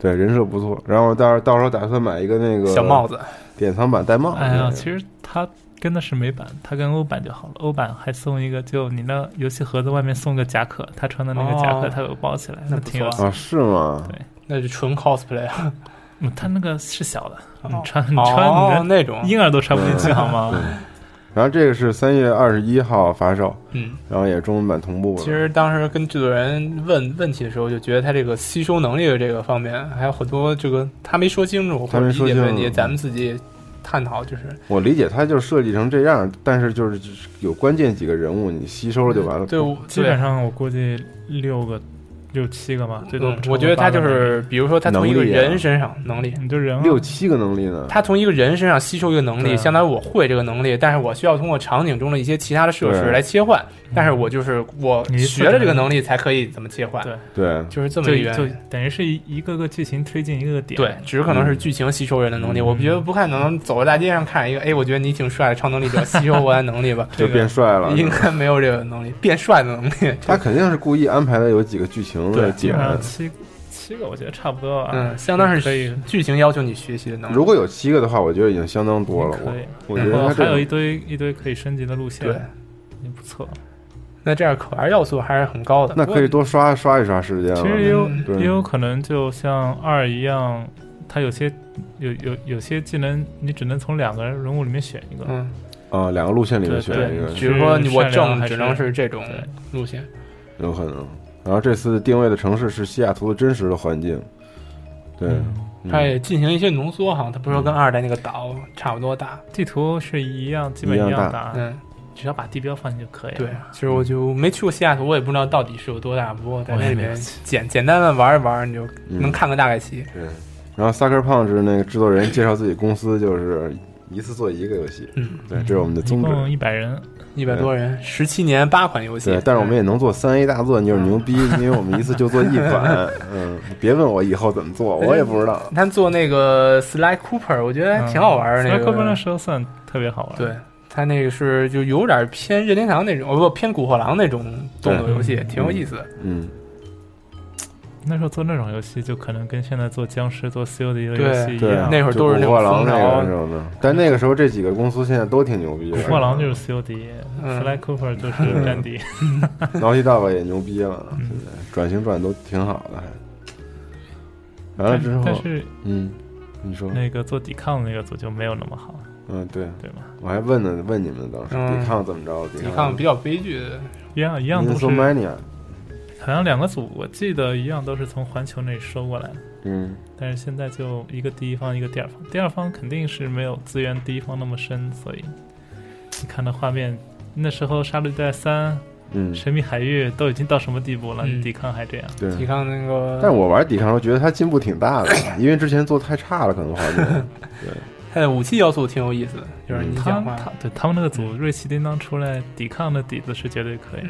[SPEAKER 10] 对人设不错。然后到到时候打算买一个那个
[SPEAKER 11] 小帽子，
[SPEAKER 10] 典藏版戴帽子。
[SPEAKER 6] 哎呀，其实他跟的是美版，他跟欧版就好了。欧版还送一个，就你那游戏盒子外面送个夹克，他穿的那个夹克，
[SPEAKER 11] 哦
[SPEAKER 6] 他有包起来，
[SPEAKER 11] 那不
[SPEAKER 6] 挺有意
[SPEAKER 11] 错
[SPEAKER 6] 思。
[SPEAKER 10] 啊，是吗？
[SPEAKER 11] 那是纯 cosplay 啊。
[SPEAKER 6] 嗯他那个是小的，你
[SPEAKER 11] 哦
[SPEAKER 6] 穿你
[SPEAKER 11] 哦
[SPEAKER 6] 穿，你
[SPEAKER 11] 那种
[SPEAKER 6] 的，婴儿都穿不进去好吗？
[SPEAKER 10] 然后这个是三月二十一号发售，
[SPEAKER 11] 嗯，
[SPEAKER 10] 然后也中文版同步了。
[SPEAKER 11] 其实当时跟制作人问问题的时候，就觉得他这个吸收能力的这个方面，还有很多这个他没说清楚，
[SPEAKER 10] 他
[SPEAKER 11] 或
[SPEAKER 10] 没
[SPEAKER 11] 者
[SPEAKER 10] 说
[SPEAKER 11] 理解
[SPEAKER 10] 清楚嗯
[SPEAKER 11] 问题，咱们自己探讨，就是
[SPEAKER 10] 我理解它就设计成这样，但是就是有关键几个人物你吸收了就完了。
[SPEAKER 11] 对，我
[SPEAKER 6] 基本上我估计六个、六七个吧，最多
[SPEAKER 11] 嗯
[SPEAKER 6] 不超过八个能力、
[SPEAKER 11] 我觉得他就是，比如说他从一个
[SPEAKER 10] 能力啊
[SPEAKER 11] 人身上能力，
[SPEAKER 6] 你就人啊
[SPEAKER 10] 六七个能力呢？
[SPEAKER 11] 他从一个人身上吸收一个能
[SPEAKER 6] 对
[SPEAKER 11] 力，
[SPEAKER 6] 啊
[SPEAKER 11] 相当于我会这个能力，但是我需要通过场景中的一些其他的设施
[SPEAKER 10] 对
[SPEAKER 11] 来切换，但是我就是我
[SPEAKER 6] 嗯你一次
[SPEAKER 11] 学了这
[SPEAKER 6] 就
[SPEAKER 11] 个
[SPEAKER 6] 能
[SPEAKER 11] 能力才可以怎么切换，
[SPEAKER 6] 对
[SPEAKER 10] 对，
[SPEAKER 11] 就是这么
[SPEAKER 6] 就
[SPEAKER 11] 一个原
[SPEAKER 6] 就
[SPEAKER 11] 理。
[SPEAKER 6] 等于是一一个个剧情推进一个个点。
[SPEAKER 11] 对，只可能
[SPEAKER 10] 嗯
[SPEAKER 11] 是剧情吸收人的能力。我觉得不可能走在大街上看一个，哎，我觉得你挺帅的超能力者，吸收我的能 力吧。
[SPEAKER 10] 就变帅了。
[SPEAKER 11] 应该没有这个能力，变帅的能力。
[SPEAKER 10] 他肯定是故意安排的有几个剧情来
[SPEAKER 6] 基
[SPEAKER 10] 解
[SPEAKER 6] 本上
[SPEAKER 10] 的。
[SPEAKER 6] 七七个，我觉得差不多吧。
[SPEAKER 11] 嗯，相当
[SPEAKER 6] 可
[SPEAKER 11] 是
[SPEAKER 6] 以，
[SPEAKER 11] 剧情要求你学习的能力。
[SPEAKER 10] 如果有七个的话，我觉得已经相当多了。
[SPEAKER 6] 可以
[SPEAKER 10] 我。我觉
[SPEAKER 6] 然
[SPEAKER 10] 得
[SPEAKER 6] 后
[SPEAKER 10] 他
[SPEAKER 6] 还有
[SPEAKER 10] 这
[SPEAKER 6] 一
[SPEAKER 10] 个
[SPEAKER 6] 堆一堆可以升级的路线，
[SPEAKER 11] 对，
[SPEAKER 6] 也不错。
[SPEAKER 11] 那这样可玩要素还是很高的。
[SPEAKER 10] 那可以多刷刷一刷时间
[SPEAKER 6] 其实也
[SPEAKER 10] 了。
[SPEAKER 6] 有
[SPEAKER 10] 嗯对
[SPEAKER 6] 也有可能就像二一样，它有些有有有些技能你只能从两个人物里面选一个。
[SPEAKER 11] 嗯，
[SPEAKER 10] 啊，两个路线里面
[SPEAKER 6] 对
[SPEAKER 10] 选
[SPEAKER 6] 对
[SPEAKER 10] 一个
[SPEAKER 11] 比如说你我
[SPEAKER 6] 是善良
[SPEAKER 11] 正
[SPEAKER 6] 还
[SPEAKER 11] 只
[SPEAKER 6] 是
[SPEAKER 11] 能是这种
[SPEAKER 6] 对
[SPEAKER 11] 路线。
[SPEAKER 10] 有可能。然后这次定位的城市是西雅图的真实的环境。对，嗯
[SPEAKER 11] 它也进行一些浓缩哈，它不是说跟二代那个岛差不多大。
[SPEAKER 6] 地图是一样，基本
[SPEAKER 10] 一样
[SPEAKER 6] 样
[SPEAKER 10] 大
[SPEAKER 6] 大，
[SPEAKER 11] 嗯，
[SPEAKER 6] 只要把地标放进去就可以了。
[SPEAKER 11] 对，其实我就没去过西雅图，我也不知道到底是有多大，不过在
[SPEAKER 6] 我也
[SPEAKER 11] 那里
[SPEAKER 6] 没有
[SPEAKER 11] 面简简单的玩一玩，你就
[SPEAKER 10] 嗯
[SPEAKER 11] 能看个大概齐。
[SPEAKER 10] 对。然后 Sucker Punch 那个制作人介绍自己公司就是一次做一个游戏，
[SPEAKER 11] 嗯，
[SPEAKER 10] 对，这是我们的
[SPEAKER 6] 一
[SPEAKER 10] 宗旨。
[SPEAKER 6] 共一百人，
[SPEAKER 11] 一百多人，十七年八款游戏嗯
[SPEAKER 10] 对，，但是我们也能做三 A 大作，你就是牛逼，因为我们一次就做一 款。嗯，别问我以后怎么做，我也不知道。
[SPEAKER 11] 他做那个 Sly Cooper，我觉得还哎挺好玩的。
[SPEAKER 6] 那
[SPEAKER 11] 那
[SPEAKER 6] 哥们嗯那
[SPEAKER 11] 个
[SPEAKER 6] 时候算特别好玩。
[SPEAKER 11] 对，他那个是就有点偏任天堂那种，哦不偏古惑狼那种动作游戏，
[SPEAKER 6] 对
[SPEAKER 11] 挺有意思的。
[SPEAKER 10] 嗯，
[SPEAKER 6] 那时候做那种游戏，就可能跟现在做僵尸、做 COD 的
[SPEAKER 11] 对
[SPEAKER 6] 游戏一
[SPEAKER 10] 对
[SPEAKER 6] 样。
[SPEAKER 11] 那会儿都是
[SPEAKER 10] 就
[SPEAKER 11] 那种
[SPEAKER 10] 古惑狼
[SPEAKER 11] 风
[SPEAKER 10] 那个什
[SPEAKER 11] 潮，
[SPEAKER 10] 么的，嗯但那个时候这几个公司现在都挺牛逼
[SPEAKER 6] 古
[SPEAKER 10] 的，
[SPEAKER 6] 惑狼就是 COD，
[SPEAKER 11] 嗯
[SPEAKER 6] Sly Cooper 就是战地。
[SPEAKER 10] 劳力大吧也牛逼了，现在转型转得都挺好的，还。完了
[SPEAKER 6] 但
[SPEAKER 10] 之
[SPEAKER 6] 是但
[SPEAKER 10] 后，
[SPEAKER 6] 是
[SPEAKER 10] 嗯，你说，
[SPEAKER 6] 那个做抵抗的那个组就没有那么好，
[SPEAKER 10] 嗯，对，
[SPEAKER 6] 对吧？
[SPEAKER 10] 我还问呢，问你们当时
[SPEAKER 11] 嗯
[SPEAKER 10] 抵抗怎么着？
[SPEAKER 11] 你看比较悲剧的，
[SPEAKER 6] 一样一样都是
[SPEAKER 10] so，many，
[SPEAKER 6] 好像两个组我记得一样都是从环球那里收过来的。
[SPEAKER 10] 嗯，
[SPEAKER 6] 但是现在就一个第一方，一个第二方。第二方肯定是没有资源第一方那么深，所以你看那画面，那时候《杀戮地带三》
[SPEAKER 10] 嗯，
[SPEAKER 6] 《神秘海域》都已经到什么地步了，
[SPEAKER 11] 嗯
[SPEAKER 6] 你抵抗还这样？
[SPEAKER 10] 对。
[SPEAKER 11] 你看那个，
[SPEAKER 10] 但我玩抵抗的时候觉得它进步挺大的，因为之前做太差了，可能画面。
[SPEAKER 11] 它的武器要素挺有意思的，就是
[SPEAKER 6] 嗯
[SPEAKER 11] 你
[SPEAKER 6] 他
[SPEAKER 11] 讲话
[SPEAKER 6] 他对他们那个组瑞奇叮当出来抵抗的底子是绝对可以的。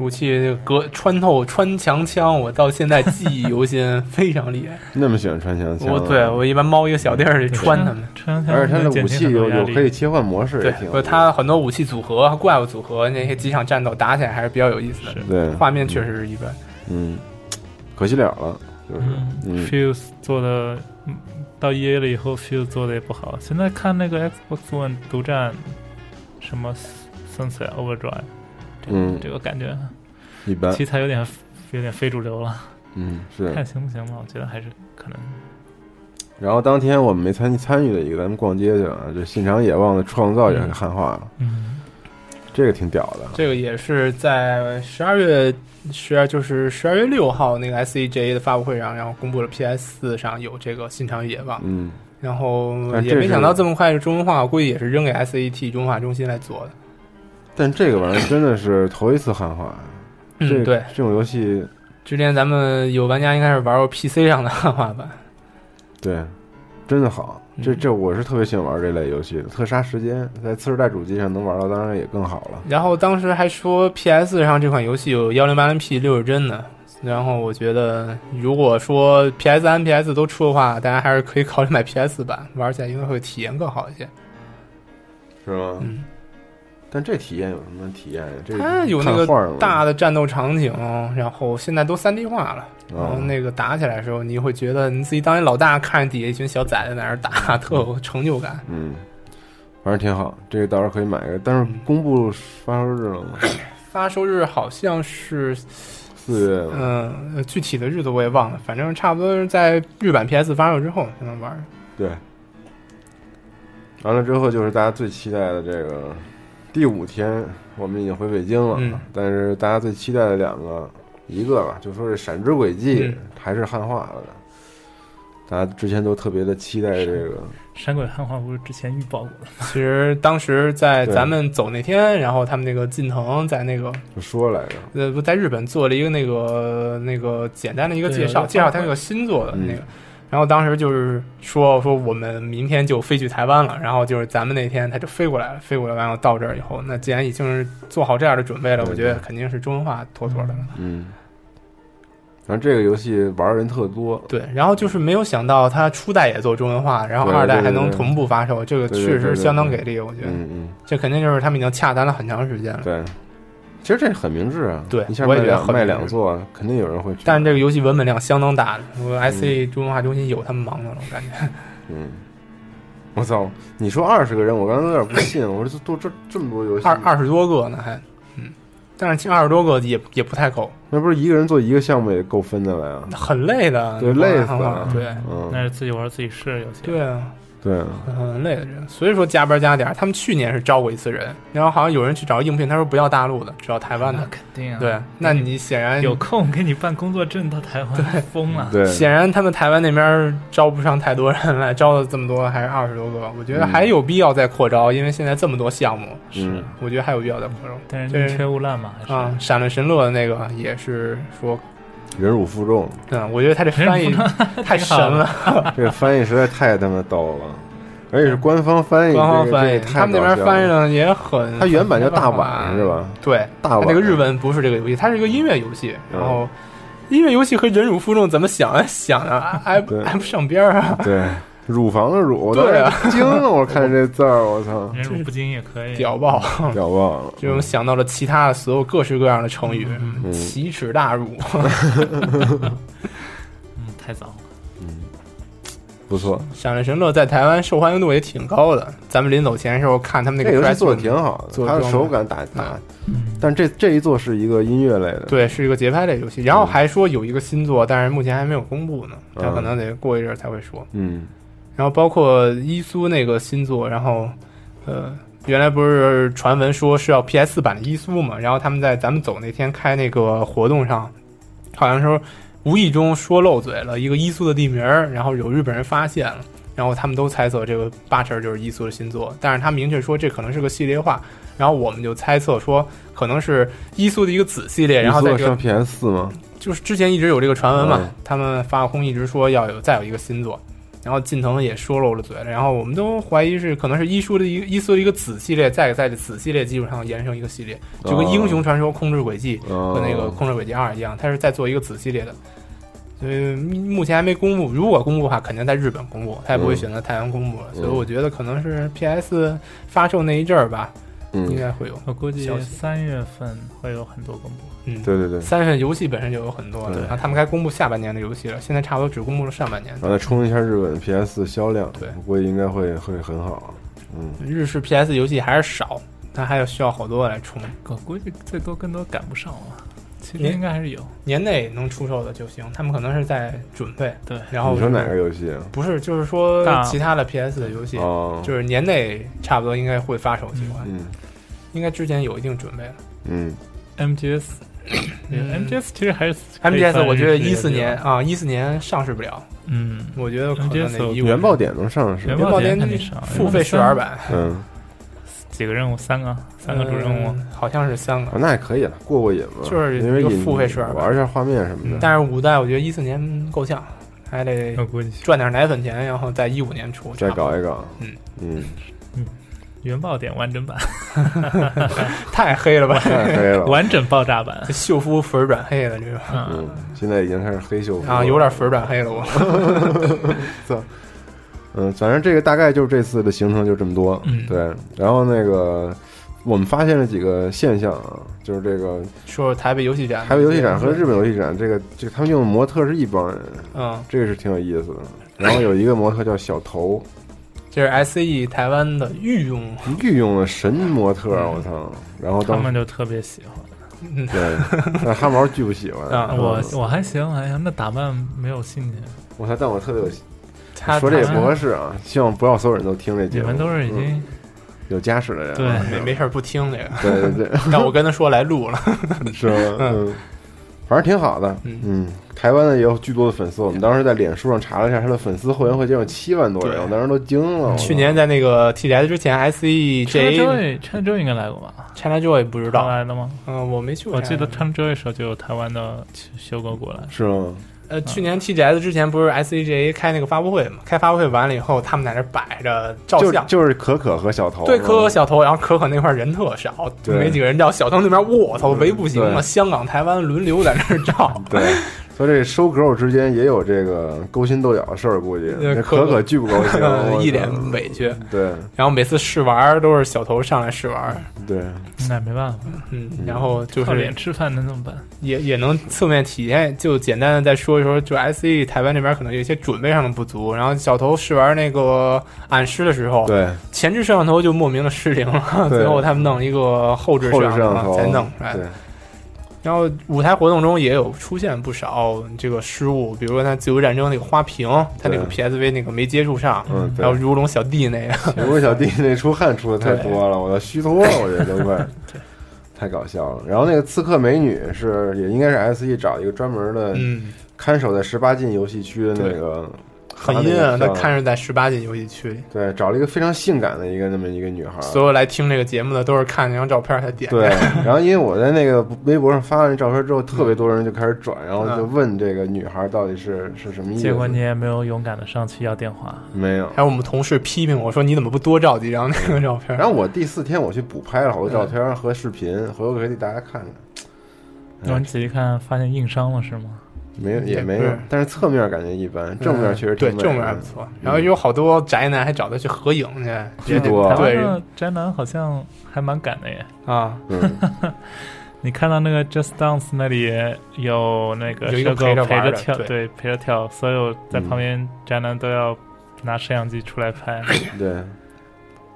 [SPEAKER 11] 武器隔穿透穿墙枪，我到现在记忆犹新， 非常厉害。
[SPEAKER 10] 那么喜欢穿墙枪，
[SPEAKER 11] 我对我一般猫一个小弟儿去嗯穿他们。
[SPEAKER 6] 穿
[SPEAKER 10] 而且它
[SPEAKER 6] 的
[SPEAKER 10] 的武器有有可以切换模式，也
[SPEAKER 11] 对
[SPEAKER 10] 挺，有
[SPEAKER 11] 不
[SPEAKER 10] 意
[SPEAKER 11] 是
[SPEAKER 10] 思
[SPEAKER 11] 它很多武器组合、怪物组合那些几场战斗打起来还是比较有意思的，
[SPEAKER 10] 对
[SPEAKER 11] 画面确实是一般。
[SPEAKER 10] 嗯，可惜了了，就是
[SPEAKER 6] 嗯
[SPEAKER 10] 嗯
[SPEAKER 6] ，Fuse 做的，嗯到 EA 了以后，Fuse 做的也不好。现在看那个 Xbox One 独占，什么 Sunset Overdrive，这个、
[SPEAKER 10] 嗯
[SPEAKER 6] 这个感觉
[SPEAKER 10] 一般，
[SPEAKER 6] 题材有点有点非主流了，
[SPEAKER 10] 嗯
[SPEAKER 6] 看
[SPEAKER 10] 是。
[SPEAKER 6] 行不行吧？我觉得还是可能。
[SPEAKER 10] 然后当天我们没参参与的一个，咱们逛街去了，这信长野望的创造也是汉化了，
[SPEAKER 6] 嗯，
[SPEAKER 10] 这个挺屌的。
[SPEAKER 11] 这个也是在十二月十二，就是十二月六号那个 SEGA 的发布会上，然后公布了 PS 四上有这个《新长与野望》，
[SPEAKER 10] 嗯，
[SPEAKER 11] 然后
[SPEAKER 10] 但
[SPEAKER 11] 也
[SPEAKER 10] 这
[SPEAKER 11] 没
[SPEAKER 10] 是
[SPEAKER 11] 想到这么快是中文化，我估计也是扔给 SET 中文化中心来做的。
[SPEAKER 10] 但这个玩意儿真的是头一次汉化，这
[SPEAKER 11] 嗯，对，
[SPEAKER 10] 这种游戏，
[SPEAKER 11] 之前咱们有玩家应该是玩过 PC 上的汉化版，
[SPEAKER 10] 对，真的好。这
[SPEAKER 11] 嗯
[SPEAKER 10] 这我是特别喜欢玩这类游戏的，特杀时间，在次世代主机上能玩到，当然也更好了。
[SPEAKER 11] 然后当时还说 PS 上这款游戏有幺零八零 P 六十帧的，然后我觉得如果说 PS 三、PS 都出的话，大家还是可以考虑买 PS 版，玩起来应该会体验更好一些。
[SPEAKER 10] 是吗？
[SPEAKER 11] 嗯，
[SPEAKER 10] 但这体验有什么体验呀？这
[SPEAKER 11] 它有那
[SPEAKER 10] 看画儿
[SPEAKER 11] 个
[SPEAKER 10] 吗
[SPEAKER 11] 大的战斗场景，然后现在都三 D 化了，然后
[SPEAKER 10] 哦
[SPEAKER 11] 那个打起来的时候，你会觉得你自己当一老大，看着底下一群小崽子在那儿打， 特有成就感。
[SPEAKER 10] 嗯，反正挺好，这个到时候可以买一个。但是公布发售日了 吗？
[SPEAKER 11] 发售日好像是
[SPEAKER 10] 四月吗？
[SPEAKER 11] 嗯、呃具体的日子我也忘了，反正差不多是在日版 PS 发售之后才能玩。
[SPEAKER 10] 对。完了之后就是大家最期待的这个第五天，我们已经回北京了。
[SPEAKER 11] 嗯
[SPEAKER 10] 但是大家最期待的两个，一个吧，就说是《闪之轨迹》
[SPEAKER 11] 嗯
[SPEAKER 10] 还是汉化了的，大家之前都特别的期待这个，
[SPEAKER 6] 山鬼汉化不是之前预报过的吗？
[SPEAKER 11] 其实当时在
[SPEAKER 10] 对
[SPEAKER 11] 咱们走那天，然后他们那个近藤在那个
[SPEAKER 10] 就说来着，
[SPEAKER 11] 呃不在日本做了一个那个那个简单的一个
[SPEAKER 6] 对
[SPEAKER 11] 介
[SPEAKER 6] 有
[SPEAKER 11] 绍，
[SPEAKER 6] 一个
[SPEAKER 11] 介绍
[SPEAKER 6] 放
[SPEAKER 11] 他那个新作的
[SPEAKER 10] 嗯
[SPEAKER 11] 那个。然后当时就是说说我们明天就飞去台湾了，然后就是咱们那天他就飞过来了，飞过来完了到这儿以后，那既然已经是做好这样的准备了，
[SPEAKER 10] 对
[SPEAKER 11] 我觉得肯定是中文化妥妥的了。
[SPEAKER 10] 嗯，反正这个游戏玩儿人特多，
[SPEAKER 11] 对，然后就是没有想到他初代也做中文化，然后
[SPEAKER 10] 对
[SPEAKER 11] 二代
[SPEAKER 10] 对对
[SPEAKER 11] 还能
[SPEAKER 10] 对
[SPEAKER 11] 同步发售，这个
[SPEAKER 10] 对对
[SPEAKER 11] 确
[SPEAKER 10] 对
[SPEAKER 11] 实
[SPEAKER 10] 对
[SPEAKER 11] 相当
[SPEAKER 10] 对
[SPEAKER 11] 给力，我觉得
[SPEAKER 10] 嗯嗯，
[SPEAKER 11] 这肯定就是他们已经洽谈了很长时间了。
[SPEAKER 10] 对，其实这很明智啊，
[SPEAKER 11] 对
[SPEAKER 10] 一下
[SPEAKER 11] 我
[SPEAKER 10] 卖
[SPEAKER 11] 也觉得
[SPEAKER 10] 两
[SPEAKER 11] 很
[SPEAKER 10] 卖
[SPEAKER 11] 明
[SPEAKER 10] 两
[SPEAKER 11] 智
[SPEAKER 10] 座，肯定有人会去，
[SPEAKER 11] 但是这个游戏文本量相当大，我 IC 中文化中心有他们忙的了，我感觉。
[SPEAKER 10] 嗯。我操！你说二十个人，我刚才有点不 信。我说都这这么多游戏，
[SPEAKER 11] 二二十多个呢还，嗯，但是其实二十多个也也不太够，
[SPEAKER 10] 那不是一个人做一个项目也够分的了呀？
[SPEAKER 11] 很累的，
[SPEAKER 10] 对
[SPEAKER 11] 你玩
[SPEAKER 10] 累死
[SPEAKER 11] 完
[SPEAKER 10] 了
[SPEAKER 11] 了对
[SPEAKER 6] 那
[SPEAKER 10] 嗯，
[SPEAKER 6] 是自己玩自己试游戏。
[SPEAKER 11] 对啊，
[SPEAKER 10] 对，
[SPEAKER 11] 很很累的人，所以说加班加点儿。他们去年是招过一次人，然后好像有人去找应聘，他说不要大陆的，只要台湾
[SPEAKER 6] 那
[SPEAKER 11] 的。
[SPEAKER 6] 肯定啊。
[SPEAKER 10] 嗯
[SPEAKER 11] 对，那你显然
[SPEAKER 6] 有空给你办工作证到台湾，疯了。
[SPEAKER 10] 对，
[SPEAKER 11] 显然他们台湾那边招不上太多人来，招了这么多还是二十多个，我觉得还有必要再扩招，因为现在这么多项目，
[SPEAKER 10] 嗯，
[SPEAKER 11] 我觉得还有必要再扩招。
[SPEAKER 6] 但是
[SPEAKER 11] 对
[SPEAKER 6] 宁缺毋滥嘛，还是。
[SPEAKER 11] 啊、闪论神乐的那个也是说，
[SPEAKER 10] 忍辱负重，
[SPEAKER 11] 嗯，我觉得他这 翻译太神了，
[SPEAKER 10] 这个翻译实在太他妈逗了，而且是官方翻译，
[SPEAKER 11] 官方
[SPEAKER 10] 哎这个这
[SPEAKER 11] 翻译，
[SPEAKER 10] 个
[SPEAKER 11] 他
[SPEAKER 10] 太
[SPEAKER 11] 们那
[SPEAKER 10] 搞
[SPEAKER 11] 边
[SPEAKER 10] 笑
[SPEAKER 11] 翻译
[SPEAKER 10] 了。
[SPEAKER 11] 的也很，
[SPEAKER 10] 它原版叫
[SPEAKER 11] 很
[SPEAKER 10] 大
[SPEAKER 11] 没办法
[SPEAKER 10] 碗是？吧？
[SPEAKER 11] 对，
[SPEAKER 10] 大
[SPEAKER 11] 它
[SPEAKER 10] 碗嗯
[SPEAKER 11] 那个日文不是这个游戏，它是一个音乐游戏，然后。音乐游戏和忍辱负重怎么想 啊想啊，挨
[SPEAKER 10] 对
[SPEAKER 11] 挨不上边儿啊！
[SPEAKER 10] 对，乳房的乳，我都
[SPEAKER 11] 对啊
[SPEAKER 10] 惊了，我看这字儿，我 操，
[SPEAKER 6] 忍辱不禁也
[SPEAKER 10] 嗯
[SPEAKER 6] 可以。
[SPEAKER 11] 屌爆！
[SPEAKER 10] 屌爆了！
[SPEAKER 11] 这种想到了其他的所有各式各样的成语，
[SPEAKER 10] 嗯
[SPEAKER 11] 奇耻大辱。
[SPEAKER 6] 嗯，太早了。
[SPEAKER 10] 嗯不错，
[SPEAKER 11] 闪亮神乐在台湾受欢迎度也挺高的。咱们临走前的时候看他们
[SPEAKER 10] 这
[SPEAKER 11] 那个
[SPEAKER 10] 游戏
[SPEAKER 11] press 啊
[SPEAKER 10] 做的
[SPEAKER 11] room
[SPEAKER 10] 挺好的，
[SPEAKER 11] 做
[SPEAKER 10] 它的
[SPEAKER 11] 装
[SPEAKER 10] 手
[SPEAKER 11] 的嗯
[SPEAKER 10] 感打打，但这这一座是一个音乐类的，
[SPEAKER 11] 对，是一个节拍类游戏。然后还说有一个新作，但是目前还没有公布呢，
[SPEAKER 10] 嗯
[SPEAKER 11] 他可能得过一阵儿才会说。
[SPEAKER 10] 嗯，
[SPEAKER 11] 然后包括伊苏那个新作，然后呃，原来不是传闻说是要 PS 版的伊苏嘛，然后他们在咱们走那天开那个活动上，好像说无意中说漏嘴了一个伊苏的地名儿，然后有日本人发现了。然后他们都猜测这个八成就是伊苏的新作，但是他明确说这可能是个系列化，然后我们就猜测说可能是伊苏的一个子系列，然后在
[SPEAKER 10] 做
[SPEAKER 11] 这个
[SPEAKER 10] 上 PS 四吗？
[SPEAKER 11] 就是之前一直有这个传闻嘛，
[SPEAKER 10] 嗯
[SPEAKER 11] 他们发空一直说要有再有一个新作，然后近藤也说漏了嘴了，然后我们都怀疑是可能是一书的一个一书的一个子系列，再在这子系列基础上延伸一个系列，就跟
[SPEAKER 10] 哦
[SPEAKER 11] 《英雄传说：控制轨迹》和
[SPEAKER 10] 和
[SPEAKER 11] 那个《控制轨迹二》一样，它是在做一个子系列的，所以目前还没公布。如果公布的话，肯定在日本公布，它也不会
[SPEAKER 10] 嗯
[SPEAKER 11] 选择台湾公布了。所以
[SPEAKER 10] 嗯
[SPEAKER 11] 我觉得可能是 PS 发售那一阵儿吧，应
[SPEAKER 10] 嗯，
[SPEAKER 11] 该会有。
[SPEAKER 6] 我估计
[SPEAKER 11] 消息
[SPEAKER 6] 三月份会有很多公布。
[SPEAKER 11] 嗯，
[SPEAKER 10] 对对对，
[SPEAKER 11] 三月份游戏本身就有很多了，
[SPEAKER 10] 对
[SPEAKER 11] 然后他们该公布下半年的游戏了，现在差不多只公布了上半年
[SPEAKER 10] 然。后再冲一下日本 PS 销量，
[SPEAKER 11] 对
[SPEAKER 10] 我估计应该会会很好，嗯，
[SPEAKER 11] 日式 PS 游戏还是少，它还有需要好多来冲，
[SPEAKER 6] 我估计最多更多赶不上了，其实
[SPEAKER 11] 你
[SPEAKER 6] 应该还是有。
[SPEAKER 11] 年内能出售的就行。他们可能是在准备，
[SPEAKER 6] 对，
[SPEAKER 11] 然后
[SPEAKER 10] 你说哪个？游戏啊？
[SPEAKER 11] 不是，就是说
[SPEAKER 6] 大
[SPEAKER 11] 其他的 PS 的游戏，
[SPEAKER 10] 哦，
[SPEAKER 11] 就是年内差不多应该会发售几款，
[SPEAKER 10] 嗯
[SPEAKER 11] 应该之前有一定准备了。
[SPEAKER 10] 嗯
[SPEAKER 6] MGS，对
[SPEAKER 11] 嗯
[SPEAKER 6] MGS 其实还是可以
[SPEAKER 11] MGS
[SPEAKER 6] 算
[SPEAKER 11] 我觉得
[SPEAKER 6] 日系
[SPEAKER 11] 一四
[SPEAKER 6] 的
[SPEAKER 11] 年啊，一四年上市不了，
[SPEAKER 6] 嗯，
[SPEAKER 11] 我觉得可能
[SPEAKER 6] MGS
[SPEAKER 11] 得一五
[SPEAKER 10] 原爆点能上市
[SPEAKER 6] 原，
[SPEAKER 11] 元
[SPEAKER 6] 爆
[SPEAKER 11] 宝
[SPEAKER 6] 点
[SPEAKER 11] 店
[SPEAKER 6] 肯定上
[SPEAKER 11] 付费试玩版，
[SPEAKER 10] 嗯，
[SPEAKER 6] 几个任务，三个，三个主任务
[SPEAKER 11] 嗯，好像是三个
[SPEAKER 10] 啊。那也可以了，过过瘾嘛，
[SPEAKER 11] 就是
[SPEAKER 10] 因为
[SPEAKER 11] 一个
[SPEAKER 10] 你
[SPEAKER 11] 付费试玩吧嗯
[SPEAKER 10] 玩一下画面什么的，
[SPEAKER 11] 但是五代我觉得一四年够呛，还得
[SPEAKER 6] 我估计
[SPEAKER 11] 赚点奶粉钱，然后在一五年出。
[SPEAKER 10] 嗯再搞一搞，
[SPEAKER 11] 嗯
[SPEAKER 10] 嗯，
[SPEAKER 6] 原爆点完整版，
[SPEAKER 11] 太黑了吧？
[SPEAKER 10] 太黑了，
[SPEAKER 6] 完整爆炸版
[SPEAKER 11] 这，秀夫粉儿转黑了，这个
[SPEAKER 6] 嗯，
[SPEAKER 10] 嗯，现在已经开始黑秀服
[SPEAKER 11] 啊，
[SPEAKER 10] 了
[SPEAKER 11] 有点粉儿转黑了我。
[SPEAKER 10] 嗯，反正这个大概就是这次的行程就这么多。
[SPEAKER 6] 嗯
[SPEAKER 10] 对。然后那个我们发现了几个现象啊，就是这个
[SPEAKER 11] 说说台北游戏展，
[SPEAKER 10] 台北游戏展和日本游戏展，这个这个他们用的模特是一帮人，
[SPEAKER 11] 嗯，
[SPEAKER 10] 这个是挺有意思的。然后有一个模特叫小头，
[SPEAKER 11] 这是 SE 台湾的御用，
[SPEAKER 10] 御用的神模特，我操！然后
[SPEAKER 6] 他
[SPEAKER 10] 当
[SPEAKER 6] 们就特别喜欢。
[SPEAKER 11] 嗯，
[SPEAKER 10] 对，但哈毛巨不喜欢
[SPEAKER 11] 啊
[SPEAKER 6] 我我还行，我还行，那打扮没有兴趣。
[SPEAKER 10] 我操！但我特别有，
[SPEAKER 11] 他
[SPEAKER 10] 说这也
[SPEAKER 11] 他
[SPEAKER 10] 不合适啊。希望不要所有人都听这
[SPEAKER 6] 你
[SPEAKER 10] 节目，
[SPEAKER 6] 们都是已
[SPEAKER 10] 嗯
[SPEAKER 6] 经
[SPEAKER 10] 有家室的人
[SPEAKER 6] 对
[SPEAKER 11] 嗯
[SPEAKER 10] 啊，
[SPEAKER 11] 没没事儿不听这个，
[SPEAKER 10] 对对对，
[SPEAKER 11] 但我跟他说来录了，
[SPEAKER 10] 是吧？嗯，反正挺好的。
[SPEAKER 11] 嗯
[SPEAKER 10] 嗯，台湾的也有巨多的粉丝，我们当时在脸书上查了一下，他的粉丝会员会竟有七万多人，
[SPEAKER 11] 对
[SPEAKER 10] 我当时都惊了。我
[SPEAKER 11] 去年在那个 TGS 之前
[SPEAKER 6] ，China
[SPEAKER 11] ，SEJ
[SPEAKER 6] Joy，China Joy 应该来过吧？
[SPEAKER 11] China Joy 不知
[SPEAKER 6] 刚
[SPEAKER 11] 道，
[SPEAKER 6] 来的吗？
[SPEAKER 11] 嗯，我没去过
[SPEAKER 6] 我
[SPEAKER 11] China
[SPEAKER 6] 记得
[SPEAKER 11] Joy
[SPEAKER 6] China Joy 的时候就有台湾的修哥过来，
[SPEAKER 10] 是吗？
[SPEAKER 11] 呃，去年 TGS 之前不是 SEJ 开那个发布会嘛？开发布会完了以后，他们在那儿摆着照
[SPEAKER 10] 就
[SPEAKER 11] 相，
[SPEAKER 10] 就是可可和小头，嗯
[SPEAKER 11] 对可可小头，然后可可那块儿人特少，就
[SPEAKER 10] 对
[SPEAKER 11] 没几个人照。小头那边，我操，围不行了，
[SPEAKER 10] 对
[SPEAKER 11] 香港、台湾轮流在那儿照。
[SPEAKER 10] 对，所以这收 girl 之间也有这个勾心斗角的事儿，估计
[SPEAKER 11] 呃
[SPEAKER 10] 那
[SPEAKER 11] 可可，
[SPEAKER 10] 可可巨不高兴 我
[SPEAKER 11] 一脸
[SPEAKER 10] 操
[SPEAKER 11] 委屈，
[SPEAKER 10] 对
[SPEAKER 11] 然后每次试玩儿都是小头上来试玩儿，
[SPEAKER 10] 对，
[SPEAKER 6] 那没办法，
[SPEAKER 11] 嗯，然后就
[SPEAKER 6] 靠
[SPEAKER 11] 是
[SPEAKER 6] 脸吃饭能怎么办？
[SPEAKER 11] 也也能侧面体验，就简单的再说一说，就 S E 台湾这边可能有一些准备上的不足，然后小头试玩那个暗狮的时候，
[SPEAKER 10] 对
[SPEAKER 11] 前置摄像头就莫名的失灵了，
[SPEAKER 10] 对
[SPEAKER 11] 最后他们弄了一个后置
[SPEAKER 10] 后
[SPEAKER 11] 摄
[SPEAKER 10] 置摄像头
[SPEAKER 11] 才弄哎出来。
[SPEAKER 10] 对
[SPEAKER 11] 然后舞台活动中也有出现不少这个失误，比如说他自由战争那个花瓶，他那个 PSV 那个没接触上，
[SPEAKER 10] 嗯
[SPEAKER 11] 还有
[SPEAKER 10] 对，
[SPEAKER 11] 如龙小弟 那个，
[SPEAKER 10] 我小弟那出汗出的太
[SPEAKER 11] 对
[SPEAKER 10] 多了，我要虚脱了，我觉得都 快太搞笑了。然后那个刺客美女是也应该是 S E 找一个专门的
[SPEAKER 11] 嗯，
[SPEAKER 10] 看守在十八禁游戏区的那个，
[SPEAKER 11] 很
[SPEAKER 10] 那个
[SPEAKER 11] 阴暗，他
[SPEAKER 10] 像
[SPEAKER 11] 看着在十八禁游戏区里，
[SPEAKER 10] 对，找了一个非常性感的一个那么一个女孩儿，
[SPEAKER 11] 所有来听这个节目的都是看那张照片才点
[SPEAKER 10] 啊对，然后因为我在那个微博上发了那照片之后，特别多人就开始转，然后就问这个女孩到底
[SPEAKER 11] 嗯
[SPEAKER 10] 是是什么意思。
[SPEAKER 6] 结果你也没有勇敢的上去要电话，
[SPEAKER 10] 没有。
[SPEAKER 11] 还有我们同事批评我说：“你怎么不多照几张那个照片？”
[SPEAKER 10] 然后我第四天我去补拍了好多照片和视频，回头可以给大家看看。
[SPEAKER 6] 然后
[SPEAKER 11] 哎
[SPEAKER 6] 你仔细看发现硬伤了是吗？
[SPEAKER 10] 没有也没
[SPEAKER 11] 也
[SPEAKER 10] 有
[SPEAKER 11] 不是，嗯
[SPEAKER 10] 但是侧面感觉一般，正面确实挺
[SPEAKER 11] 对
[SPEAKER 10] 美的嗯
[SPEAKER 11] 正面还不错。然后有好多宅男还找他去合影去，
[SPEAKER 10] 巨多
[SPEAKER 6] 台
[SPEAKER 10] 啊。
[SPEAKER 6] 湾
[SPEAKER 11] 对
[SPEAKER 6] 的宅男好像还蛮敢的耶。
[SPEAKER 11] 啊，
[SPEAKER 10] 嗯，
[SPEAKER 6] 你看到那个 Just Dance 那里有那个
[SPEAKER 11] 有一
[SPEAKER 6] 社
[SPEAKER 11] 个
[SPEAKER 6] 狗
[SPEAKER 11] 陪着
[SPEAKER 6] 陪
[SPEAKER 11] 玩
[SPEAKER 6] 着
[SPEAKER 11] 的
[SPEAKER 6] 跳，
[SPEAKER 11] 对
[SPEAKER 6] 对，陪着跳，所有在旁边宅男都要拿摄像机出来拍。
[SPEAKER 11] 哎
[SPEAKER 10] 对。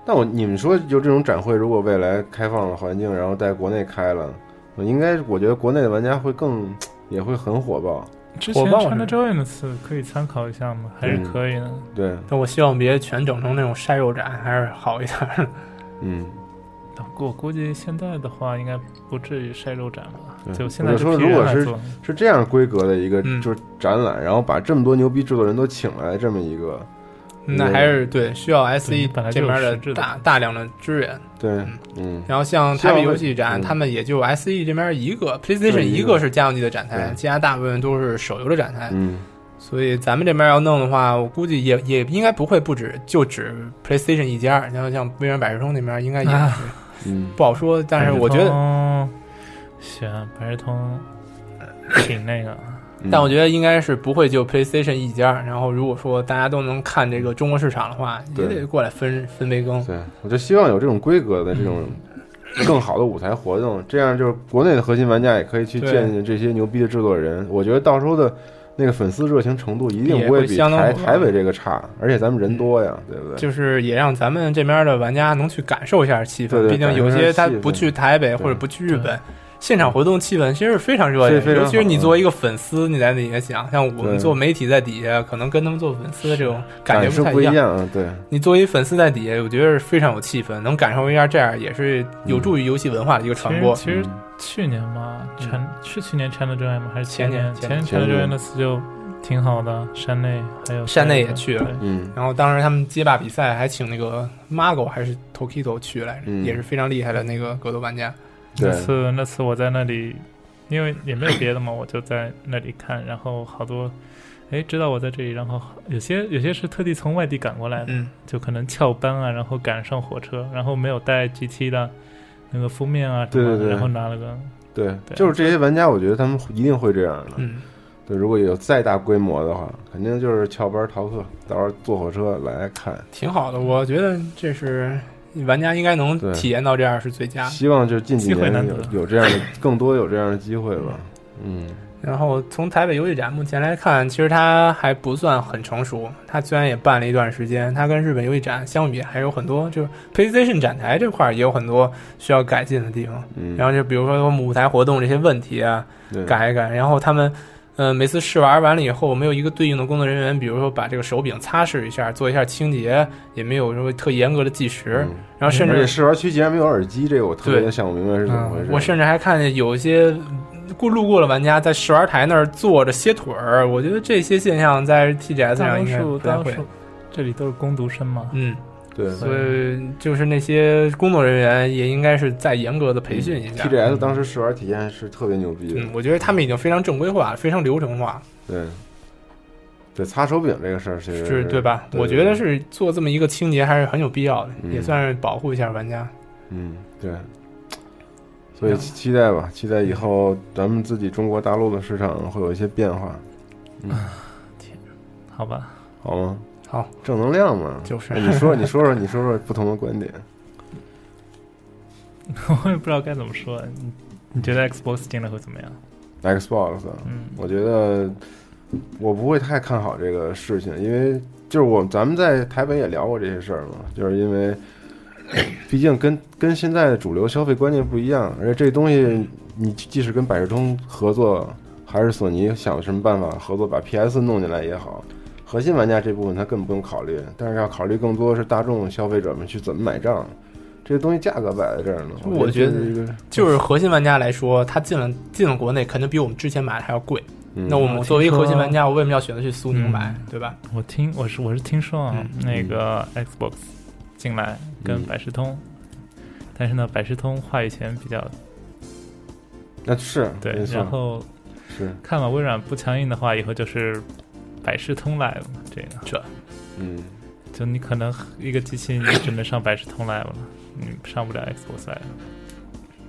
[SPEAKER 10] 但我你们说，就这种展会，如果未来开放了环境，然后在国内开了，我应该我觉得国内的玩家会更也会很火爆。
[SPEAKER 6] 之前
[SPEAKER 11] 我忘了
[SPEAKER 6] China Joy 那次可以参考一下吗？还是
[SPEAKER 10] 嗯
[SPEAKER 6] 可以的。
[SPEAKER 10] 对，
[SPEAKER 11] 但我希望别全整成那种晒肉展，还是好一点儿。
[SPEAKER 10] 嗯。
[SPEAKER 6] 但我估计现在的话，应该不至于晒肉展吧？
[SPEAKER 10] 对
[SPEAKER 6] 就现在
[SPEAKER 10] 我就说
[SPEAKER 6] 批人
[SPEAKER 10] 如果
[SPEAKER 6] 来
[SPEAKER 10] 是
[SPEAKER 6] 做
[SPEAKER 10] 是这样规格的一个
[SPEAKER 11] 嗯
[SPEAKER 10] 就是展览，然后把这么多牛逼制作人都请来，这么一个
[SPEAKER 11] 嗯那还是对需要 S E
[SPEAKER 6] 本来就
[SPEAKER 11] 这
[SPEAKER 6] 有
[SPEAKER 11] 边
[SPEAKER 6] 实质的
[SPEAKER 11] 大大量的支援。
[SPEAKER 10] 对，嗯，
[SPEAKER 11] 然后像台北游戏展，
[SPEAKER 10] 嗯
[SPEAKER 11] 他们也就 S E 这边一个 PlayStation
[SPEAKER 10] 对一个
[SPEAKER 11] 一个是家用机的展台，
[SPEAKER 10] 对
[SPEAKER 11] 其他大部分都是手游的展台。
[SPEAKER 10] 嗯，
[SPEAKER 11] 所以咱们这边要弄的话，我估计也也应该不会不止就只 PlayStation 一家，然后像微软百事通那边应该也
[SPEAKER 6] 啊
[SPEAKER 11] 是
[SPEAKER 10] 嗯，
[SPEAKER 11] 不好说，但是我
[SPEAKER 6] 百
[SPEAKER 11] 觉
[SPEAKER 6] 事
[SPEAKER 11] 得，
[SPEAKER 6] 通，行，百事 通挺那个，啊
[SPEAKER 10] 嗯
[SPEAKER 11] 但我觉得应该是不会就 PlayStation 一家。然后如果说大家都能看这个中国市场的话，也
[SPEAKER 10] 对
[SPEAKER 11] 得过来分分杯羹。
[SPEAKER 10] 对，我就希望有这种规格的这种更好的舞台活动，这样就是国内的核心玩家也可以去
[SPEAKER 11] 对
[SPEAKER 10] 见见这些牛逼的制作人。我觉得到时候的那个粉丝热情程度一定
[SPEAKER 11] 也
[SPEAKER 10] 不
[SPEAKER 11] 会
[SPEAKER 10] 比
[SPEAKER 11] 相当
[SPEAKER 10] 台
[SPEAKER 11] 火爆
[SPEAKER 10] 台北这个差，而且咱们人多呀，对不对？
[SPEAKER 11] 就是也让咱们这边的玩家能去感受一下气
[SPEAKER 10] 对
[SPEAKER 11] 氛，
[SPEAKER 10] 对
[SPEAKER 11] 毕竟有
[SPEAKER 10] 感受
[SPEAKER 11] 些
[SPEAKER 10] 一下
[SPEAKER 11] 他
[SPEAKER 10] 气氛
[SPEAKER 11] 不去台北或者不去日本，现场活动气氛其实是非常热烈
[SPEAKER 10] 非非
[SPEAKER 11] 的。
[SPEAKER 10] 常
[SPEAKER 11] 尤其是你
[SPEAKER 10] 好
[SPEAKER 11] 作为一个粉丝，你在底下想，像我们
[SPEAKER 10] 对
[SPEAKER 11] 做媒体在底下，可能跟他们做粉丝的这种感
[SPEAKER 10] 感
[SPEAKER 11] 觉
[SPEAKER 10] 受
[SPEAKER 11] 太
[SPEAKER 10] 不
[SPEAKER 11] 一
[SPEAKER 10] 一
[SPEAKER 11] 样。
[SPEAKER 10] 样啊，对，
[SPEAKER 11] 你作为粉丝在底下，我觉得是非常有气氛，能感受一下这样，也是有助于游戏文化的一个
[SPEAKER 6] 其
[SPEAKER 11] 传
[SPEAKER 6] 实
[SPEAKER 11] 播。
[SPEAKER 6] 其实去年嘛，
[SPEAKER 11] 嗯
[SPEAKER 6] 全是去年 China Joy 吗？还是
[SPEAKER 11] 前
[SPEAKER 6] 年？
[SPEAKER 11] 年
[SPEAKER 6] 前
[SPEAKER 10] 前
[SPEAKER 6] China
[SPEAKER 10] 年
[SPEAKER 6] Joy 那次就挺好的，山内还有
[SPEAKER 11] 山内也
[SPEAKER 6] 对
[SPEAKER 11] 去了
[SPEAKER 6] 对
[SPEAKER 10] 嗯
[SPEAKER 11] 然后当时他们街霸比赛还请那个 Mago 还是 Tokito 去来着，
[SPEAKER 10] 嗯
[SPEAKER 11] 也是非常厉害的那个格斗玩家。
[SPEAKER 10] 对
[SPEAKER 6] 那次那次我在那里，因为也没有别的嘛，我就在那里看，然后好多。哎，知道我在这里，然后有些有些是特地从外地赶过来的，
[SPEAKER 11] 嗯，
[SPEAKER 6] 就可能翘班啊，然后赶上火车，然后没有带 GT 的那个封面啊什么的，
[SPEAKER 10] 对对对
[SPEAKER 6] 然后拿了个
[SPEAKER 10] 对，
[SPEAKER 6] 对
[SPEAKER 10] 就是这些玩家，我觉得他们一定会这样的。
[SPEAKER 11] 嗯，
[SPEAKER 10] 对，如果有再大规模的话，肯定就是翘班逃课，到时候坐火车来看。
[SPEAKER 11] 挺好的，我觉得这是玩家应该能
[SPEAKER 10] 对
[SPEAKER 11] 体验到这样是最佳的。
[SPEAKER 10] 希望就近几
[SPEAKER 6] 机会
[SPEAKER 10] 年
[SPEAKER 6] 难得
[SPEAKER 10] 有有这样的更多有这样的机会吧。嗯，
[SPEAKER 11] 然后从台北游戏展目前来看，其实它还不算很成熟。它虽然也办了一段时间，它跟日本游戏展相比，还有很多就是 PlayStation 展台这块儿也有很多需要改进的地方。
[SPEAKER 10] 嗯
[SPEAKER 11] 然后就比如说我们舞台活动这些问题啊，
[SPEAKER 10] 对
[SPEAKER 11] 改一改。然后他们呃，每次试玩完了以后，没有一个对应的工作人员，比如说把这个手柄擦拭一下，做一下清洁，也没有什么特严格的计时，
[SPEAKER 10] 嗯
[SPEAKER 11] 然后甚
[SPEAKER 10] 而且
[SPEAKER 11] 至
[SPEAKER 10] 试玩区竟然没有耳机，这个我特别
[SPEAKER 11] 对
[SPEAKER 10] 的想不明白是怎么回
[SPEAKER 11] 嗯
[SPEAKER 10] 事。，
[SPEAKER 11] 我甚至还看见有一些过路过的玩家在试玩台那儿坐着歇腿儿，我觉得这些现象在 TGS
[SPEAKER 6] 大
[SPEAKER 11] 上
[SPEAKER 6] 多
[SPEAKER 11] 应该
[SPEAKER 6] 数
[SPEAKER 11] 不
[SPEAKER 6] 大
[SPEAKER 11] 太
[SPEAKER 6] 多
[SPEAKER 11] 会。
[SPEAKER 6] 数这里都是工读生嘛，
[SPEAKER 11] 嗯，
[SPEAKER 10] 对
[SPEAKER 11] 所以就是那些工作人员也应该是再严格的培训一下。
[SPEAKER 10] TGS 当时试玩体验是特别牛逼的，
[SPEAKER 11] 嗯，我觉得他们已经非常正规化、非常流程化，
[SPEAKER 10] 对。对，擦手柄这个事儿其实
[SPEAKER 11] 是对吧？我觉得，是做这么一个清洁还是很有必要的，
[SPEAKER 10] 嗯
[SPEAKER 11] 也算是保护一下玩家。
[SPEAKER 10] 嗯，对。所
[SPEAKER 11] 嗯
[SPEAKER 10] 以期期待吧，期待以后咱们自己中国大陆的市场会有一些变化，
[SPEAKER 6] 好吧？
[SPEAKER 10] 好吗？
[SPEAKER 11] 好，
[SPEAKER 10] 正能量嘛。
[SPEAKER 11] 就是
[SPEAKER 10] 哎你说，你说说，你说说不同的观点。
[SPEAKER 6] 我也不知道该怎么说。你你觉得 Xbox 进来会怎么样？
[SPEAKER 10] Xbox，啊
[SPEAKER 6] 嗯
[SPEAKER 10] 我觉得我不会太看好这个事情，因为就是我咱们在台北也聊过这些事儿嘛，就是因为 毕竟跟跟现在的主流消费观念不一样，而且这东西你即使跟百事通合作，还是索尼想什么办法合作把 PS 弄进来也好。核心玩家这部分他根本不用考虑，但是要考虑更多是大众消费者们去怎么买账，这些东西价格摆在这儿呢。
[SPEAKER 11] 我
[SPEAKER 10] 觉
[SPEAKER 11] 觉
[SPEAKER 10] 得
[SPEAKER 11] 得
[SPEAKER 10] 这是一个，
[SPEAKER 11] 就是核心玩家来说，他进了进了国内，肯定比我们之前买的还要贵。
[SPEAKER 10] 嗯
[SPEAKER 11] 那我们
[SPEAKER 6] 我
[SPEAKER 11] 作为
[SPEAKER 6] 听说
[SPEAKER 11] 核心玩家，我为什么要选择去苏宁买，对吧？
[SPEAKER 6] 我听我是我是听说啊，
[SPEAKER 11] 嗯
[SPEAKER 6] 那个 Xbox 进来跟
[SPEAKER 10] 嗯
[SPEAKER 6] 百事通，但是呢，百事通话语权比较
[SPEAKER 10] 那是
[SPEAKER 6] 对
[SPEAKER 10] 没，错
[SPEAKER 6] 然后
[SPEAKER 10] 是
[SPEAKER 6] 看吧，微软不强硬的话，以后就是百事通来了嘛，这个
[SPEAKER 10] 嗯。
[SPEAKER 6] 就你可能一个机器你只能上百事通 Live 了，你上不了 Xbox Live。